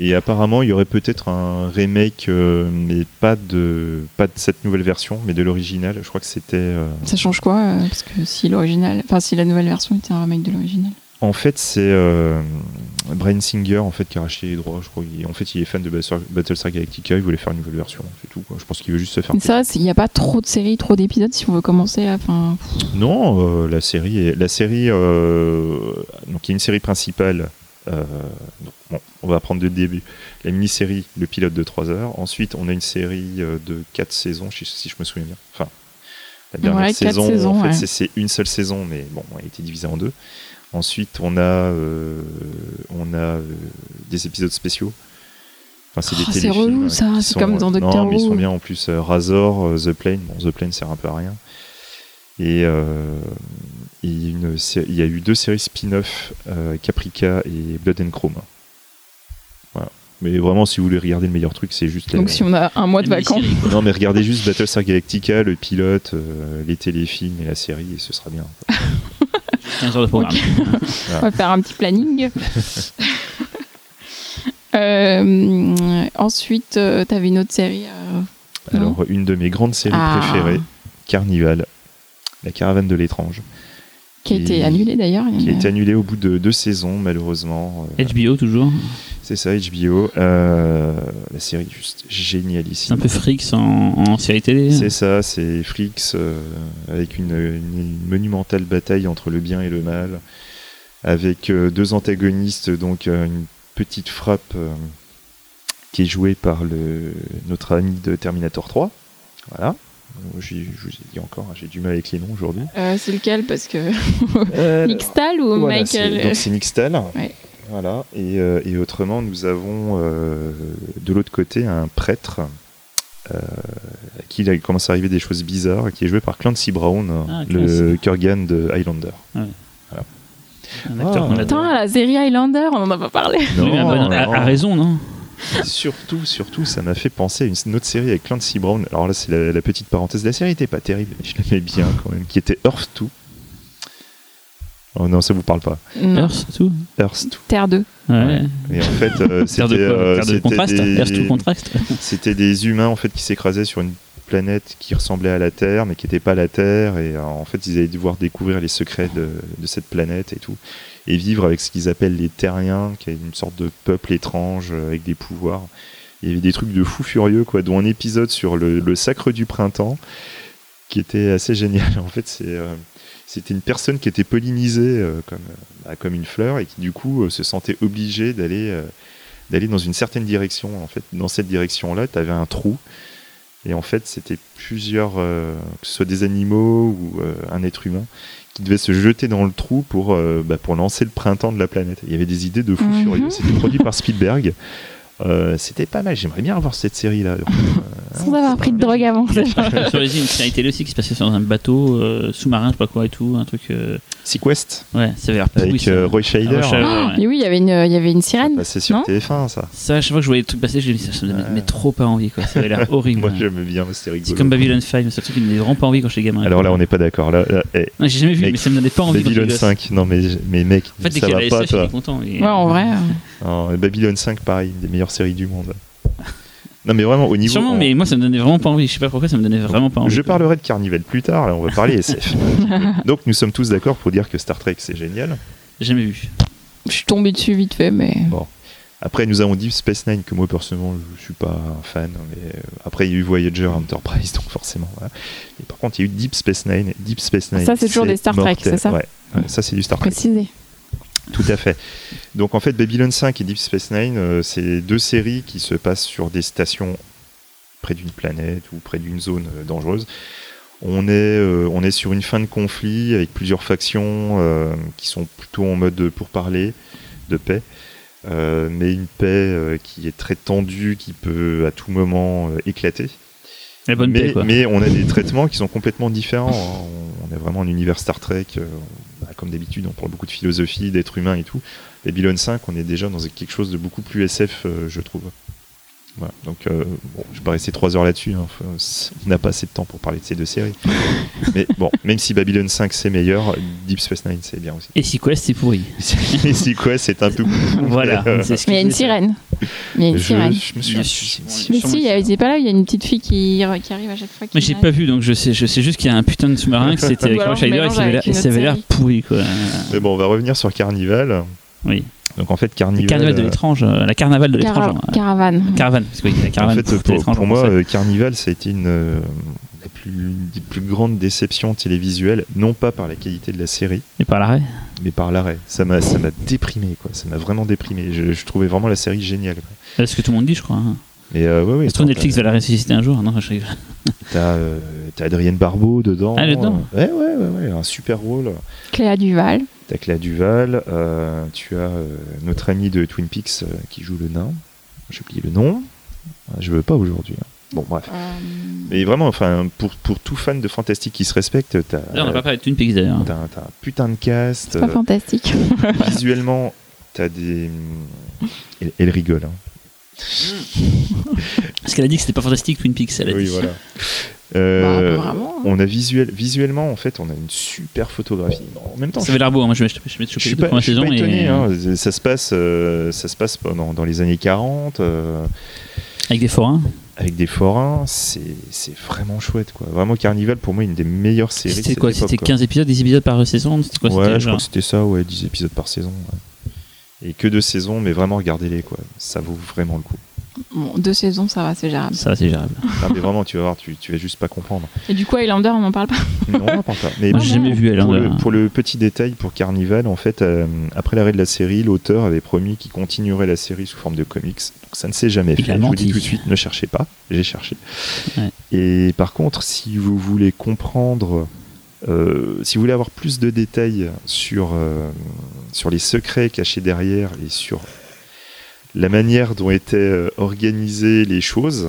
C: Et apparemment, il y aurait peut-être un remake, euh, mais pas de, pas de cette nouvelle version, mais de l'original. Je crois que c'était. euh,
A: Ça change quoi euh, Parce que si l'original, enfin si la nouvelle version était un remake de l'original.
C: En fait, c'est euh, Brian Singer en fait qui a racheté les droits. Je crois. Il- En fait, il est fan de Battlestar- Battlestar Galactica. Il voulait faire une nouvelle version. C'est tout. quoi. Je pense qu'il veut juste se faire.
A: Mais ça, il n'y a pas trop de séries, trop d'épisodes si on veut commencer à. Enfin,
C: Non, euh, la série, est- la série, euh, donc il y a une série principale. euh, donc, bon, on va prendre de début. La mini-série, le pilote de 3 heures. Ensuite, on a une série euh, de 4 saisons, si, si je me souviens bien. Enfin, la dernière
A: Ouais, quatre
C: saison,
A: saisons,
C: en fait,
A: ouais.
C: c'est- c'est une seule saison, mais bon, elle a été divisée en deux. Ensuite, on a, euh, on a euh, des épisodes spéciaux. Enfin, c'est
A: Oh,
C: des
A: c'est
C: téléfilms.
A: relou,
C: euh,
A: ça,
C: qui
A: c'est
C: sont-
A: comme dans Doctor
C: Non, mais ils
A: Who.
C: sont bien en plus. euh, Razor, euh, The Plane. Bon, The Plane sert un peu à rien. Et euh, et une sé- il y a eu deux séries spin-off, euh, Caprica et Blood and Chrome. Voilà. Mais vraiment, si vous voulez regarder le meilleur truc, c'est juste. la-
A: donc si on a un mois de
B: Une
A: vacances,
B: mini-série, quoi.
C: Non, mais regardez juste Battlestar Galactica, le pilote, euh, les téléfilms et la série, et ce sera bien.
A: Ah.
B: 15 heures de programme.
A: on va faire un petit planning. Euh, ensuite, tu t'avais une autre série. euh, Non.
C: Alors, une de mes grandes séries
A: Ah.
C: préférées, Carnival, la caravane de l'étrange,
A: qui a été
C: Qui-
A: annulée d'ailleurs.
C: qui a
A: Il y en
C: été
A: a-
B: Mhm.
C: annulée au bout de deux saisons, malheureusement. Euh,
B: HBO, toujours.
C: C'est ça, HBO. Euh, la série est juste géniale ici.
B: C'est un peu Frix en, en série télé.
C: C'est ça, c'est Frix euh, avec une, une monumentale bataille entre le bien et le mal, avec euh, deux antagonistes, donc euh, une petite frappe euh, qui est jouée par le, notre ami de Terminator 3. Voilà. Euh, j'ai- Je vous ai dit encore, hein, j'ai du mal avec les noms aujourd'hui.
A: Euh, c'est lequel Parce que
C: Euh,
A: Mixtal ou
C: voilà,
A: Michael
C: c'est- donc c'est Nixtal.
A: Ouais.
C: Voilà. Et, euh, et autrement, nous avons euh, de l'autre côté un prêtre euh, à qui il commence à arriver des choses bizarres, qui est joué par Clancy Brown,
B: Ah,
C: le Kurgan de Highlander.
B: Un acteur
C: Ah.
B: qu'on adore.
A: Putain, la série Highlander, on en a pas parlé.
B: Oui, mais un bon- à, à raison, non
C: Surtout, surtout, ça m'a fait penser à une autre série avec Clancy Brown. Alors là, c'est la, la petite parenthèse. La série était pas terrible, mais je l'aimais bien quand même, qui était Earth 2. Oh non, ça vous parle pas.
A: Non,
B: Earth, tout.
C: Earth 2.
A: Terre 2.
B: Ouais.
C: Et en fait, euh,
B: Terre de,
C: c'était
B: quoi
C: euh,
B: Terre de
C: c'était
B: contraste
C: des-
B: Earth to contraste
C: C'était des humains en fait qui s'écrasaient sur une planète qui ressemblait à la Terre mais qui n'était pas la Terre et euh, en fait ils allaient devoir découvrir les secrets de, de cette planète et tout et vivre avec ce qu'ils appellent les Terriens qui est une sorte de peuple étrange euh, avec des pouvoirs. Il y avait des trucs de fous furieux quoi dont un épisode sur le, le sacre du printemps qui était assez génial en fait c'est euh, c'était une personne qui était pollinisée euh, comme, euh, bah, comme une fleur et qui du coup euh, se sentait obligée d'aller euh, d'aller dans une certaine direction. En fait, dans cette direction-là, tu avais un trou. Et en fait, c'était plusieurs, euh, que ce soit des animaux ou euh, un être humain, qui devait se jeter dans le trou pour, euh, bah, pour lancer le printemps de la planète. Il y avait des idées de fou
A: Mhm.
C: furieux. C'était produit par Spielberg. Euh, c'était pas mal, j'aimerais bien avoir cette série-là. Euh,
A: Sans avoir pris de drogue avant.
B: Sur les îles, une série télé aussi qui se passait sur un bateau euh, sous-marin, je sais pas quoi et tout. Un truc. euh,
C: Sequest,
B: Ouais, ça avait l'air pourri.
C: avec
B: ça.
C: euh, Roy
B: Ah,
C: Scheider.
B: Rochelle,
A: Oh,
B: ouais.
A: mais oui, il y avait une, il y avait une sirène.
C: Passé sur
A: Non
C: TF1, ça.
B: Ça, à chaque fois que je voyais des trucs passer, j'ai dit ça, ça me donnait
C: Ouais.
B: trop pas envie, quoi. Ça avait l'air horrible.
C: Moi,
B: Ouais.
C: j'aime bien, mais
B: C'est
C: c'était rigolo.
B: comme Babylon 5, mais c'est un truc qui me donnait vraiment pas envie quand j'étais gamin.
C: Alors là, on n'est pas d'accord. Là, là, eh,
B: Non, j'ai jamais vu,
C: Mec,
B: mais ça me donnait pas envie. quand
C: Babylon
B: j'étais gosse.
C: 5, non mais, mais mec,
B: En fait, dès
C: ça
B: qu'il y a
C: va
B: la
C: pas
B: SF, il
C: toi.
B: est content. il-
A: Ouais, en vrai. euh,
C: Non, Babylon 5, pareil, une des meilleures séries du monde. Non, mais vraiment, au niveau.
B: Sûrement,
C: on-
B: mais moi, ça me donnait vraiment pas envie. Je sais pas pourquoi, ça me donnait vraiment pas envie.
C: Je parlerai de Carnival plus tard, là, on va parler SF. Donc, nous sommes tous d'accord pour dire que Star Trek, c'est génial.
B: J'ai Jamais vu.
A: Je suis tombée dessus vite fait, mais.
C: Après, nous avons dit Space Nine, que moi, personnellement, je suis pas un fan. Mais euh, après, il y a eu Voyager, Enterprise, donc forcément. voilà. Mais par contre, il y a eu Deep Space Nine. Deep Space Nine.
A: Ça, c'est toujours des Star Trek,
C: mortel.
A: c'est ça
C: Ouais, ouais, ça, c'est du Star Trek.
A: Précisé.
C: Tout à fait. Donc en fait, Babylon 5 et Deep Space Nine, euh, c'est deux séries qui se passent sur des stations près d'une planète ou près d'une zone euh, dangereuse. On est, euh, on est sur une fin de conflit avec plusieurs factions euh, qui sont plutôt en mode de pourparler, de paix, euh, mais une paix euh, qui est très tendue, qui peut à tout moment euh, éclater.
B: La bonne
C: mais,
B: paix, quoi.
C: mais on a des traitements qui sont complètement différents. hein. On- On est vraiment un univers Star Trek. euh, on- bah, comme d'habitude, on parle beaucoup de philosophie, d'être humain et tout. Babylon 5, on est déjà dans quelque chose de beaucoup plus SF, euh, je trouve. Voilà. Donc, euh, bon, je vais pas rester trois heures là-dessus. hein. Faut- c'est- On n'a pas assez de temps pour parler de ces deux séries. mais bon, même si Babylon 5 c'est meilleur, Deep Space Nine c'est bien aussi.
B: Et si Quest, c'est pourri.
C: Et si quoi, c'est un peu.
B: voilà.
C: Euh,
B: c'est ce
A: Mais il y a une
B: qu'il
A: sirène.
B: voulait
A: Mais il y a une
C: Je,
A: sirène.
C: je me
B: dire.
C: suis.
A: Mais si, il y a- c'est pas là, il y a une petite fille qui, qui arrive à chaque fois. qu'il
B: Mais j'ai
A: y a-
B: pas vu, donc je sais, je sais juste qu'il y a un putain de sous-marin qui c'était avec
A: Ou alors
B: Rob Schneider et
A: mélange
B: ça avait
A: avec
B: l'air- et
A: une
B: ça avait
A: autre
B: l'air
A: série.
B: pourri, quoi.
C: Mais bon, on va revenir sur Carnival.
B: Oui.
C: Donc en fait,
B: Le
C: Carnival.
B: carnaval de
C: euh,
B: l'étrange, euh, la carnaval de
A: Cara-
B: l'étrange. hein.
A: Caravane.
B: Caravane, parce que oui, la caravane.
C: en fait,
B: c'est
C: pour,
B: étrange
C: pour
B: en
C: moi,
B: français.
C: euh, Carnival, ça a été une euh, la plus, des plus grandes déceptions télévisuelles, non pas par la qualité de la série,
B: et par l'arrêt.
C: mais par l'arrêt. Ça m'a, ça m'a déprimé, quoi. Ça m'a vraiment déprimé. Je, je trouvais vraiment la série géniale. Quoi.
B: C'est Euh, ce que tout le monde dit, je crois. hein.
C: Mais euh, ouais, ouais.
B: Ça se trouve,
C: t'as-
B: Netflix va la ressusciter un jour. Non, je rigole.
C: T'as, euh, t'as Adrienne Barbeau dedans.
B: Ah, dedans.
C: Euh, ouais, ouais, ouais, ouais, un super rôle.
A: Cléa Duval.
C: T'as Cléa Duval. euh, tu as euh, notre ami de Twin Peaks euh, qui joue le nain. J'ai oublié le nom. Ah, Je veux pas aujourd'hui. hein. Bon, bref.
A: Euh,
C: Mais vraiment, enfin, pour, pour tout fan de fantastique qui se respecte, t'as.
B: D'ailleurs, on n'a pas parlé de Twin Peaks d'ailleurs.
C: T'as un, t'as un putain de cast.
A: C'est pas
C: euh,
A: fantastique.
C: visuellement, t'as des. Elle, elle rigole. hein.
B: Parce qu'elle a dit que c'était pas fantastique, Twin Peaks. Elle a dit.
C: Euh,
A: Bah, vraiment, hein.
C: on a visuel, visuellement, en fait, on a une super photographie. En même temps,
B: Ça
C: je,
B: avait l'air beau. hein. Moi, je vais je vais te
C: je
B: choper les
C: suis
B: deux
C: pas, je
B: premières
C: suis
B: saisons.
C: pas étonné.
B: et-
C: hein. Ça se passe, euh, ça se passe pendant- dans les années 40. euh,
B: Avec des forains.
C: avec des forains, c'est c'est vraiment chouette quoi. Vraiment Carnival pour moi une des meilleures séries. de
B: C'était
C: cette
B: quoi
C: époque,
B: C'était 15 épisodes, 10 épisodes par saison C'était quoi
C: ouais,
B: c'était
C: je
B: genre-
C: crois que c'était ça, ouais, 10 épisodes par saison. ouais. Et que deux saisons, mais vraiment regardez-les quoi. Ça vaut vraiment le coup.
A: Bon, deux saisons, ça va, c'est gérable.
B: Ça, c'est gérable.
C: Non, mais vraiment, tu vas voir, tu, tu vas juste pas comprendre.
A: Et du coup, Highlander, on n'en parle pas.
C: Non, on n'entend pas. Mais
B: Moi, j'ai jamais vu elle.
C: pour, le,
B: hein.
C: pour le petit détail, pour Carnival, en fait, euh, après l'arrêt de la série, l'auteur avait promis qu'il continuerait la série sous forme de comics. Donc ça ne s'est jamais
B: Il
C: fait.
B: a
C: Je vous
B: menti.
C: dis tout de suite, ne cherchez pas. J'ai cherché.
B: Ouais.
C: Et par contre, si vous voulez comprendre, euh, si vous voulez avoir plus de détails sur, euh, sur les secrets cachés derrière et sur la manière dont étaient euh, organisées les choses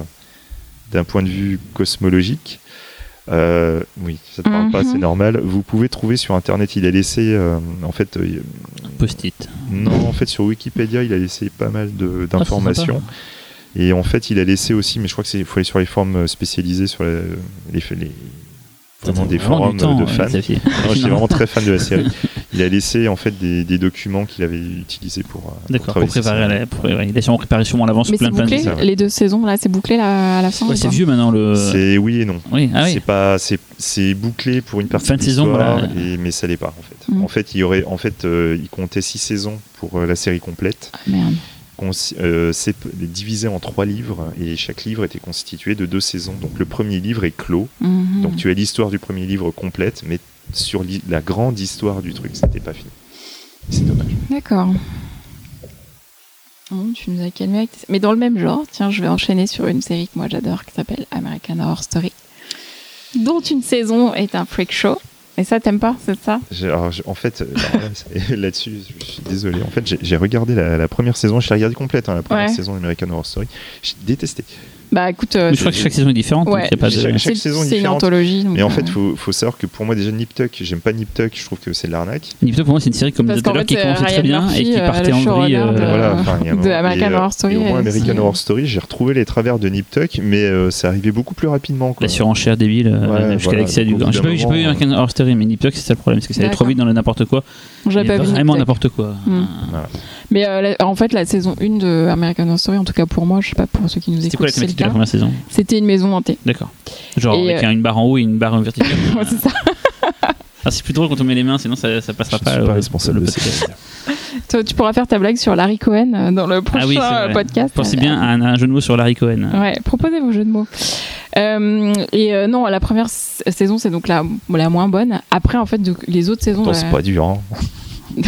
C: d'un point de vue cosmologique. euh, oui, ça te parle pas,
A: Mhm.
C: c'est normal. Vous pouvez trouver sur internet, il a laissé euh, en fait euh,
B: Post-it.
C: non, en fait sur Wikipédia, il a laissé pas mal de- d'informations.
B: Ah,
C: et en fait, il a laissé aussi, mais je crois que c'est faut aller sur les forums euh, spécialisées sur la- les, les
B: c'est sympa.
C: vraiment des
B: Ça prend
C: forums
B: du temps,
C: de
B: euh,
C: fans.
B: Xavier.
C: Moi, j'étais vraiment très fan de la série. Il a laissé en fait des, des documents qu'il avait utilisés pour. euh, pour
B: D'accord, pour
C: travailler cette
B: préparer
C: série.
B: la. pour- ouais, Il a sûrement préparé sûrement à l'avance
A: Mais
B: plein
A: c'est
B: plein de
A: bouclé, Ah
C: ça, ouais.
A: les deux saisons, là, c'est bouclé là, à la fin.
B: Ouais,
A: ou
B: c'est
A: pas
B: vieux maintenant le.
C: C'est oui et non.
B: Oui, ah
C: C'est
B: oui.
C: pas, c'est, c'est bouclé pour une partie
B: Fin de
C: de
B: saison,
C: l'histoire,
B: voilà.
C: et- mais ça l'est pas en fait.
A: Mm.
C: En fait, il y aurait, en fait, euh, il comptait six saisons pour euh, la série complète,
A: Ah, merde.
C: qu'on s- euh, c'est divisé en trois livres, et chaque livre était constitué de deux saisons. Donc le premier livre est clos,
A: Mhm.
C: donc tu as l'histoire du premier livre complète, mais sur l'hi- la grande histoire du truc, c'était pas fini. C'est dommage.
A: D'accord. Bon, tu nous as calmé avec tes- Mais dans le même genre, tiens, je vais enchaîner sur une série que moi j'adore qui s'appelle American Horror Story, dont une saison est un freak show. Et ça, t'aimes pas, c'est ça
C: J'ai- alors, j'ai- en fait, euh, alors là, c'est- là-dessus, je suis désolé. En fait, j'ai- j'ai regardé la, la première saison, je l'ai regardée complète, hein, la première
A: Ouais.
C: saison d'American Horror Story. J'ai détesté.
A: Bah écoute, euh,
B: Mais je crois que chaque saison est différente.
A: Ouais.
B: donc il y a pas de-
C: Chaque-
A: c'est
C: saison est
A: c'est une
C: différente.
A: anthologie. donc,
C: Mais en
A: euh,
C: fait, faut, faut savoir que pour moi, déjà, Nip Tuck, j'aime pas Nip Tuck, je trouve que c'est de l'arnaque.
B: Nip Tuck, pour moi, c'est une série comme
A: Parce
B: disait tout à
A: qu'en
B: l'heure
A: fait,
B: qui
A: euh,
B: commençait
A: Ryan
B: très bien
A: Murphy,
B: et qui
A: euh, le
B: partait en vrille.
A: showrunner de-
B: euh,
C: Voilà, enfin, il y a un
A: de
C: moment-
A: American
C: et, euh,
A: Horror Story,
C: et au moins,
A: euh,
C: American
A: c'est-
C: Horror Story, j'ai retrouvé les travers de Nip Tuck, mais euh, ça arrivait beaucoup plus rapidement. Quoi.
B: La surenchère débile euh,
C: Ouais,
B: jusqu'à
C: voilà,
B: l'excès
C: donc,
B: du
C: au
B: grand.
C: bout
B: J'ai
C: d'un
B: pas vu- j'ai pas vu
C: moment, euh,
B: American Horror Story, mais Nip Tuck, c'est ça le problème, parce que ça allait trop
A: D'accord.
B: vite dans le n'importe quoi.
A: j'avais
B: Il y a
A: pas vu
B: Vraiment
A: Nip Tuck.
B: n'importe quoi.
A: Hmm.
B: Euh,
A: Mais euh, la- en fait, la saison 1 de American Horror Story, en tout cas pour moi, je sais pas pour ceux qui nous
B: C'était quoi
A: écoutent,
B: la
A: si c'est le
B: thématique de la
A: cas,
B: première saison
A: c'était une maison hantée.
B: D'accord. Genre
A: Et, euh,
B: avec un- une barre en haut et une barre verticale.
A: Ouais, c'est ça.
B: Ah, c'est plus drôle quand on met les mains, sinon ça, ça
C: Je
B: passera
C: ne suis
B: pas.
C: pas
B: euh,
C: responsable
B: le
C: de ça.
B: podcast.
A: Toi, tu pourras faire ta blague sur Larry Cohen euh, dans le prochain
B: Ah oui, c'est
A: euh,
B: vrai.
A: podcast.
B: Pensez bien à un, à un jeu de mots sur Larry Cohen.
A: Ouais, proposez vos jeux de mots. Euh, et euh, non, la première s- saison, c'est donc la, la moins bonne. Après, en fait, donc, les autres saisons.
C: Pourtant,
A: euh,
C: c'est pas dur. Hein.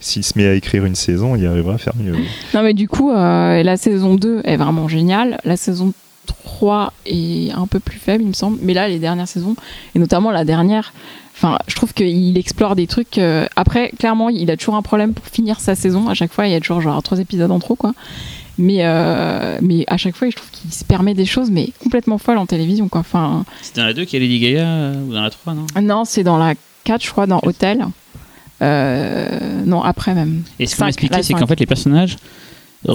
C: S'il se met à écrire une saison, il arrivera à faire mieux.
A: euh, Non, mais du coup, euh, la saison 2 est vraiment géniale. La saison 3 est un peu plus faible, il me semble. Mais là, les dernières saisons, et notamment la dernière, enfin, je trouve qu'il explore des trucs. euh, Après, clairement, il a toujours un problème pour finir sa saison. À chaque fois, il y a toujours genre trois épisodes en trop, quoi. Mais, euh, mais à chaque fois, je trouve qu'il se permet des choses, mais complètement folles en télévision, quoi. Enfin,
B: C'était dans la 2 qu'il y a Lady Gaga euh, ou dans la 3, non
A: non, c'est dans la 4, je crois, dans Hôtel. Euh, non, après même.
B: Et ce qu'on
A: Cinq,
B: expliqué,
A: la
B: c'est qu'en
A: cinq.
B: fait, les personnages,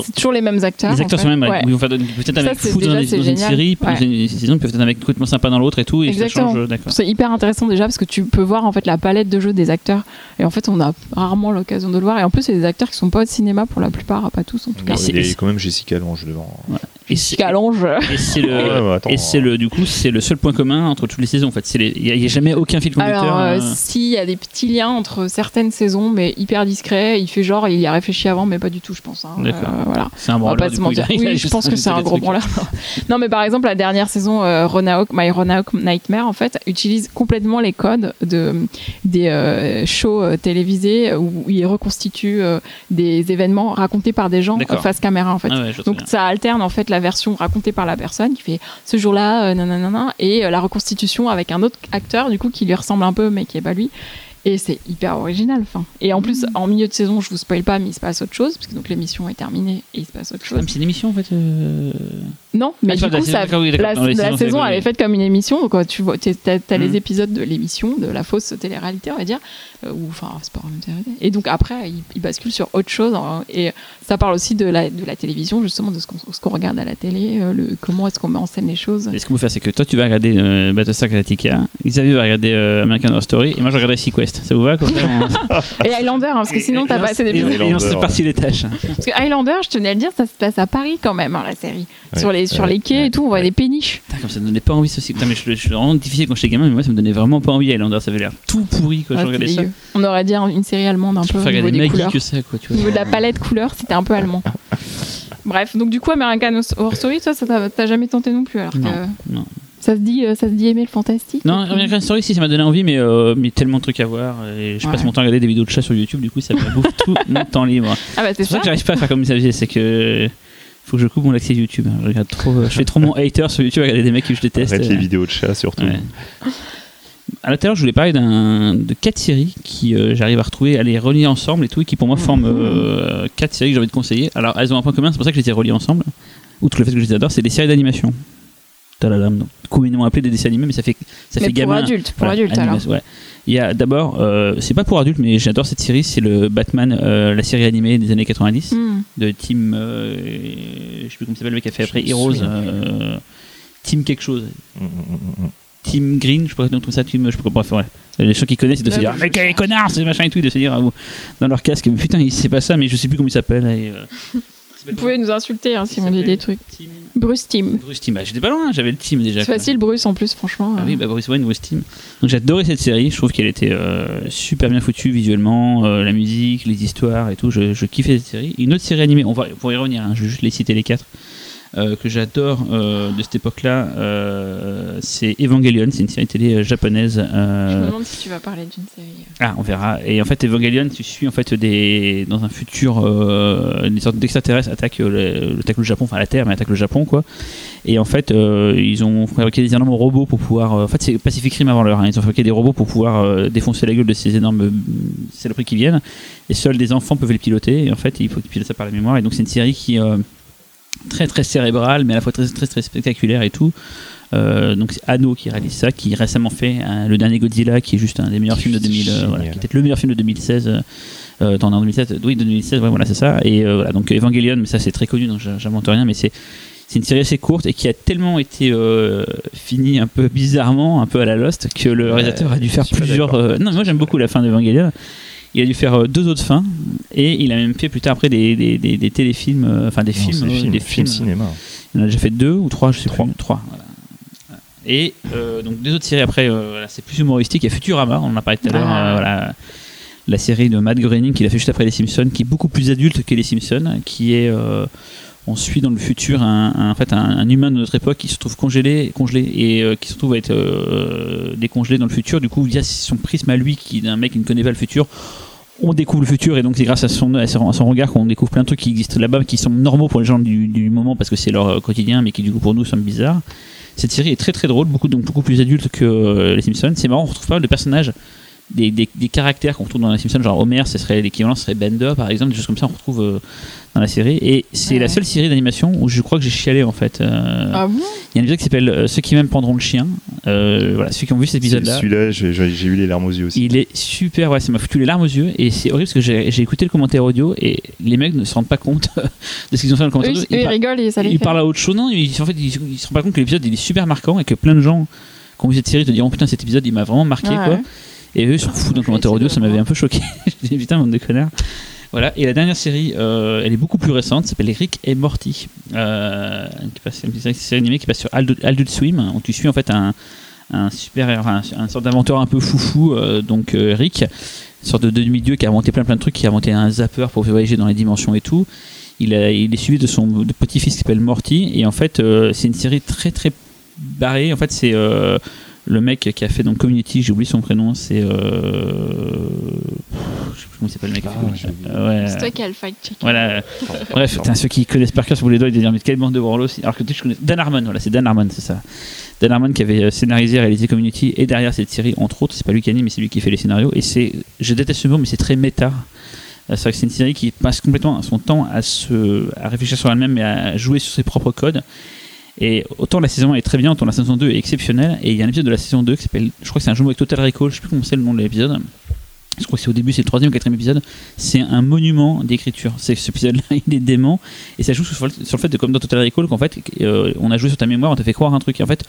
A: C'est toujours les mêmes acteurs.
B: Oh. les acteurs
A: en fait.
B: sont même.
A: Ouais.
B: ils vont faire de- Peut-être
A: Ça,
B: un mec
A: c'est
B: fou dans,
A: déjà,
B: les-
A: c'est
B: dans une
A: génial.
B: série, puis
A: Ouais.
B: dans une saison, ils peuvent être un mec complètement sympa dans l'autre et tout, et
A: Exactement.
B: ça change. euh, D'accord.
A: C'est hyper intéressant déjà parce que tu peux voir en fait la palette de jeu des acteurs et en fait on a rarement l'occasion de le voir et en plus c'est des acteurs qui sont pas au cinéma pour la plupart, hein, pas tous en tout cas.
B: Mais c'est-
C: Il y a quand même Jessica Lange devant.
B: Et c'est-
A: Calonge.
B: et c'est
C: Ah Ouais,
B: le.
C: ouais, attends.
B: Et c'est le, du coup, c'est le seul point commun entre toutes les saisons. En fait, C'est les- il n'y a, jamais aucun fil conducteur.
A: Alors euh,
B: euh,
A: si il y a des petits liens entre certaines saisons mais hyper discret, il fait genre il y a réfléchi avant mais pas du tout je pense. hein.
B: D'accord.
A: Euh, voilà.
B: c'est un
A: On va
B: branleur.
A: pas
B: du
A: se
B: coup, il
A: mentir.
B: a- il a
A: Oui, je
B: juste
A: pense que
B: rajouté
A: c'est un
B: des
A: gros
B: trucs.
A: branleur. non, mais par exemple, la dernière saison, euh, Roanoke- My Roanoke Nightmare, en fait, utilise complètement les codes de, des euh, shows euh, télévisés où il reconstitue euh, des événements racontés par des gens
B: D'accord.
A: euh, face caméra, en fait.
B: Ah ouais, je vois très
A: Donc
B: bien.
A: ça alterne en fait la version racontée par la personne qui fait ce jour-là, euh, nanana, et euh, la reconstitution avec un autre acteur du coup qui lui ressemble un peu mais qui est pas lui. Et c'est hyper original. Enfin, et en plus en milieu de saison, je vous spoil pas, mais il se passe autre chose parce que donc l'émission est terminée et il se passe autre
B: Ah,
A: chose.
B: mais c'est une émission en fait. euh,
A: Non,
B: Ah,
A: mais
B: tu
A: Bah, du
B: parles de
A: coup ça.
B: la saison, d'accord, oui, d'accord,
A: La,
B: dans les
A: la
B: saisons,
A: saison,
B: c'est-
A: elle est faite comme une émission. Quand tu vois, t'es- t'as, t'as
B: Mhm.
A: les épisodes de l'émission, de la fausse télé-réalité, on va dire, euh, ou enfin, c'est pas vraiment une télé-réalité. Et donc après, il, il bascule sur autre chose. hein, et ça parle aussi de la, de la télévision, justement, de ce qu'on, ce qu'on regarde à la télé, euh, le, comment est-ce qu'on met en scène les choses.
B: Et ce qu'on peut faire, c'est que toi, tu vas regarder euh, Battlestar Galactica, Xavier va regarder euh, American Horror Story, et moi, je regarderai SeaQuest. Ça vous va comme ça, on-
A: Et Highlander, hein, parce que sinon, t'as
B: Et-
A: pas assez
B: et-
A: d'épisodes.
B: Et on se répartit les tâches. hein.
A: Parce que Highlander, je tenais à le dire, ça se passe à Paris quand même, hein, la série.
C: Ouais,
A: sur les, sur
C: ouais,
A: les quais
C: ouais,
A: et tout, on voit
C: ouais.
A: des péniches.
B: Putain, comme ça ne donnait pas envie ceci. Putain, mais je, le- je le rends difficile quand j'étais gamin, mais moi, ça me donnait vraiment pas envie. Highlander, ça avait l'air tout pourri
A: Ouais,
B: quand je
A: Ah, c'est
B: regardais ça.
A: dégueu. On aurait dit une série allemande un
B: Je
A: peu. au
B: préfère
A: niveau
B: regarder
A: des
B: Maggie
A: couleurs.
B: que ça, quoi. Tu
A: Au
B: vois.
A: niveau de la palette couleur, c'était un peu allemand. Bref, donc du coup, American Horror Story, toi, ça t'a t'as jamais tenté non plus, alors que
B: Non, non.
A: ça se dit, euh, ça se dit aimer le fantastique.
B: Non,
A: et tout.
B: American Story, si ça m'a donné envie, mais, euh, mais tellement de trucs à voir. Et je passe
A: Ouais.
B: mon temps à regarder des vidéos de chats sur YouTube, du coup, ça me bouffe tout mon temps libre.
A: Ah bah c'est
B: C'est pour ça
A: ça.
B: que j'arrive pas à faire comme Xavier, c'est que faut que je coupe mon accès YouTube. hein. Je regarde trop, euh, je fais trop mon hater sur YouTube à regarder des mecs que je déteste.
C: Arrête les
B: euh.
C: vidéos de chat surtout.
B: Ouais. À l'intérieur, je voulais parler d'un, de quatre séries qui euh, j'arrive à retrouver, à les relier ensemble et tout, et qui pour moi forment
A: Mhm.
B: euh, quatre séries que j'ai envie de conseiller. Alors, elles ont un point commun, c'est pour ça que je les ai reliées ensemble. Outre le fait que je les adore, c'est des séries d'animation. Taladam, donc, communément appelées des dessins animés, mais ça fait, ça
A: Mais
B: fait
A: pour
B: gamin.
A: adulte, pour
B: Voilà,
A: adulte
B: anime-
A: alors.
B: ouais. Il y a d'abord, euh, c'est pas pour adulte, mais j'adore cette série, c'est le Batman, euh, la série animée des années 90
A: Hmm.
B: de Team. euh, je sais plus comment il s'appelle le mec qui a fait
C: Je
B: après
C: me
B: Heroes.
C: souviens
B: euh, Team quelque chose.
C: Mm, mm, mm, mm.
B: Team Green, je pourrais trouver ça. Team, je pourrais pas faire. Les gens qui connaissent, ils doivent se
A: Ouais,
B: dire
A: je
B: Mais quel
A: cherche.
B: connard, c'est machin et tout. Ils doivent se dire ah, vous, dans leur casque mais Putain, il sait pas ça, mais je sais plus comment il s'appelle. et, euh, il s'appelle
A: Vous pouvez nous insulter hein, si
B: Il
A: on dit
B: s'appelle
A: des trucs.
B: Team.
A: Bruce Team.
B: Bruce Team. Ah, J'étais pas loin, j'avais le team déjà.
A: C'est
B: quoi.
A: facile, Bruce en plus, franchement.
B: Ah
A: euh.
B: oui, bah Bruce Wayne, Bruce Team. Donc j'adorais cette série, je trouve qu'elle était euh, super bien foutue visuellement, euh, la musique, les histoires et tout, je, je kiffais cette série. Une autre série animée, on va pour y revenir, hein, je vais juste les citer les quatre, euh, que j'adore euh, de cette époque-là, euh, c'est Evangelion, c'est une série télé euh, japonaise. euh,
A: Je me demande si tu vas parler d'une série. euh.
B: ah, on verra. Et en fait, Evangelion, tu suis en fait des dans un futur, euh, une sorte d'extraterrestre attaque euh, le, attaque le Japon, enfin la Terre, mais attaque le Japon quoi. Et en fait, euh, ils ont fabriqué des énormes robots pour pouvoir. euh, en fait, c'est Pacific Rim avant l'heure. hein. Ils ont fabriqué des robots pour pouvoir euh, défoncer la gueule de ces énormes euh, saloperies qui viennent. Et seuls des enfants peuvent les piloter. Et en fait, il faut qu'ils pilotent ça par la mémoire. Et donc, c'est une série qui est euh, très très cérébrale, mais à la fois très très, très spectaculaire et tout. Euh, donc c'est Anno qui réalise ça, qui récemment fait hein, le dernier Godzilla, qui est juste un des meilleurs films de 2000, euh, voilà,
C: Génial.
B: qui est peut-être le meilleur film de 2016. euh, euh, dans en 2016, oui, de 2016, ouais, voilà, c'est ça. Et euh, voilà, donc Evangelion, mais ça c'est très connu, donc j'in- j'invente rien, mais c'est c'est une série assez courte et qui a tellement été euh, finie un peu bizarrement, un peu à la Lost, que le
C: Ouais,
B: réalisateur a dû faire
C: je suis pas
B: plusieurs.
C: d'accord.
B: euh, non, mais moi j'aime beaucoup la fin d'Evangelion. Il a dû faire euh, deux autres fins et il a même fait plus tard après des, des, des, des téléfilms, euh, enfin des
C: Non, c'est
B: films,
C: film,
B: euh,
C: film,
B: des films, euh,
C: cinéma.
B: il en a déjà fait deux ou trois, je sais
C: Trois.
B: plus. Trois. voilà. Et euh, donc deux autres séries après, euh, voilà, c'est plus humoristique. Il y a Futurama, on en a parlé tout à l'heure.
A: Ah.
B: euh, voilà, la série de Matt Groening qu'il a fait juste après Les Simpsons, qui est beaucoup plus adulte que Les Simpsons, qui est. euh, on suit dans le futur un, un- en fait, un, un humain de notre époque qui se trouve congelé, congelé et euh, qui se trouve à être euh, décongelé dans le futur. Du coup, via son prisme à lui, qui est un mec qui ne connaît pas le futur, on découvre le futur et donc c'est grâce à son, à son, à son regard qu'on découvre plein de trucs qui existent là-bas qui sont normaux pour les gens du, du moment parce que c'est leur euh, quotidien mais qui du coup pour nous sont bizarres. Cette série est très très drôle, beaucoup, donc, beaucoup plus adulte que euh, Les Simpsons. C'est marrant, on retrouve pas le personnage des, des, des caractères qu'on retrouve dans Les Simpsons, genre Homer, ce serait l'équivalent, ce serait Bender par exemple, des choses comme ça, on retrouve euh, dans la série. Et c'est
A: Ouais.
B: la seule série d'animation où je crois que j'ai chialé en fait. Euh,
A: Ah bon
B: Il y a un épisode qui s'appelle euh, Ceux qui m'aiment pendront le chien. Euh, voilà, ceux qui ont vu cet
C: C'est-
B: épisode-là.
C: Celui-là, j'ai j'ai- j'ai eu les larmes aux yeux aussi.
B: Il est super, ouais, ça m'a foutu les larmes aux yeux et c'est horrible parce que j'ai j'ai écouté le commentaire audio et les mecs ne se rendent pas compte de ce qu'ils ont fait dans le
A: Eux,
B: commentaire
A: ils,
B: audio.
A: eux, ils
B: par-
A: rigolent et ça les
B: ils
A: fait.
B: parlent à autre chose, non ils, En fait, ils, ils se rendent pas compte que l'épisode il est super marquant et que plein de gens qui ont vu cette série te diront putain cet épisode il m'a vraiment marqué
A: Ouais,
B: quoi.
A: Ah ouais.
B: Et eux ils sont fous dans le commentaire audio, ça m'avait un peu choqué. Je dis putain, bande de connards. Voilà, et la dernière série, euh, elle est beaucoup plus récente, ça s'appelle Rick et Morty. Euh, qui passe, c'est une série- série animée qui passe sur Adult, Adult Swim, où tu suis en fait un, un super, enfin, un, un sorte d'inventeur un peu foufou, euh, donc euh, Rick, une sorte de demi-dieu qui a inventé plein plein de trucs, qui a inventé un zapper pour voyager dans les dimensions et tout. Il, a- il est suivi de son de petit-fils qui s'appelle Morty, et en fait, euh, c'est une série très très barrée. En fait, c'est. euh, le mec qui a fait donc Community, j'ai oublié son prénom, c'est. Euh... pff, Je sais plus comment il s'appelle le mec. qui a fait
C: Ah,
B: Community.
C: j'ai oublié.
B: Euh, ouais.
A: C'est toi qui as le fact-check.
B: Voilà.
C: Pardon,
B: Euh, Bref,
C: pardon.
B: putain, ceux qui connaissent par cœur sur les doigts, ils doivent dire mais quelle bande de branlos. Alors que tu sais, je connais Dan Harmon, voilà, c'est Dan Harmon, c'est ça. Dan Harmon qui avait euh, scénarisé, réalisé Community et derrière cette série, entre autres, c'est pas lui qui anime, mais c'est lui qui fait les scénarios. Et c'est, je déteste ce mot, mais c'est très méta. Euh, C'est vrai que c'est une série qui passe complètement son temps à se, à réfléchir sur elle-même et à jouer sur ses propres codes. Et autant la saison 1 est très bien, autant la saison 2 est exceptionnelle. Et il y a un épisode de la saison 2 qui s'appelle, je crois que c'est un jeu de mots avec Total Recall, je sais plus comment c'est le nom de l'épisode. Je crois que c'est au début, c'est le troisième ou quatrième épisode. C'est un monument d'écriture. C'est cet épisode-là, il est dément. Et ça joue sur, le- sur le fait de, comme dans Total Recall, qu'en fait, euh, on a joué sur ta mémoire, on t'a fait croire un truc. Et en fait,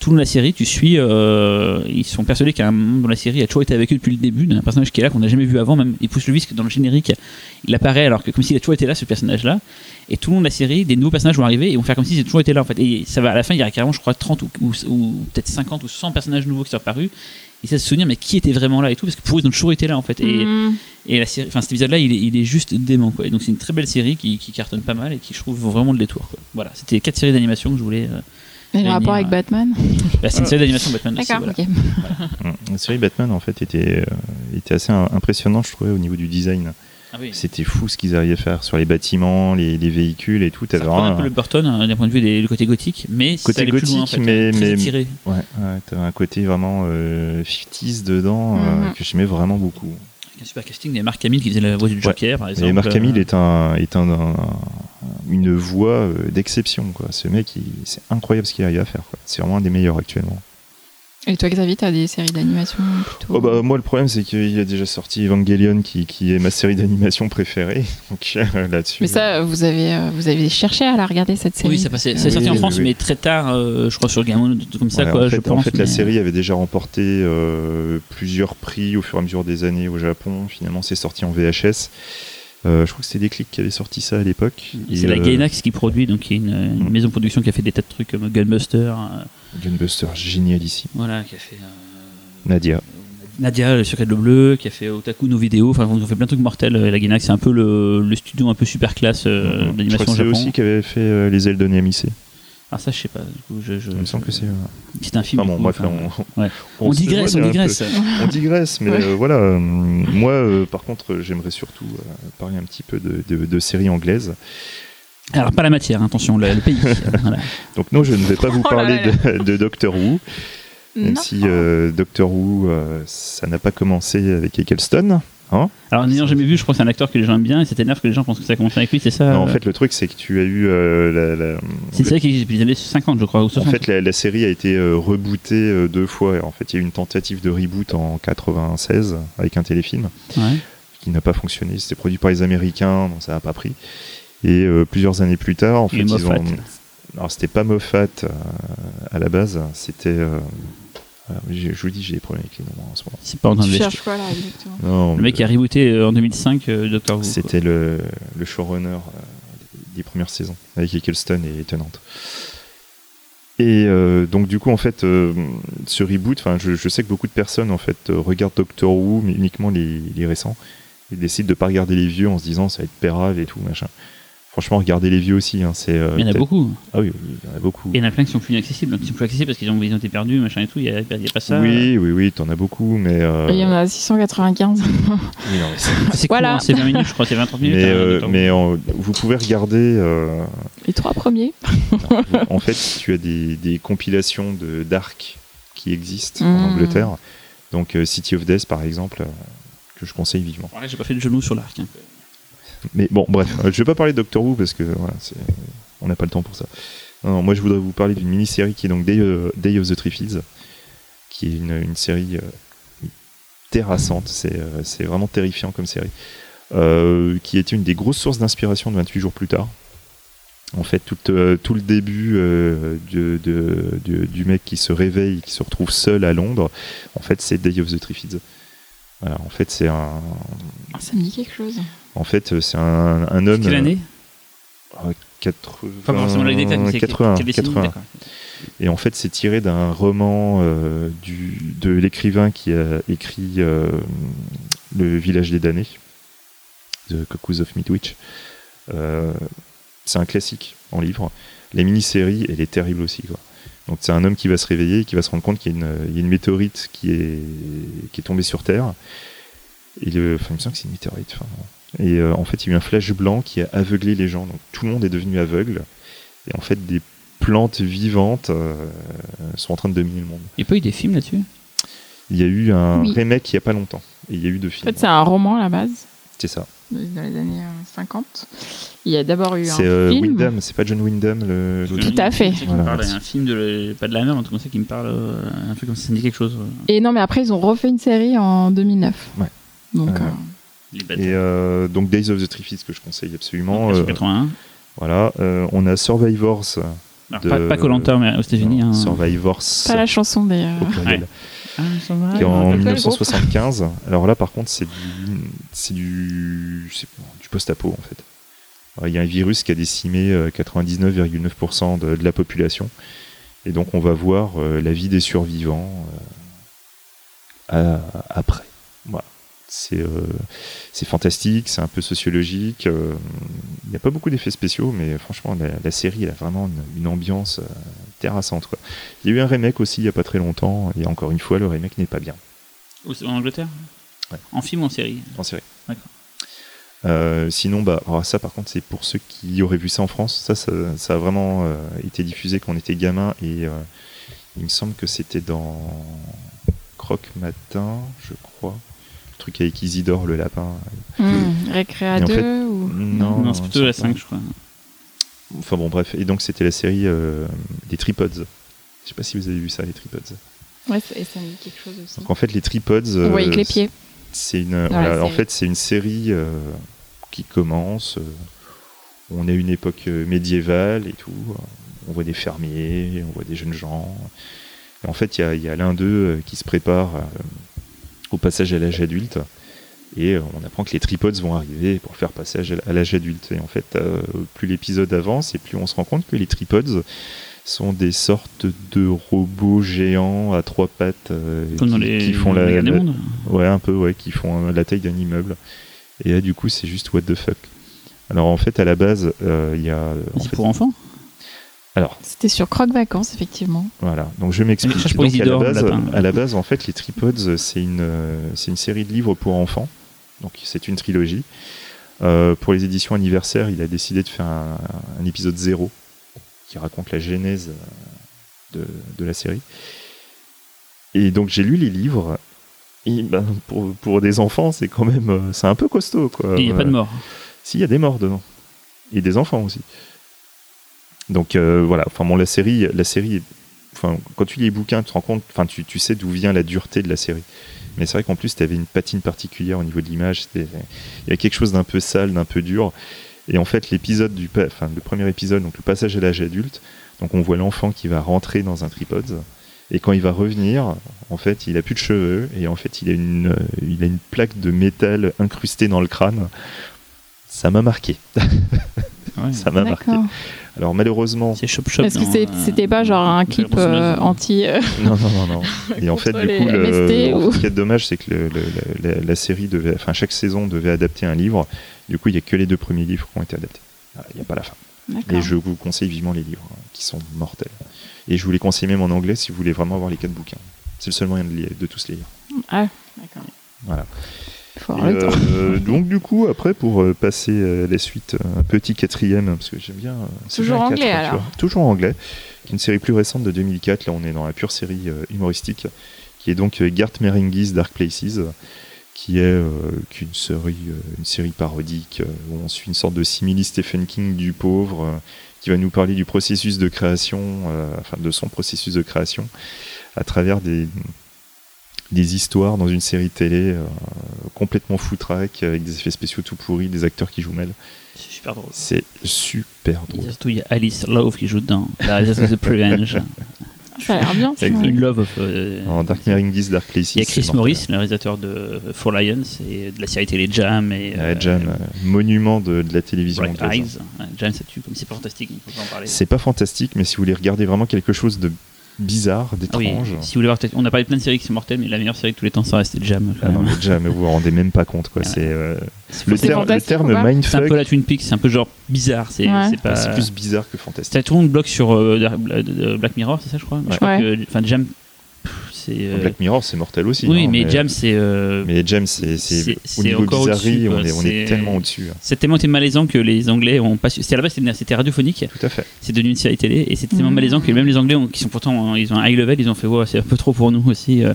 B: tout le long de la série, tu suis. euh, ils sont persuadés qu'un membre de la série a toujours été avec eux depuis le début, d'un personnage qui est là, qu'on n'a jamais vu avant. Même, il pousse le visque dans le générique. Il apparaît alors que, comme s'il a toujours été là, ce personnage-là. Et tout le long de la série, des nouveaux personnages vont arriver et vont faire comme s'ils étaient toujours été là en fait. Et ça va à la fin, il y a carrément, je crois, 30 ou, ou- ou peut-être 50 ou 100 personnages nouveaux qui sont apparus. Et ça se souvenir, mais qui était vraiment là et tout, parce que pour eux, ils ont toujours été là en fait. Et,
A: Hmm.
B: et la série, enfin, cet épisode-là, il, est- il est juste dément quoi. Et donc, c'est une très belle série qui, qui cartonne pas mal et qui, je trouve, vaut vraiment le détour quoi. Voilà, c'était quatre séries d'animation que je voulais. euh,
A: Et le
B: Réunir,
A: rapport avec
B: ouais.
A: Batman
B: bah, c'est une série d'animation Batman aussi.
A: D'accord,
B: voilà.
A: ok.
C: Mm. La série Batman, en fait, était, euh, était assez im- impressionnant, je trouvais, au niveau du design.
B: Ah oui.
C: C'était fou ce qu'ils arrivaient à faire sur les bâtiments, les, les véhicules et tout.
B: Ça
C: T'avais
B: reprend un
C: vraiment
B: peu le
C: un-
B: Burton euh, d'un point de vue des- du côté gothique, mais
C: Côté
B: ça allait plus loin, en
C: gothique,
B: fait, hein.
C: mais-
B: très
C: mais-
B: étiré.
C: ouais, ouais, t'avais un côté vraiment euh, 50s dedans euh,
A: Mhm.
C: que j'aimais vraiment beaucoup.
B: Avec Un super casting, il y avait Mark Hamill qui faisait la voix du Joker par exemple.
C: Et Marc Hamill
B: Euh,
C: est, un, est un- un- une voix euh, d'exception. quoi. Ce mec, il- c'est incroyable ce qu'il arrive à faire. quoi. C'est vraiment un des meilleurs actuellement.
A: Et toi, Xavier, t'as des séries d'animation plutôt
C: Oh bah, moi, le problème, c'est qu'il a déjà sorti Evangelion, qui, qui est ma série d'animation préférée. Donc euh, là-dessus.
A: Mais ça, vous avez, euh, vous avez cherché à la regarder cette série
B: Oui, ça passait. C'est
C: Oui,
B: sorti en
C: oui,
B: France,
C: oui.
B: mais très tard, euh, je crois, sur Game One, comme ça,
C: Ouais,
B: quoi,
C: en fait,
B: je pense.
C: en fait, la
B: mais-
C: série avait déjà remporté euh, plusieurs prix au fur et à mesure des années au Japon. Finalement, c'est sorti en VHS. Euh, je crois que c'était Déclic qui avait sorti ça à l'époque.
B: C'est
C: Et,
B: la
C: euh,
B: Gainax qui produit, donc il y a une, une
C: Mm.
B: maison de production qui a fait des tas de trucs comme Gunbuster, euh,
C: Gunbuster, génialissime.
B: voilà, qui a fait euh,
C: Nadia.
B: Nadia, le secret de l'eau bleue, qui a fait Otaku, nos vidéos, enfin, ils ont fait plein de trucs mortels. euh, La Gainax, c'est un peu le, le studio un peu super classe euh,
C: Mhm. Je crois que
B: d'animation
C: c'est eux
B: japon.
C: aussi qui avait fait euh, Les ailes de Néamissé.
B: Ah, ça, je sais pas. Du coup, je, je-
C: Il me semble que c'est. euh,
B: C'est un film.
C: Enfin
B: du
C: bon,
B: coup,
C: bref, là,
B: enfin,
C: on,
B: ouais.
C: on
B: on
C: se
B: digresse,
C: voit
B: on
C: un
B: digresse.
C: peu. On digresse, mais
A: Ouais.
C: euh, voilà. euh, moi, euh, par contre, euh, j'aimerais surtout euh, parler un petit peu de, de- de séries anglaises.
B: Alors, pas la matière, hein, attention, le, le pays. voilà.
C: Donc, non, je ne vais pas vous
A: Oh là
C: parler de, de Doctor Who. Même
A: Non.
C: si euh, Doctor Who, euh, ça n'a pas commencé avec Eccleston. hein
B: Alors, n'ayant jamais vu, je crois que c'est un acteur que les gens aiment bien et c'est énerve que les gens pensent que ça commence avec lui, c'est ça
C: Non, en
B: euh,
C: fait, le truc, c'est que tu as eu euh, la, la-
B: C'est
C: le-
B: vrai qu'il existe depuis les années 50, je crois, ou
C: En
B: 60.
C: fait, la, la série a été euh, rebootée euh, deux fois. En fait, il y a eu une tentative de reboot en 96 avec un téléfilm
B: Ouais.
C: qui n'a pas fonctionné. C'était produit par les Américains, donc ça n'a pas pris. Et euh, plusieurs années plus tard, en fait,
B: Et
C: ils
B: Moffat.
C: ont. Alors, c'était pas Moffat euh, à la base. C'était. euh, alors, j'ai- je vous dis, j'ai des problèmes avec les noms en ce moment.
B: C'est pas en train de
A: Tu
B: les-
A: cherches quoi là exactement
C: Non,
B: Le mec qui a rebooté euh, en 2005 euh, Doctor Who. quoi.
C: C'était le, le showrunner euh, des premières saisons avec Eccleston et Tennant. Et euh, donc du coup en fait euh, ce reboot, enfin je, je sais que beaucoup de personnes en fait euh, regardent Doctor Who mais uniquement les, les récents et décident de pas regarder les vieux en se disant ça va être pérave et tout machin. Franchement, regardez les vieux aussi. hein, c'est, euh,
B: Il y en a
C: peut-être-
B: beaucoup.
C: Ah oui, oui, il y en a beaucoup.
B: Il y en a plein qui sont plus inaccessibles, qui sont plus accessibles parce qu'ils ont, ils ont été perdus, machin et tout. Il n'y a, il y a pas ça. euh,
C: Oui, oui, oui, t'en as beaucoup, mais. euh,
A: Il y en a 695.
C: oui, non, mais c'est-
B: C'est court,
A: Voilà.
B: hein, c'est 20 minutes, je crois, c'est 20-30 minutes.
C: mais,
B: hein,
C: euh,
B: de temps.
C: mais en- vous pouvez regarder. euh,
A: Les trois premiers.
C: en fait, tu as des, des compilations de Dark qui existent
A: Mm.
C: en Angleterre. Donc euh, City of Death, par exemple, euh, que je conseille vivement.
B: Pareil, j'ai pas fait de genoux sur l'arc. hein.
C: Mais bon, bref, euh, je vais pas parler de Doctor Who parce que voilà, c'est- on n'a pas le temps pour ça. Non, non, moi, je voudrais vous parler d'une mini-série qui est donc Day, euh, Day of the Three Fields, qui est une, une série euh, terrassante. C'est euh, c'est vraiment terrifiant comme série. Euh, qui était une des grosses sources d'inspiration de 28 jours plus tard. En fait, tout, euh, tout le début euh, de- de- de- du mec qui se réveille, qui se retrouve seul à Londres, en fait, c'est Day of the Three Fields. Voilà, en fait, c'est un,
A: Ah, ça me dit quelque chose.
C: en fait, c'est un, un homme.
B: Quelle année
C: euh, 80,
B: Enfin, pas forcément l'année exacte, mais c'est
C: 80,
B: quelle décennie,
C: 80.
B: d'accord.
C: Et en fait, c'est tiré d'un roman euh, du, de l'écrivain qui a écrit euh, Le village des damnés, The Cocos of Midwich. Euh, c'est un classique en livre. Les mini-séries, elle est terrible aussi. Quoi. Donc, c'est un homme qui va se réveiller et qui va se rendre compte qu'il y a une, il y a une météorite qui est, qui est tombée sur Terre. Et le, enfin, il me semble que c'est une météorite. enfin, non. et euh, en fait, il y a eu un flash blanc qui a aveuglé les gens. Donc, tout le monde est devenu aveugle. Et en fait, des plantes vivantes euh, sont en train de dominer le monde.
B: Il n'y a pas eu des films là-dessus
C: Il y a eu un
A: Oui.
C: remake il n'y a pas longtemps. Et il y a eu deux
A: En
C: films.
A: fait, c'est un roman à la base,
C: C'est ça.
A: de- dans les années euh, 50. Il y a d'abord eu un
C: C'est euh,
A: film.
C: Wyndham, c'est pas John Wyndham le- l'autre.
A: Tout à fait.
B: Il
C: Voilà,
B: parle,
C: merci.
B: un film de le- pas de la mer, un truc comme ça qui me parle, euh, un truc comme ça, ça me dit quelque chose. euh,
A: Et non, mais après, ils ont refait une série en 2009.
C: Ouais.
A: Donc,
C: Ouais.
A: euh,
B: les bêtes.
C: Et euh, donc Days of the Three Fields que je conseille absolument. euh,
B: 1981.
C: voilà, Euh, on a Survivors.
B: Alors,
C: de-
B: pas- Pas Colanta mais aux États-Unis.
C: Non,
B: hein.
C: Survivors
A: pas la chanson des. euh,
C: au pluriel,
B: Ah, ça va,
C: qui est
B: on
C: en
B: rappelle pas.
C: 1975. Alors là, par contre, c'est du, c'est du, c'est du post-apo en fait. Alors, Il y a un virus qui a décimé euh, 99,9% de, de la population. Et donc, on va voir euh, la vie des survivants euh, à- après. Voilà. C'est euh, c'est fantastique, c'est un peu sociologique. euh, Il n'y a pas beaucoup d'effets spéciaux, mais franchement, la, la série elle a vraiment une, une ambiance euh, terrassante. Quoi. Il y a eu un remake aussi il n'y a pas très longtemps, et encore une fois, le remake n'est pas bien.
B: Où c'est- En Angleterre
C: Ouais.
B: En film ou en série
C: En série.
B: D'accord.
C: Euh, sinon, bah, alors ça par contre, c'est pour ceux qui auraient vu ça en France. Ça, ça, ça a vraiment euh, été diffusé quand on était gamin et euh, il me semble que c'était dans Croque Matin, je crois. Le truc avec Isidore le lapin.
A: hmm, Récréa
C: Oh. Et en
A: 2
C: fait-
A: ou.
C: Non.
B: Non, c'est plutôt la
C: c'est
B: 5, je crois.
C: Enfin bon, bref. Et donc, c'était la série euh, des tripods. Je sais pas si vous avez vu ça, les tripods.
A: Ouais, c'est- et ça me dit quelque chose aussi.
C: Donc en fait, les tripods. euh,
A: On voit avec les pieds.
C: C'est une,
A: la
C: voilà, en
A: série.
C: fait, c'est une série euh, qui commence. euh, on est à une époque euh, médiévale et tout. On voit des fermiers, on voit des jeunes gens. Et en fait, il y a, il y a l'un d'eux euh, qui se prépare euh, au passage à l'âge adulte. Et euh, on apprend que les tripods vont arriver pour faire passage à l'âge adulte. Et en fait, euh, plus l'épisode avance, et plus on se rend compte que les tripods sont des sortes de robots géants à trois pattes euh,
B: Comme
C: qui,
B: dans les
C: qui font la-
B: la Guerre des
C: la,
B: Mondes.
C: Ouais, un peu, ouais, qui font euh, la taille d'un immeuble. Et là, du coup, c'est juste what the fuck. Alors, en fait, à la base, euh, il y a. euh, en
B: C'est
C: fait-
B: pour enfants
C: Alors,
A: C'était sur Croque Vacances, effectivement.
C: voilà. Donc, je m'explique.
B: Mais cherche pour
C: Donc, à, la
B: Isidore, le
C: base,
B: lapin.
C: à la base, en fait, les tripods, c'est une, euh, c'est une série de livres pour enfants. Donc, c'est une trilogie. Euh, pour les éditions anniversaires, il a décidé de faire un, un épisode zéro qui raconte la genèse euh, de, de la série. Et donc, j'ai lu les livres. Et ben, pour, pour des enfants, c'est quand même. euh, C'est un peu costaud, quoi.
B: Et il n'y a pas de mort.
C: S'il y a des morts dedans. Et des enfants aussi. Donc euh, voilà, enfin bon, la série, la série est- enfin, quand tu lis les bouquins, tu te rends compte, enfin tu, tu sais d'où vient la dureté de la série. Mais c'est vrai qu'en plus, tu avais une patine particulière au niveau de l'image. c'était- Il y a quelque chose d'un peu sale, d'un peu dur. Et en fait, l'épisode du, pa- enfin, le premier épisode, donc le passage à l'âge adulte, donc on voit l'enfant qui va rentrer dans un tripode. Et quand il va revenir, en fait, il a plus de cheveux et en fait, il a une, euh, il a une plaque de métal incrustée dans le crâne. Ça m'a marqué.
B: Ouais.
C: Ça m'a marqué.
A: D'accord.
C: Alors malheureusement,
B: C'est Chop Chop.
A: Est-ce que
B: dans,
A: c'est-
B: euh,
A: c'était pas genre un
B: dans la
A: clip
B: grosse
A: euh,
B: meuse.
A: anti. euh,
C: non, non, non, non. Et en fait,
A: Contre
C: du coup,
A: les
C: le-
A: MST ou-
C: ce qui est dommage, c'est que le- le- la, la- la série devait, enfin, chaque saison devait adapter un livre. Du coup, il n'y a que les deux premiers livres qui ont été adaptés. Ah, il n'y a pas la fin.
A: D'accord.
C: Et je vous conseille vivement les livres, hein, qui sont mortels. Et je vous les conseille même en anglais si vous voulez vraiment avoir les quatre bouquins. C'est le seul moyen de, les- de tous les lire.
A: Ah, d'accord.
C: Voilà.
A: Il faut
C: Et,
A: avoir le temps.
C: euh, donc du coup, après, pour euh, passer euh, la suite, un petit quatrième, parce que j'aime bien... euh, c'est
A: Toujours
C: bien un
A: anglais,
C: quatre, tu
A: alors.
C: vois. Toujours anglais, qui est une série plus récente de 2004, là on est dans la pure série euh, humoristique, qui est donc euh, Garth Marenghi's Dark Places, qui est euh, qu'une série, euh, une série parodique, euh, où on suit une sorte de simili Stephen King du pauvre, euh, qui va nous parler du processus de création, euh, enfin de son processus de création, à travers des des histoires dans une série télé euh, complètement foutraque avec des effets spéciaux tout pourris, des acteurs qui jouent mal.
B: C'est super drôle.
C: C'est super
B: Et
C: drôle.
B: surtout, il y a Alice Love qui joue dedans. Bah, La réalisatrice de Prevenge.
A: Ça a l'air bien. ça.
B: Une Love of. euh,
C: En Dark Meringis, Dark Places.
B: il y a Chris
C: Oh, c'est mortel.
B: Morris, le réalisateur de Four Lions et de la série télé Jam et.
C: Ouais,
B: euh,
C: Jam, euh, monument de, de la télévision
B: Bright
C: anglaise.
B: Eyes. Ouais, Jam, ça tue, comme c'est fantastique, il faut pas en parler.
C: C'est pas fantastique, mais si vous voulez regarder vraiment quelque chose de bizarre,
B: Ah oui,
C: d'étrange.
B: si vous voulez voir, peut-être- on a parlé de plein de séries qui sont mortelles, mais la meilleure série de tous les temps, ça reste Jam. quand
C: Ah non,
B: même.
C: mais Jam, vous vous rendez même pas compte, quoi.
B: Ah Ouais.
C: C'est euh,
B: C'est
C: le
A: C'est
C: terme, le
A: fantastique ou
C: terme
A: pas
B: c'est un peu
C: mindfuck. euh,
B: la Euh, Twin Peaks, c'est un peu genre bizarre. C'est
A: Ouais.
B: c'est pas.
C: C'est plus bizarre que fantastique.
B: Ça tourne bloc sur euh, Dark- Bla- euh, Black Mirror, c'est ça, je crois. Je crois
A: Ouais.
B: que, enfin, Jam, pff, c'est. euh,
C: Black Mirror, c'est mortel aussi.
B: oui,
C: non,
B: mais, Jam, c'est. euh,
C: mais Jam, c'est c'est-
B: c'est-
C: au
B: c'est
C: niveau
B: encore au-dessus,
C: bizarrerie, on
B: quoi.
C: est, on est
B: C'est-
C: tellement au-dessus. hein.
B: C'est tellement été malaisant que les Anglais ont pas su. C'était à la base, c'était c'était radiophonique,
C: Tout à fait.
B: c'est devenu une série télé, et c'était tellement
A: Mmh.
B: malaisant que même les Anglais, ont- qui sont pourtant, hein, ils ont un high level, ils ont fait, ouais, c'est un peu trop pour nous aussi. euh,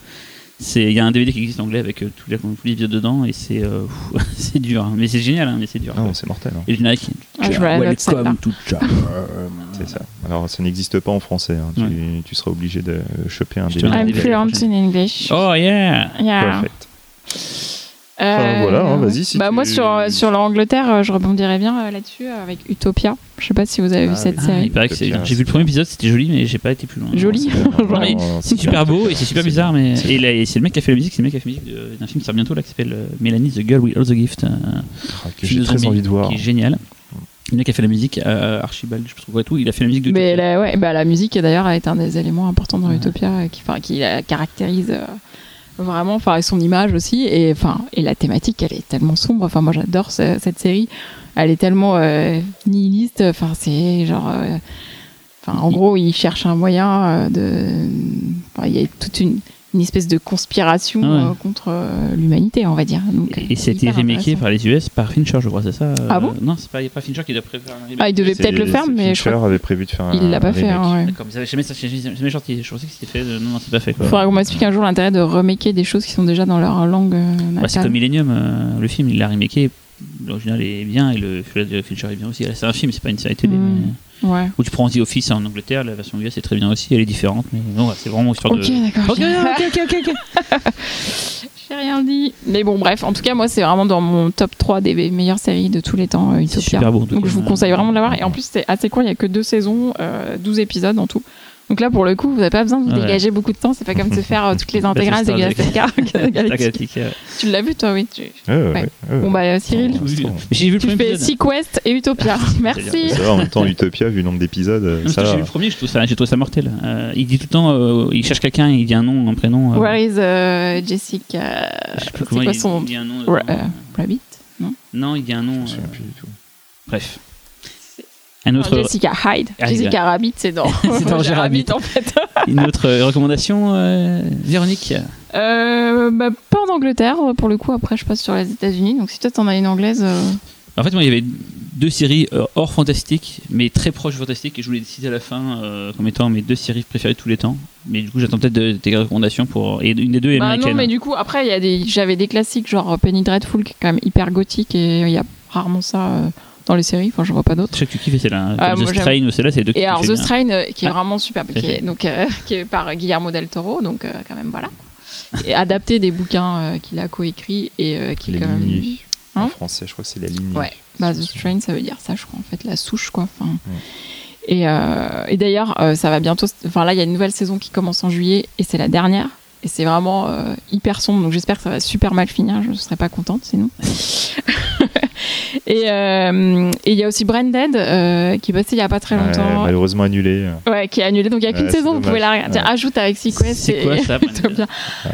B: c'est- Il y a un DVD qui existe anglais avec euh, tous les tous les épisodes dedans, et c'est euh, pff, c'est dur, hein. mais c'est génial, hein, mais c'est dur.
C: Ah Non, c'est mortel. hein.
B: Et le générique,
A: Ah, je vais la note, celle-là.
B: Welcome to Jam.
C: C'est ça. Alors, ça n'existe pas en français. hein. Tu, tu seras obligé de choper un
B: Je te
C: DVD.
B: mets un
A: I'm
B: DVD.
A: fluent in English.
B: Oh yeah!
A: Yeah.
C: Perfect.
A: Euh,
C: voilà, hein, vas-y, si
A: bah
C: tu-
A: moi sur sur l'Angleterre, euh, je rebondirais bien euh, là-dessus euh, avec Utopia. Je sais pas si vous avez
C: Ah,
A: vu cette
C: oui.
B: Ah,
A: série.
B: il paraît que c'est- J'ai vu le premier épisode, c'était joli, mais j'ai pas été plus loin.
A: Joli.
C: Vraiment,
B: mais C'est super beau et c'est super bizarre, mais et, là, et c'est le mec qui a fait la musique, c'est le mec qui a fait la musique de- d'un film qui sort bientôt là qui s'appelle euh, Mélanie the Girl with All the Gift, euh,
C: Ah, que
B: film
C: j'ai
B: de
C: très
B: zombie
C: envie de voir.
B: qui est génial. Le mec qui a fait la musique euh, Archibald, je sais pas quoi et tout, il a fait la musique de.
A: Mais
B: tout.
A: la, ouais, bah la musique d'ailleurs est un des éléments importants dans
B: Ouais.
A: Utopia euh, qui, enfin, qui la caractérise euh, vraiment, enfin et son image aussi et enfin et la thématique elle est tellement sombre. Enfin moi j'adore ce- cette série, elle est tellement euh, nihiliste. Enfin c'est genre, euh, enfin en gros ils cherchent un moyen euh, de, enfin, il y a toute une, une espèce de conspiration
B: Ah ouais.
A: euh, contre euh, l'humanité on va dire. Donc,
B: Et- Et
A: c'est
B: c'était
A: hyper
B: remaké
A: intéressant.
B: par les US par Fincher, je crois, c'est ça euh,
A: Ah bon
B: Non, c'est pas, y a pas Fincher qui doit prévoir un remake.
A: Ah, il devait
C: C'est-
A: peut-être le
C: c'est
A: faire, mais je
C: Fincher
A: crois
C: avait prévu de faire un.
A: qu'il l'a pas fait.
C: remake.
A: hein, ouais.
B: D'accord, mais ça avait jamais ça- j'ai- j'ai- jamais sorti, je pensais que c'était fait, euh, non, non, c'est pas fait quoi.
A: Il faudra qu'on m'explique un jour l'intérêt de remaker des choses qui sont déjà dans leur langue euh,
B: Bah, c'est
A: natale.
B: comme Millennium, euh, le film, il l'a remaké. L'original est bien et le celui de Fincher est bien aussi. Là, C'est un film, c'est pas une série télé.
A: Mm.
B: mais-
A: ouais.
B: Ou tu prends The Office en Angleterre, la version US est très bien aussi, elle est différente, mais non, ouais, c'est vraiment histoire
A: Ok,
B: de.
A: d'accord.
B: Ok, ok, ok, ok, ok.
A: J'ai rien dit. Mais bon, bref, en tout cas, moi, c'est vraiment dans mon top 3 des meilleures séries de tous les temps, euh,
B: C'est
A: Utopia.
B: super beau. en tout
A: Donc,
B: cas.
A: je vous conseille vraiment de l'avoir. Et en plus, c'est assez court, il n'y a que deux saisons, euh, 12 épisodes en tout. Donc là, pour le coup, vous n'avez pas besoin de vous
B: Ouais.
A: dégager beaucoup de temps. C'est pas comme de se faire euh, toutes les intégrales des
B: Battlestar
A: Galactica.
B: Star
A: Galactica.
B: Galactica, ouais.
A: Tu l'as vu, toi, oui. tu-
C: Ouais, ouais,
A: Ouais.
C: ouais, ouais.
A: Bon, bah, euh, Cyril,
C: Bon,
B: Oui,
C: c'est
B: oui.
C: bon.
B: J'ai vu le
A: tu
B: premier
A: fais
B: épisode.
A: Sequest et Utopia. Merci.
C: Ça va, en même temps, Utopia, vu le nombre d'épisodes, euh,
B: Non,
C: ça
B: surtout, J'ai vu
C: va.
B: le premier, j'ai trouvé ça, j'ai trouvé ça mortel. Euh, il dit tout le temps, euh, il cherche quelqu'un, il dit un nom, un prénom. euh,
A: Where is euh, Jessica
B: je sais
A: c'est
B: plus comment
A: quoi
B: il,
A: son-
B: il dit un nom.
A: Ra-
B: dedans.
A: euh, Rabbit Non
B: Non, il dit un
C: Je
B: nom.
C: me souviens
B: euh,
C: plus du tout.
B: Bref. Un autre,
A: Jessica Hyde.
B: Ah,
A: Jessica Rabbit, c'est dans,
B: C'est dans
A: Roger
B: Rabbit.
A: en fait.
B: une autre euh, recommandation, euh, Véronique.
A: Euh, bah, pas en Angleterre, pour le coup. Après, je passe sur les États-Unis. Donc, si toi, t'en as une anglaise. euh,
B: En fait, moi, il y avait deux séries euh, hors fantastique, mais très proches du fantastique, et je voulais décider à la fin euh, comme étant mes deux séries préférées de tous les temps. Mais du coup, j'attends peut-être de- tes recommandations pour. Et une des deux est
A: Bah, non,
B: américaine.
A: mais du coup, après, il y a des... j'avais des classiques, genre Penny Dreadful, qui est quand même hyper gothique. Et il y a rarement ça euh, dans les séries. Enfin, je vois pas d'autres.
B: Je sais que tu kiffes celle-là.
A: Ah,
B: hein, Comme
A: moi,
B: The
A: j'aime.
B: Strain ou celle-là, c'est les deux que
A: Et
B: tu
A: alors
B: kiffes
A: The
B: bien.
A: Strain, euh, qui est
B: Ah.
A: vraiment superbe, qui est,
B: Parfait.
A: donc, euh, qui est par Guillermo del Toro, donc euh, quand même voilà. Et adapté des bouquins euh, qu'il a coécrits et euh, qui est
C: Les
A: quand même...
C: lignées.
A: Hein
C: En français, je crois que c'est la lignée.
A: Ouais. Bah, The Strain, ça veut dire ça, je crois, en fait, la souche, quoi. Enfin,
C: Ouais.
A: Et, euh, et d'ailleurs, euh, ça va bientôt. Enfin, là, il y a une nouvelle saison qui commence en juillet et c'est la dernière. Et c'est vraiment euh, hyper sombre, donc j'espère que ça va super mal finir. Je ne serais pas contente sinon. Et euh, et il y a aussi Branded euh, qui est passé il y a pas très
C: Ouais,
A: longtemps. Ouais,
C: malheureusement annulé.
A: qui est annulé. Donc il y a qu'une
C: Ouais, c'est
A: saison, vous pouvez la regarder. Tiens, Ajoute avec Sequest.
B: C'est quoi ça, Branded
A: Utopia.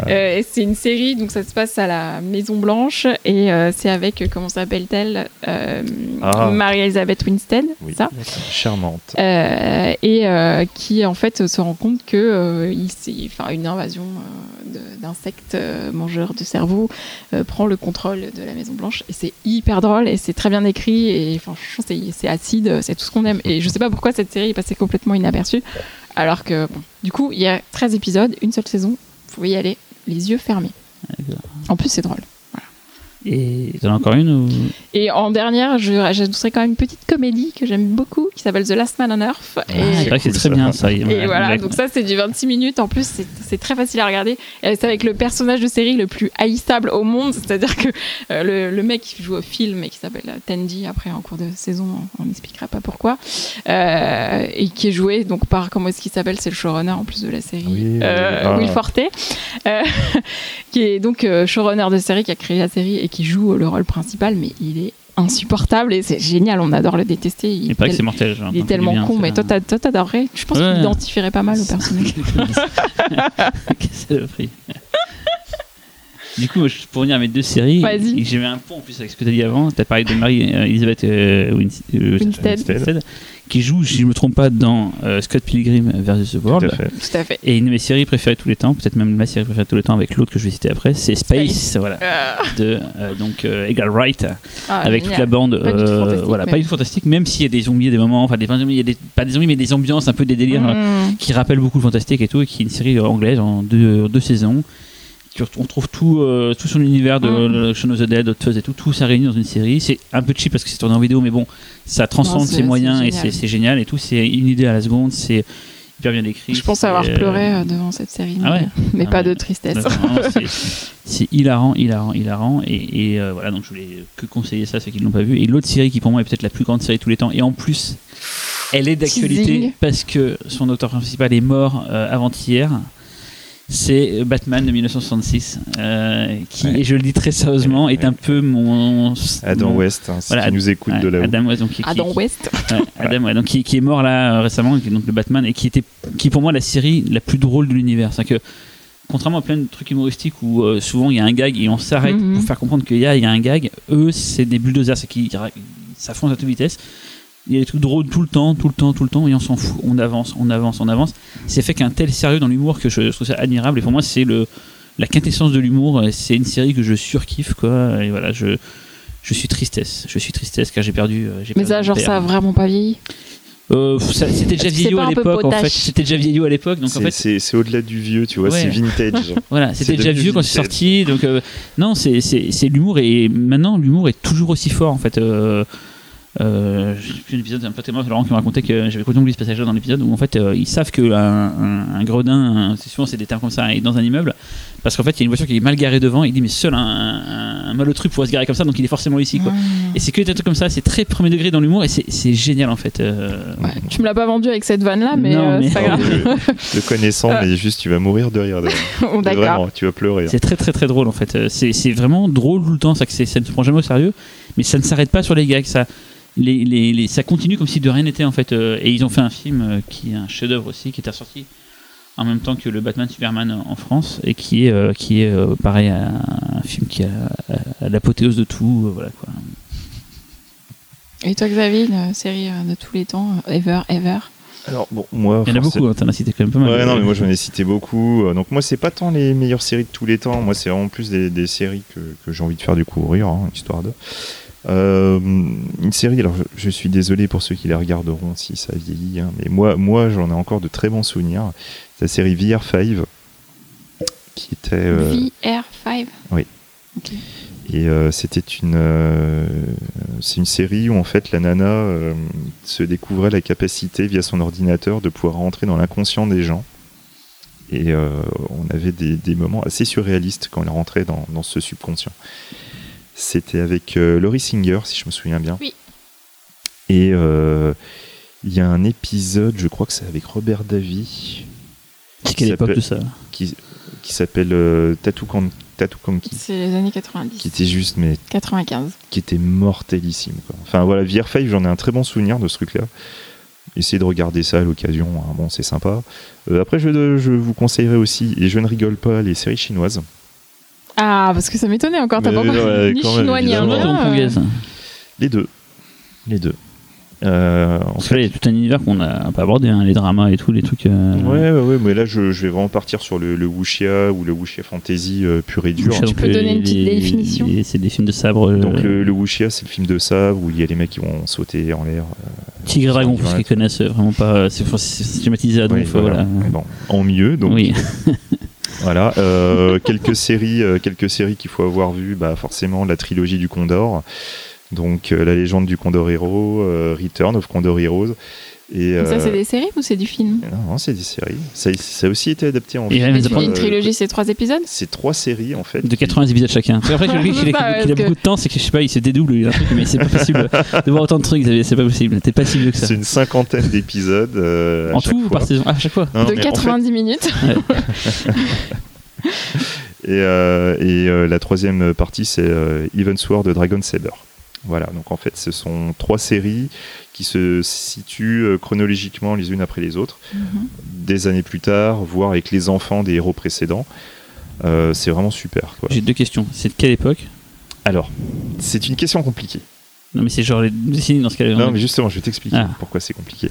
A: Euh, et c'est une série, donc ça se passe à la Maison Blanche et euh, c'est avec, euh, comment s'appelle-t-elle Euh,
C: Ah.
A: Marie-Elisabeth Winstead,
C: Oui.
A: ça
C: Charmante.
A: euh, et euh, qui en fait se rend compte que euh, il s'est- enfin, une invasion euh, de- d'insectes euh, mangeurs de cerveau euh, prend le contrôle de la Maison Blanche et c'est hyper drôle et c'est très bien écrit et enfin franchement, c'est c'est acide c'est tout ce qu'on aime et je sais pas pourquoi cette série est passée complètement inaperçue alors que bon, du coup il y a 13 épisodes une seule saison vous pouvez y aller les yeux fermés
B: D'accord.
A: en plus c'est drôle
B: Et t'en as encore une ou...
A: et en dernière je- j'ajouterai quand même une petite comédie que j'aime beaucoup qui s'appelle The Last Man on Earth et
B: Ah, C'est vrai que c'est
C: cool,
B: très
C: ça.
B: bien ça.
A: Et voilà, donc ça c'est du 26 minutes. En plus, c'est- c'est très facile à regarder. Et C'est avec le personnage de série le plus haïssable au monde, c'est-à-dire que euh, le, le mec qui joue au film et qui s'appelle euh, Tandy, après en cours de saison, on n'expliquera pas pourquoi, euh, et qui est joué donc par, comment est-ce qu'il s'appelle C'est le showrunner en plus de la série.
C: Oui, oui,
A: euh,
C: oui. Ah.
A: Will Forte, euh, qui est donc euh, showrunner de série, qui a créé la série et qui joue euh, le rôle principal, mais il est insupportable et c'est génial, on adore le détester. Il
B: Et
A: est
B: pas que
A: tel-
B: c'est mortel. genre,
A: il est
B: Hein, quand tu dis
A: tellement
B: bien,
A: con,
B: c'est
A: mais
B: un-
A: toi, t'as- toi, t'adorerais. Je pense que
B: Ouais.
A: tu t'identifierais pas mal au personnage.
B: Quelle saloperie. Du coup, je- pour revenir à mes deux séries,
A: Vas-y.
B: et j'avais un pont en plus avec ce que tu as dit avant. Tu as parlé de euh, Marie-Elisabeth euh,
A: Winstead.
B: qui joue, si je me trompe pas, dans euh, Scott Pilgrim versus The
C: Tout à
B: World.
C: fait.
A: Tout à fait.
B: Et une de mes séries préférées tous les temps, peut-être même ma série préférée tous les temps avec l'autre que je vais citer après, c'est Space, voilà,
A: Ah,
B: de euh, donc euh, Edgar Wright, avec toute la bande,
A: Pas du tout
B: euh,
A: fantastique,
B: voilà,
A: mais-
B: pas du tout fantastique, même s'il y a des zombies, à des moments, enfin des, pas des zombies, il y a des- pas des zombies, mais des ambiances un peu des délires
A: Mm.
B: euh,
A: Mmh.
B: qui rappelle beaucoup le fantastique et tout, et qui est une série euh, anglaise en deux, euh, deux saisons. qui ret- On trouve tout, euh, tout son univers de
A: Mm.
B: de Shaun of the Dead, Hot Fuzz et tout, tout ça réuni dans une série. C'est un peu cheap parce que c'est tourné en vidéo, mais bon, ça transcende
A: Non, c'est-
B: ses moyens
A: c'est
B: et c'est
A: génial.
B: c'est génial et tout. C'est une idée à la seconde, c'est hyper bien écrit.
A: Je pense
B: c'est,
A: avoir
B: euh,
A: pleuré euh, devant cette série,
B: Ah
A: mais-
B: ouais
A: mais
B: Ah
A: pas
B: ouais.
A: de tristesse.
B: non, non, c'est- c'est- C'est hilarant, hilarant, hilarant. Et, et, euh, voilà, donc je voulais que conseiller ça à ceux qui ne l'ont pas vu. Et l'autre série qui pour moi est peut-être la plus grande série de tous les temps, et en plus, elle est
A: Teasing.
B: d'actualité parce que son auteur principal est mort euh, avant-hier. C'est euh, Batman de 1966, euh, qui,
C: Ouais.
B: et je le dis très sérieusement, est
C: Ouais.
B: un peu mon.
C: Adam
B: mon-
C: West, hein,
B: Voilà,
C: qui nous écoute
B: ouais,
C: de là-haut.
B: Adam West, donc, qui- qui-
A: Adam West.
B: Ouais, Adam, ouais, donc qui, qui est mort là euh, récemment, qui est donc le Batman, et qui était, qui est pour moi la série la plus drôle de l'univers. C'est que contrairement à plein de trucs humoristiques où euh, souvent il y a un gag et on s'arrête
A: Mhm.
B: pour faire comprendre qu'il y a, il y a un gag, eux c'est des bulldozers, c'est qui ça fonce à toute vitesse. Il y a des trucs drôles tout le temps, tout le temps, tout le temps, et on s'en fout. On avance, on avance, on avance. C'est fait qu'un tel sérieux dans l'humour que je, je trouve ça admirable. Et pour moi, c'est le la quintessence de l'humour. Et C'est une série que je surkiffe, quoi. Et voilà, je je suis tristesse. Je suis tristesse car j'ai perdu. euh, j'ai
A: Mais
B: perdu
A: ça,
B: mon
A: genre,
B: père.
A: ça a vraiment pas vieilli.
B: Euh, ça- c'était
A: Est-ce
B: déjà
A: que c'est
B: vieillot
A: pas
B: à
A: un peu
B: l'époque en
A: potache
B: fait c'était déjà vieillot à l'époque donc en
C: C'est-
B: fait
C: C'est c'est au-delà du vieux, tu vois,
B: Ouais.
C: c'est vintage.
B: voilà
C: c'est
B: c'était déjà
C: devenu
B: vieux quand c'est
C: vintage.
B: sorti donc euh, non c'est c'est c'est l'humour et maintenant l'humour est toujours aussi fort en fait euh, euh, je sais plus un épisode, c'est un pote à moi, Laurent, qui me racontait que j'avais complètement oublié ce passage-là dans l'épisode où en fait euh, ils savent qu'un un, un gredin, un- c'est souvent c'est des termes comme ça, est dans un immeuble parce qu'en fait il y a une voiture qui est mal garée devant. Il dit, mais seul un, un, un malotru pourrait se garer comme ça, donc il est forcément ici quoi.
A: Mmh.
B: Et c'est que des trucs comme ça, c'est très premier degré dans l'humour et c'est c'est génial en fait. euh,
A: Ouais, Tu me l'as pas vendu avec cette vanne là, mais
B: Non,
A: euh,
B: mais-
A: c'est pas
C: Ah,
A: grave.
C: le, le connaissant,
A: Ah.
C: mais juste tu vas mourir de rire. d'ailleurs.
A: Bon,
C: Mais
A: Oh, D'accord.
C: Vraiment, tu vas pleurer. hein.
B: C'est très très très drôle en fait. Euh, C'est c'est vraiment drôle tout le temps, ça, que c'est- ça ne se prend jamais au sérieux, mais ça ne s'arrête pas sur les gags. Ça, les, les- les- ça continue comme si de rien n'était en fait. Euh, Et ils ont fait un film euh, qui est un chef-d'œuvre aussi, qui était sorti en même temps que le Batman Superman en- en France et qui est, euh, qui est euh, pareil, un, un film qui a à- à l'apothéose de tout. euh, voilà quoi.
A: Et toi, Xavier, une série euh, de tous les temps, euh, Ever, Ever.
C: Alors bon, moi,
B: Il y en a
C: forcément-
B: beaucoup, hein, t'en as cité quand même pas mal.
C: Ouais, non, mais moi j'en ai cité beaucoup. Euh, Donc moi, c'est pas tant les meilleures séries de tous les temps. Moi, c'est vraiment plus des, des séries que, que j'ai envie de faire découvrir, hein, histoire de. Euh, une série, alors je, je suis désolé pour ceux qui la regarderont si ça vieillit, hein, mais moi, moi j'en ai encore de très bons souvenirs. C'est la série VR5 qui était. euh,
A: VR5.
C: Et euh, c'était une, euh, c'est une série où en fait la nana euh, se découvrait la capacité via son ordinateur de pouvoir rentrer dans l'inconscient des gens. Et euh, on avait des, des moments assez surréalistes quand elle rentrait dans, dans ce subconscient. C'était avec euh, Laurie Singer, si je me souviens bien.
A: Oui.
C: Et euh, il y a un épisode, je crois que c'est avec Robert Davy,
B: C'est quelle
C: Ça
B: époque
C: peut-
B: tout ça
C: qui, qui s'appelle euh, Tattoo Can- Tatou Kanki,
A: C'est les années
C: qui
A: 90.
C: était juste, mais
A: 95.
C: qui était mortelissime. quoi. Enfin voilà, VR5, j'en ai un très bon souvenir de ce truc-là. Essayez de regarder ça à l'occasion, hein, bon, c'est sympa. Euh, après, je, je vous conseillerais aussi, et je ne rigole pas, les séries chinoises.
A: Ah, parce que ça m'étonnait encore, t'as
C: Mais
A: pas
C: non, euh,
A: parlé ni
C: quand même,
A: chinois ni euh.
C: évidemment.
B: Chinoise ou
A: indien.
C: euh,
B: hongkongaise
C: Les deux. Les deux. Euh, en
B: Parce que là, il y a tout un univers qu'on n'a pas abordé, hein, les dramas et tout, les trucs. euh,
C: Ouais, ouais, ouais, mais là je, je vais vraiment partir sur le, le wuxia ou le wuxia fantasy euh, pur et dur.
B: je sais
A: Tu
B: pas,
A: peux
B: les-
A: donner une petite
B: les-
A: définition
B: les- C'est des films de sabre.
C: Donc
B: euh,
C: le, le wuxia, c'est le film de sabre où il y a les mecs qui vont sauter en l'air. euh,
B: Tigre et dragon, pour ceux
C: Ouais.
B: qui connaissent euh, vraiment pas. euh, C'est enfin, c'est schématisé à
C: ouais,
B: donf, voilà.
C: Mais Bon, en mieux, donc
B: oui,
C: voilà. Euh, quelques séries, euh, quelques séries qu'il faut avoir vues, bah forcément la trilogie du Condor. Donc euh, la légende du Condor Hero, euh, Return of Condor Heroes. Et,
A: Ça,
C: euh,
A: c'est des séries ou c'est du film
C: non, non, c'est des séries. Ça, ça a aussi été adapté en
B: Et la
C: film.
B: même
A: Tu dis
B: euh,
A: une trilogie, c'est trois épisodes
C: C'est trois séries en fait.
B: de 80 épisodes chacun. C'est après que lui,
A: Je
B: qu'il
A: sais
B: a,
A: pas,
B: qu'il a
A: parce
B: beaucoup de temps, c'est que je sais pas, il se dédouble, il a un truc, mais c'est pas possible de voir autant de trucs, Xavier, c'est pas possible. T'es pas si vieux que
C: C'est
B: ça.
C: une cinquantaine d'épisodes. euh, à
B: En
C: chaque
B: tout,
C: fois.
B: par saison, Ah, à chaque fois.
C: Non,
A: De
C: mais Hein en fait,
A: 90 minutes
C: Et, euh, et, euh, la troisième partie, c'est euh, Even Sword de Dragon Saber. Voilà, donc en fait, ce sont trois séries qui se situent euh, chronologiquement les unes après les autres, des années plus tard, voire avec les enfants des héros précédents. Euh, c'est vraiment super. Quoi.
B: J'ai deux questions. C'est de quelle époque
C: Alors, c'est une question compliquée.
B: Non, mais c'est genre les dessins dans ce cas-là.
C: Non, mais justement, je vais t'expliquer
B: Ah.
C: pourquoi c'est compliqué.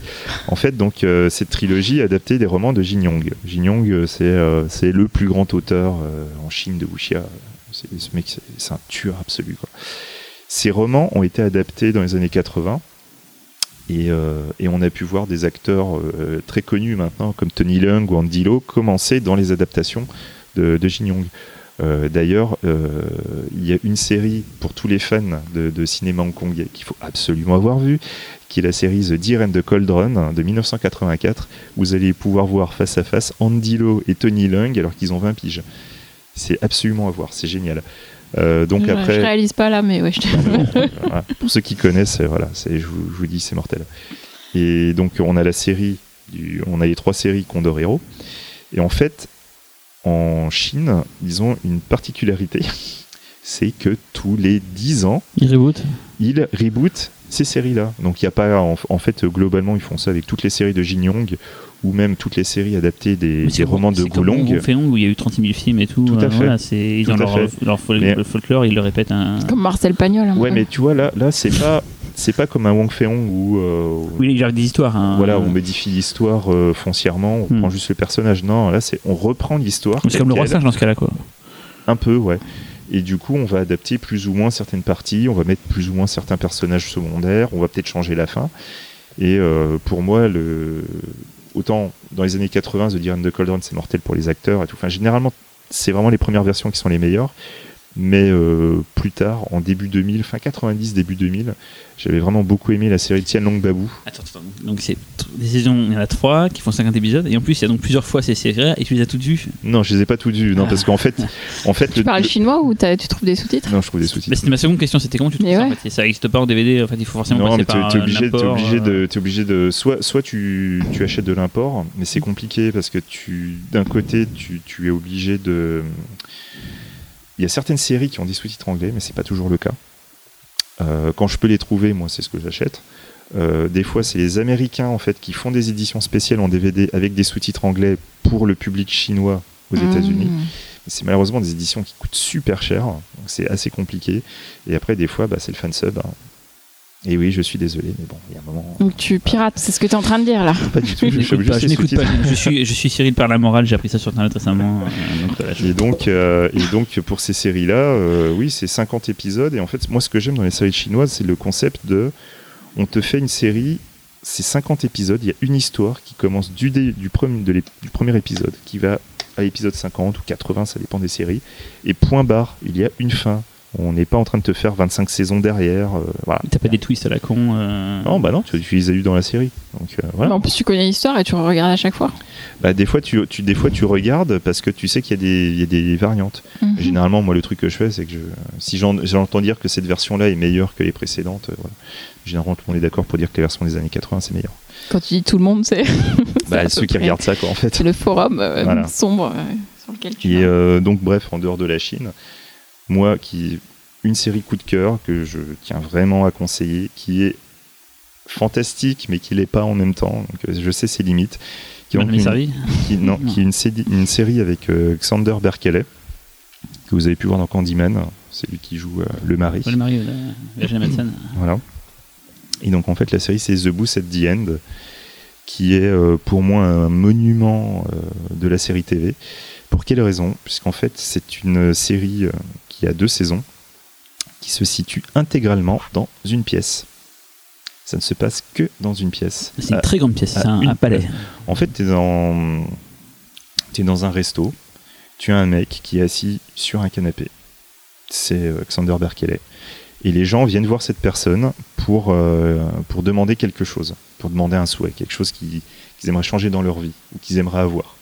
C: En fait, donc, euh, cette trilogie est adaptée des romans de Jin Yong. Jin Yong, euh, c'est euh, c'est le plus grand auteur euh, en Chine de wuxia. C'est- Ce mec, c'est- c'est un tueur absolu. Quoi. Ces romans ont été adaptés dans les années 80. Et, euh, et on a pu voir des acteurs euh, très connus maintenant, comme Tony Leung ou Andy Lau, commencer dans les adaptations de, de Jin Yong. Euh, D'ailleurs, euh, il y a une série pour tous les fans de, de cinéma hongkongais qu'il faut absolument avoir vue, qui est la série The Deer and the Cauldron hein, de 1984. Vous allez pouvoir voir face à face Andy Lau et Tony Leung alors qu'ils ont 20 piges. C'est absolument à voir, c'est génial. Euh, donc
A: je,
C: après,
A: je réalise pas là, mais ouais, je te-
C: voilà. Pour ceux qui connaissent, euh, voilà, c'est, je, vous, je vous dis, c'est mortel. Et donc, on a la série, du- on a les trois séries Condor Hero. Et en fait, en Chine, ils ont une particularité c'est que tous les 10 ans,
B: Il reboot.
C: ils rebootent ces séries-là. Donc, il n'y a pas. En, en fait, globalement, ils font ça avec toutes les séries de Jin Yong ou même toutes les séries adaptées des, des romans de Goulong.
B: Gulong. où il y a eu 36 000 films et tout.
C: Tout à
B: euh,
C: fait.
B: Voilà, c'est, ils
C: Tout
B: ont
C: à
B: leur,
C: fait.
B: leur fol-
C: Mais-
B: le folklore, ils le répètent hein. un.
A: comme Marcel Pagnol. hein, un
C: Ouais,
A: peu.
C: mais tu vois, là, là c'est pas. C'est pas comme un Wang Feong où, euh,
B: Oui, il y a des histoires. hein.
C: Voilà, on modifie l'histoire euh, foncièrement, on
B: Hmm.
C: prend juste le personnage. Non, là, c'est on reprend l'histoire.
B: C'est comme le roi
C: telle
B: singe dans ce cas-là, quoi.
C: quelle, Un peu, ouais. Et du coup, on va adapter plus ou moins certaines parties, on va mettre plus ou moins certains personnages secondaires, on va peut-être changer la fin. Et euh, pour moi, le... autant dans les années 80, The Deer and the Cauldron, c'est mortel pour les acteurs et tout. Enfin, généralement, c'est vraiment les premières versions qui sont les meilleures. Mais euh, plus tard, en début 2000, fin 90, début 2000, j'avais vraiment beaucoup aimé la série Tianlong Babu.
B: Attends, attends. Donc, c'est tr- des saisons, il y en a 3 qui font 50 épisodes. Et en plus, il y a donc plusieurs fois ces séries et tu les as toutes vues.
C: Non, je les ai pas toutes vues. Non, parce qu'en fait, en fait,
A: Tu
C: le-
A: parles chinois ou t'as- tu trouves des sous-titres
C: non, je trouve des sous
B: Bah, c'était ma seconde question, c'était comment tu trouves
A: Mais
B: ça en
A: ouais.
B: fait Ça n'existe pas en DVD, en fait, il faut forcément
C: Non,
B: passer
C: mais t'es
B: par
C: t'es
B: un
C: obligé, t'es
B: apport,
C: obligé
B: euh,
C: de, t'es obligé de, soit, soit tu, tu achètes de l'import, mais c'est compliqué parce que tu, d'un côté, tu, tu es obligé de. Il y a certaines séries qui ont des sous-titres anglais, mais c'est pas toujours le cas. Euh, quand je peux les trouver, moi, c'est ce que j'achète. Euh, des fois, c'est les Américains en fait qui font des éditions spéciales en DVD avec des sous-titres anglais pour le public chinois aux
A: Ah. Mmh.
C: États-Unis. C'est malheureusement des éditions qui coûtent super cher, donc c'est assez compliqué. Et après, des fois, bah, c'est le fansub. hein. Et oui, je suis désolé, mais bon, il y a un moment.
A: Donc tu pirates, c'est ce que t'es en train de dire là.
C: Pas du tout,
B: Je
C: je suis
B: n'écoute
C: obligé
B: pas,
C: de
B: je
C: les
B: n'écoute pas.
C: sous-titres.
B: Je suis, je suis Cyril par la morale, j'ai appris ça sur internet récemment. euh, donc, voilà, je-
C: Et donc, euh, et donc, pour ces séries-là, euh, oui, c'est 50 épisodes. Et en fait, moi, ce que j'aime dans les séries chinoises, c'est le concept de. On te fait une série, c'est 50 épisodes, il y a une histoire qui commence du, dé- du, premier, de l'ép- du premier épisode, qui va à l'épisode 50 ou 80, ça dépend des séries. Et point barre, il y a une fin. On n'est pas en train de te faire 25 saisons derrière. euh, voilà.
B: T'as pas des twists à la con. euh,
C: Non, bah non, tu, tu les as eu dans la série. Donc euh, voilà.
A: Mais En plus, tu connais l'histoire et tu regardes à chaque fois.
C: Bah, des, fois, tu, tu- des fois, tu regardes parce que tu sais qu'il y, a des- il y a des variantes.
A: Mhm.
C: Généralement, moi, le truc que je fais, c'est que je, si j'en- j'entends dire que cette version-là est meilleure que les précédentes, euh, voilà. généralement, tout le monde est d'accord pour dire que la version des années 80, c'est meilleur.
A: Quand tu dis tout le monde, c'est
C: Bah,
A: à
C: ceux
A: peu
C: qui
A: près.
C: regardent ça, quoi, en fait.
A: c'est le forum euh,
C: Voilà.
A: sombre. euh, sur le lequel tu
C: Et
A: vas.
C: euh, donc, bref, en dehors de la Chine, moi, qui une série coup de cœur que je tiens vraiment à conseiller, qui est fantastique, mais qui l'est pas en même temps. Donc, euh, je sais ses limites. Qui est
B: Madame
C: donc
B: est
C: une-
B: servie
C: qui, non,
B: Non.
C: qui est une, sédi- une série avec euh, Xander Berkeley, que vous avez pu voir dans Candyman. C'est lui qui joue euh, le mari.
B: Paul Marie, voilà. Virginia Madsen.
C: Voilà. Et donc en fait la série c'est The Booth at the End, qui est euh, pour moi un monument euh, de la série TV. Pour quelle raison Puisqu'en fait c'est une série euh, qui a deux saisons, qui se situe intégralement dans une pièce. Ça ne se passe que dans une pièce.
B: C'est une
C: Ah,
B: très grande pièce, c'est
C: ah,
B: un,
C: une
B: un palais.
C: en fait, t'es dans, t'es dans un resto, tu as un mec qui est assis sur un canapé. C'est euh, Xander Berkeley. Et les gens viennent voir cette personne pour, euh, pour demander quelque chose, pour demander un souhait, quelque chose qui- qu'ils aimeraient changer dans leur vie ou qu'ils aimeraient avoir.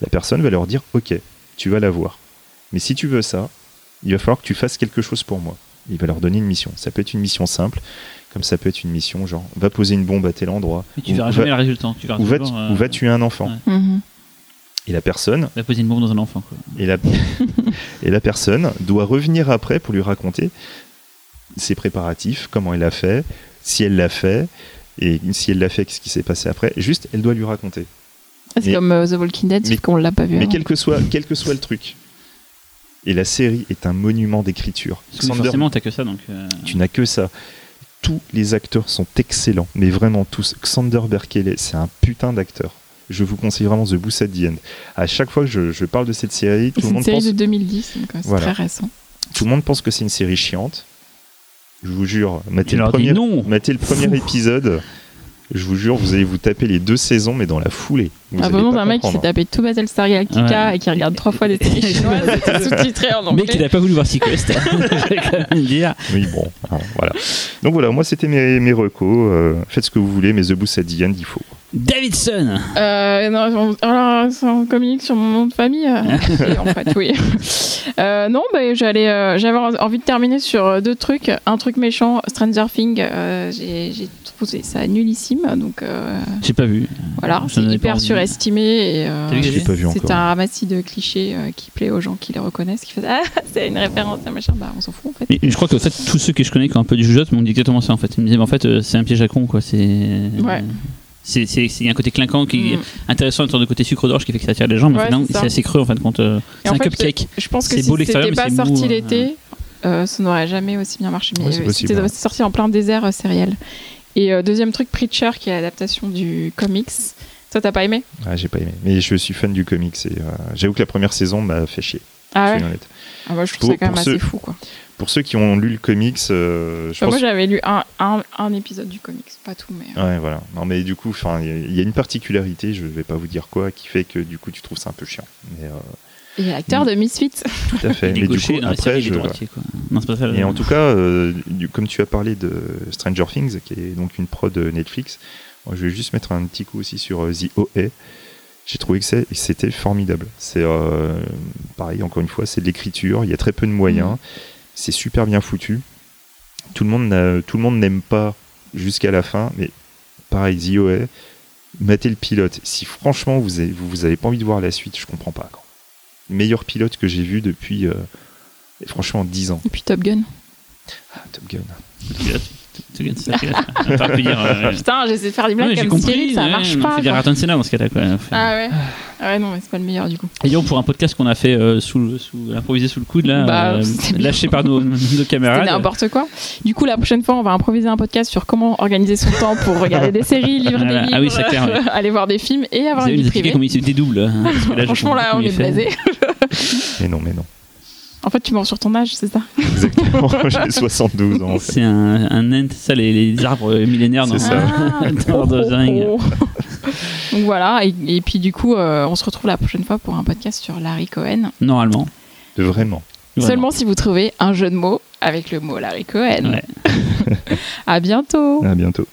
C: La personne va leur dire Ok, tu vas l'avoir. Mais si tu veux ça, il va falloir que tu fasses quelque chose pour moi. Il va leur donner une mission. Ça peut être une mission simple, comme ça peut être une mission genre va poser une bombe à tel endroit.
B: Mais tu
C: ou
B: verras
C: va-
B: jamais le résultat. Tu verras
C: ou va,
B: toujours, euh,
C: ou va tuer un enfant.
B: ouais.
A: Mhm.
C: Et la personne,
B: va poser une bombe dans un enfant. quoi.
C: et la, et la personne doit revenir après pour lui raconter ses préparatifs, comment elle a fait, si elle l'a fait, et si elle l'a fait, qu'est-ce qui s'est passé après. Juste, elle doit lui raconter.
A: C'est
C: mais-
A: comme euh, The Walking Dead,
C: mais-
A: sauf qu'on l'a pas vu.
C: Mais
A: hein.
C: quel que soit, quel que soit le truc. Et la série est un monument d'écriture.
B: Parce que
C: Xander,
B: forcément, t'as que ça. Donc, euh,
C: tu n'as que ça. Tous les acteurs sont excellents, mais vraiment tous. Xander Berkeley, c'est un putain d'acteur. Je vous conseille vraiment The Booth at the End. À chaque fois que je, je parle de cette série, tout
A: C'est
C: le
A: une
C: monde
A: série
C: pense
A: de 2010, donc euh, c'est
C: Voilà.
A: très récent.
C: Tout le monde pense que c'est une série chiante. Je vous jure,
B: tu
C: mettez le,
B: leur dis
C: premier,
B: non.
C: matez le premier épisode. Je vous jure, vous allez vous taper les deux saisons, mais dans la foulée. Vous
A: Ah,
C: allez
A: vraiment
C: pas
A: d'un mec qui s'est
C: comprendre.
A: tapé tout Battlestar Galactica
B: Ouais.
A: et qui regarde trois fois des séries chinoises sous-titrées en
B: Mais qu'il
A: anglais.
B: n'a pas voulu voir Sequest. Je vais quand même dire.
C: Oui, bon, hein, voilà. Donc voilà, moi c'était mes, mes recos. Euh, faites ce que vous voulez, mais The Boost at the End, il faut.
B: Davidson
A: Euh, non, on, alors, ça, on communique sur mon nom de famille. euh, et en fait, oui. Euh, non, bah, j'allais, euh, j'avais envie de terminer sur euh, deux trucs. Un truc méchant, Stranger Things. euh, j'ai, j'ai trouvé ça nullissime. Donc euh,
B: J'ai pas vu.
A: voilà,
B: Ça
A: c'est
B: n'en est pas
A: hyper
B: envie.
A: surestimé. Et, euh,
B: T'as vu
C: Je l'ai pas vu
A: C'est
C: encore.
A: un ramassis de clichés euh, qui plaît aux gens qui les reconnaissent, qui font Ah, c'est une référence à machin, bah on s'en fout en fait.
B: Et je crois que en fait, tous ceux que je connais qui ont un peu du jugeote m'ont dit exactement ça en fait. Ils me disaient, mais en fait, euh, c'est un piège à con quoi. C'est.
A: Ouais.
B: C'est, c'est, c'est- il y a un côté clinquant qui est
A: Mm.
B: intéressant, une sorte de côté sucre d'orge qui fait que ça attire les gens, mais
A: Ouais,
B: finalement,
A: c'est
B: c'est
A: ça.
B: assez creux en fin de compte. euh,
A: Et
B: C'est
A: en
B: un
A: fait,
B: cupcake.
A: Je pense que
B: C'est
A: si
B: beau l'extérieur,
A: c'était
B: mais
A: pas
B: c'est
A: sorti
B: mou, euh,
A: l'été, euh, ça n'aurait jamais aussi bien marché. Mais
C: Ouais, c'est
A: euh,
C: possible, hein.
A: c'était
C: ouais.
A: c'est sorti en plein désert euh, céréales. Et euh, deuxième truc, Preacher, qui est l'adaptation du comics. Toi, t'as pas aimé
C: Ah, j'ai pas aimé. Mais je suis fan du comics et euh, j'avoue que la première saison m'a fait chier.
A: Ah
C: je
A: ouais
C: suis honnête.
A: ah, Moi, je trouve
C: Pour-
A: ça quand même
C: pour
A: assez
C: ceux-
A: fou. Quoi.
C: Pour ceux qui ont lu le comics, euh, je
A: Enfin,
C: pense
A: Bah, Moi, j'avais lu un, un, un épisode du comics, pas tout, mais. euh,
C: Ouais, voilà. Non, mais du coup, enfin, il y a- il y a une particularité, je vais pas vous dire quoi, qui fait que du coup, tu trouves ça un peu chiant. Mais, euh,
A: Et l'acteur de Misfits.
C: tout à
B: Il
C: fait.
B: est
C: mais du
B: gaucher, hein,
C: coup,
B: dans la série,
C: après,
B: il est
C: je-
B: droitier, quoi. Non, c'est pas ça.
C: Et
B: le-
C: en tout cas, euh, du- comme tu as parlé de Stranger Things, qui est donc une prod de Netflix, moi, je vais juste mettre un petit coup aussi sur euh, The OA. J'ai trouvé que c'est- que c'était formidable. C'est euh, pareil, encore une fois, c'est de l'écriture, il y a très peu de moyens, c'est super bien foutu. Tout le monde n'a- tout le monde n'aime pas jusqu'à la fin, mais pareil, The OA, matez le pilote. Si franchement vous avez, vous, vous avez pas envie de voir la suite, je comprends pas. quoi. Meilleur pilote que j'ai vu depuis, euh, franchement, 10 ans.
A: Et puis Top Gun.
C: Ah, Top Gun.
B: Tu gagnes, c'est ça, tu gagnes. On aurait pu dire, euh,
A: Putain, j'essaie de faire des
B: ouais,
A: blagues
B: j'ai
A: comme
B: compris,
A: Cyril, ça
B: ouais,
A: marche
B: on
A: pas.
B: fait des
A: quoi.
B: ratons de Sénat dans ce cas-là. Quoi. Enfin,
A: Ah ouais. Ah ouais, non, mais c'est pas le meilleur du coup.
B: Et donc, pour un podcast qu'on a fait euh, sous, le- sous, improvisé sous le coude, là,
A: Bah,
B: euh,
A: c'était bien.
B: lâché par nos, nos
A: C'était
B: camarades.
A: n'importe quoi. Du coup, la prochaine fois, on va improviser un podcast sur comment organiser son temps pour regarder des séries, lire des
B: Voilà.
A: livres,
B: Ah oui, c'est clair, ouais.
A: aller voir des films et
B: Vous
A: avoir
B: avez
A: une
B: nous
A: vie privée.
B: expliquer comment il se dédouble. hein, parce que là, je
A: Franchement,
B: comprends
A: là,
B: comment
A: on
B: il
A: est
B: fait.
A: blasé.
C: Mais non, mais non.
A: En fait, tu mens sur ton âge, c'est ça
C: Exactement, j'ai 72 ans. en fait.
B: C'est un, un ent, ça, les, les arbres millénaires dans,
C: C'est ça.
A: Ah,
B: dans dans un ring.
A: oh, oh, oh. Donc voilà, et, et puis du coup, euh, on se retrouve la prochaine fois pour un podcast sur Larry Cohen.
B: Normalement.
C: De vraiment.
B: Vraiment.
A: Seulement si vous trouvez un jeu de mots avec le mot Larry Cohen.
B: Ouais.
A: À bientôt
C: À bientôt.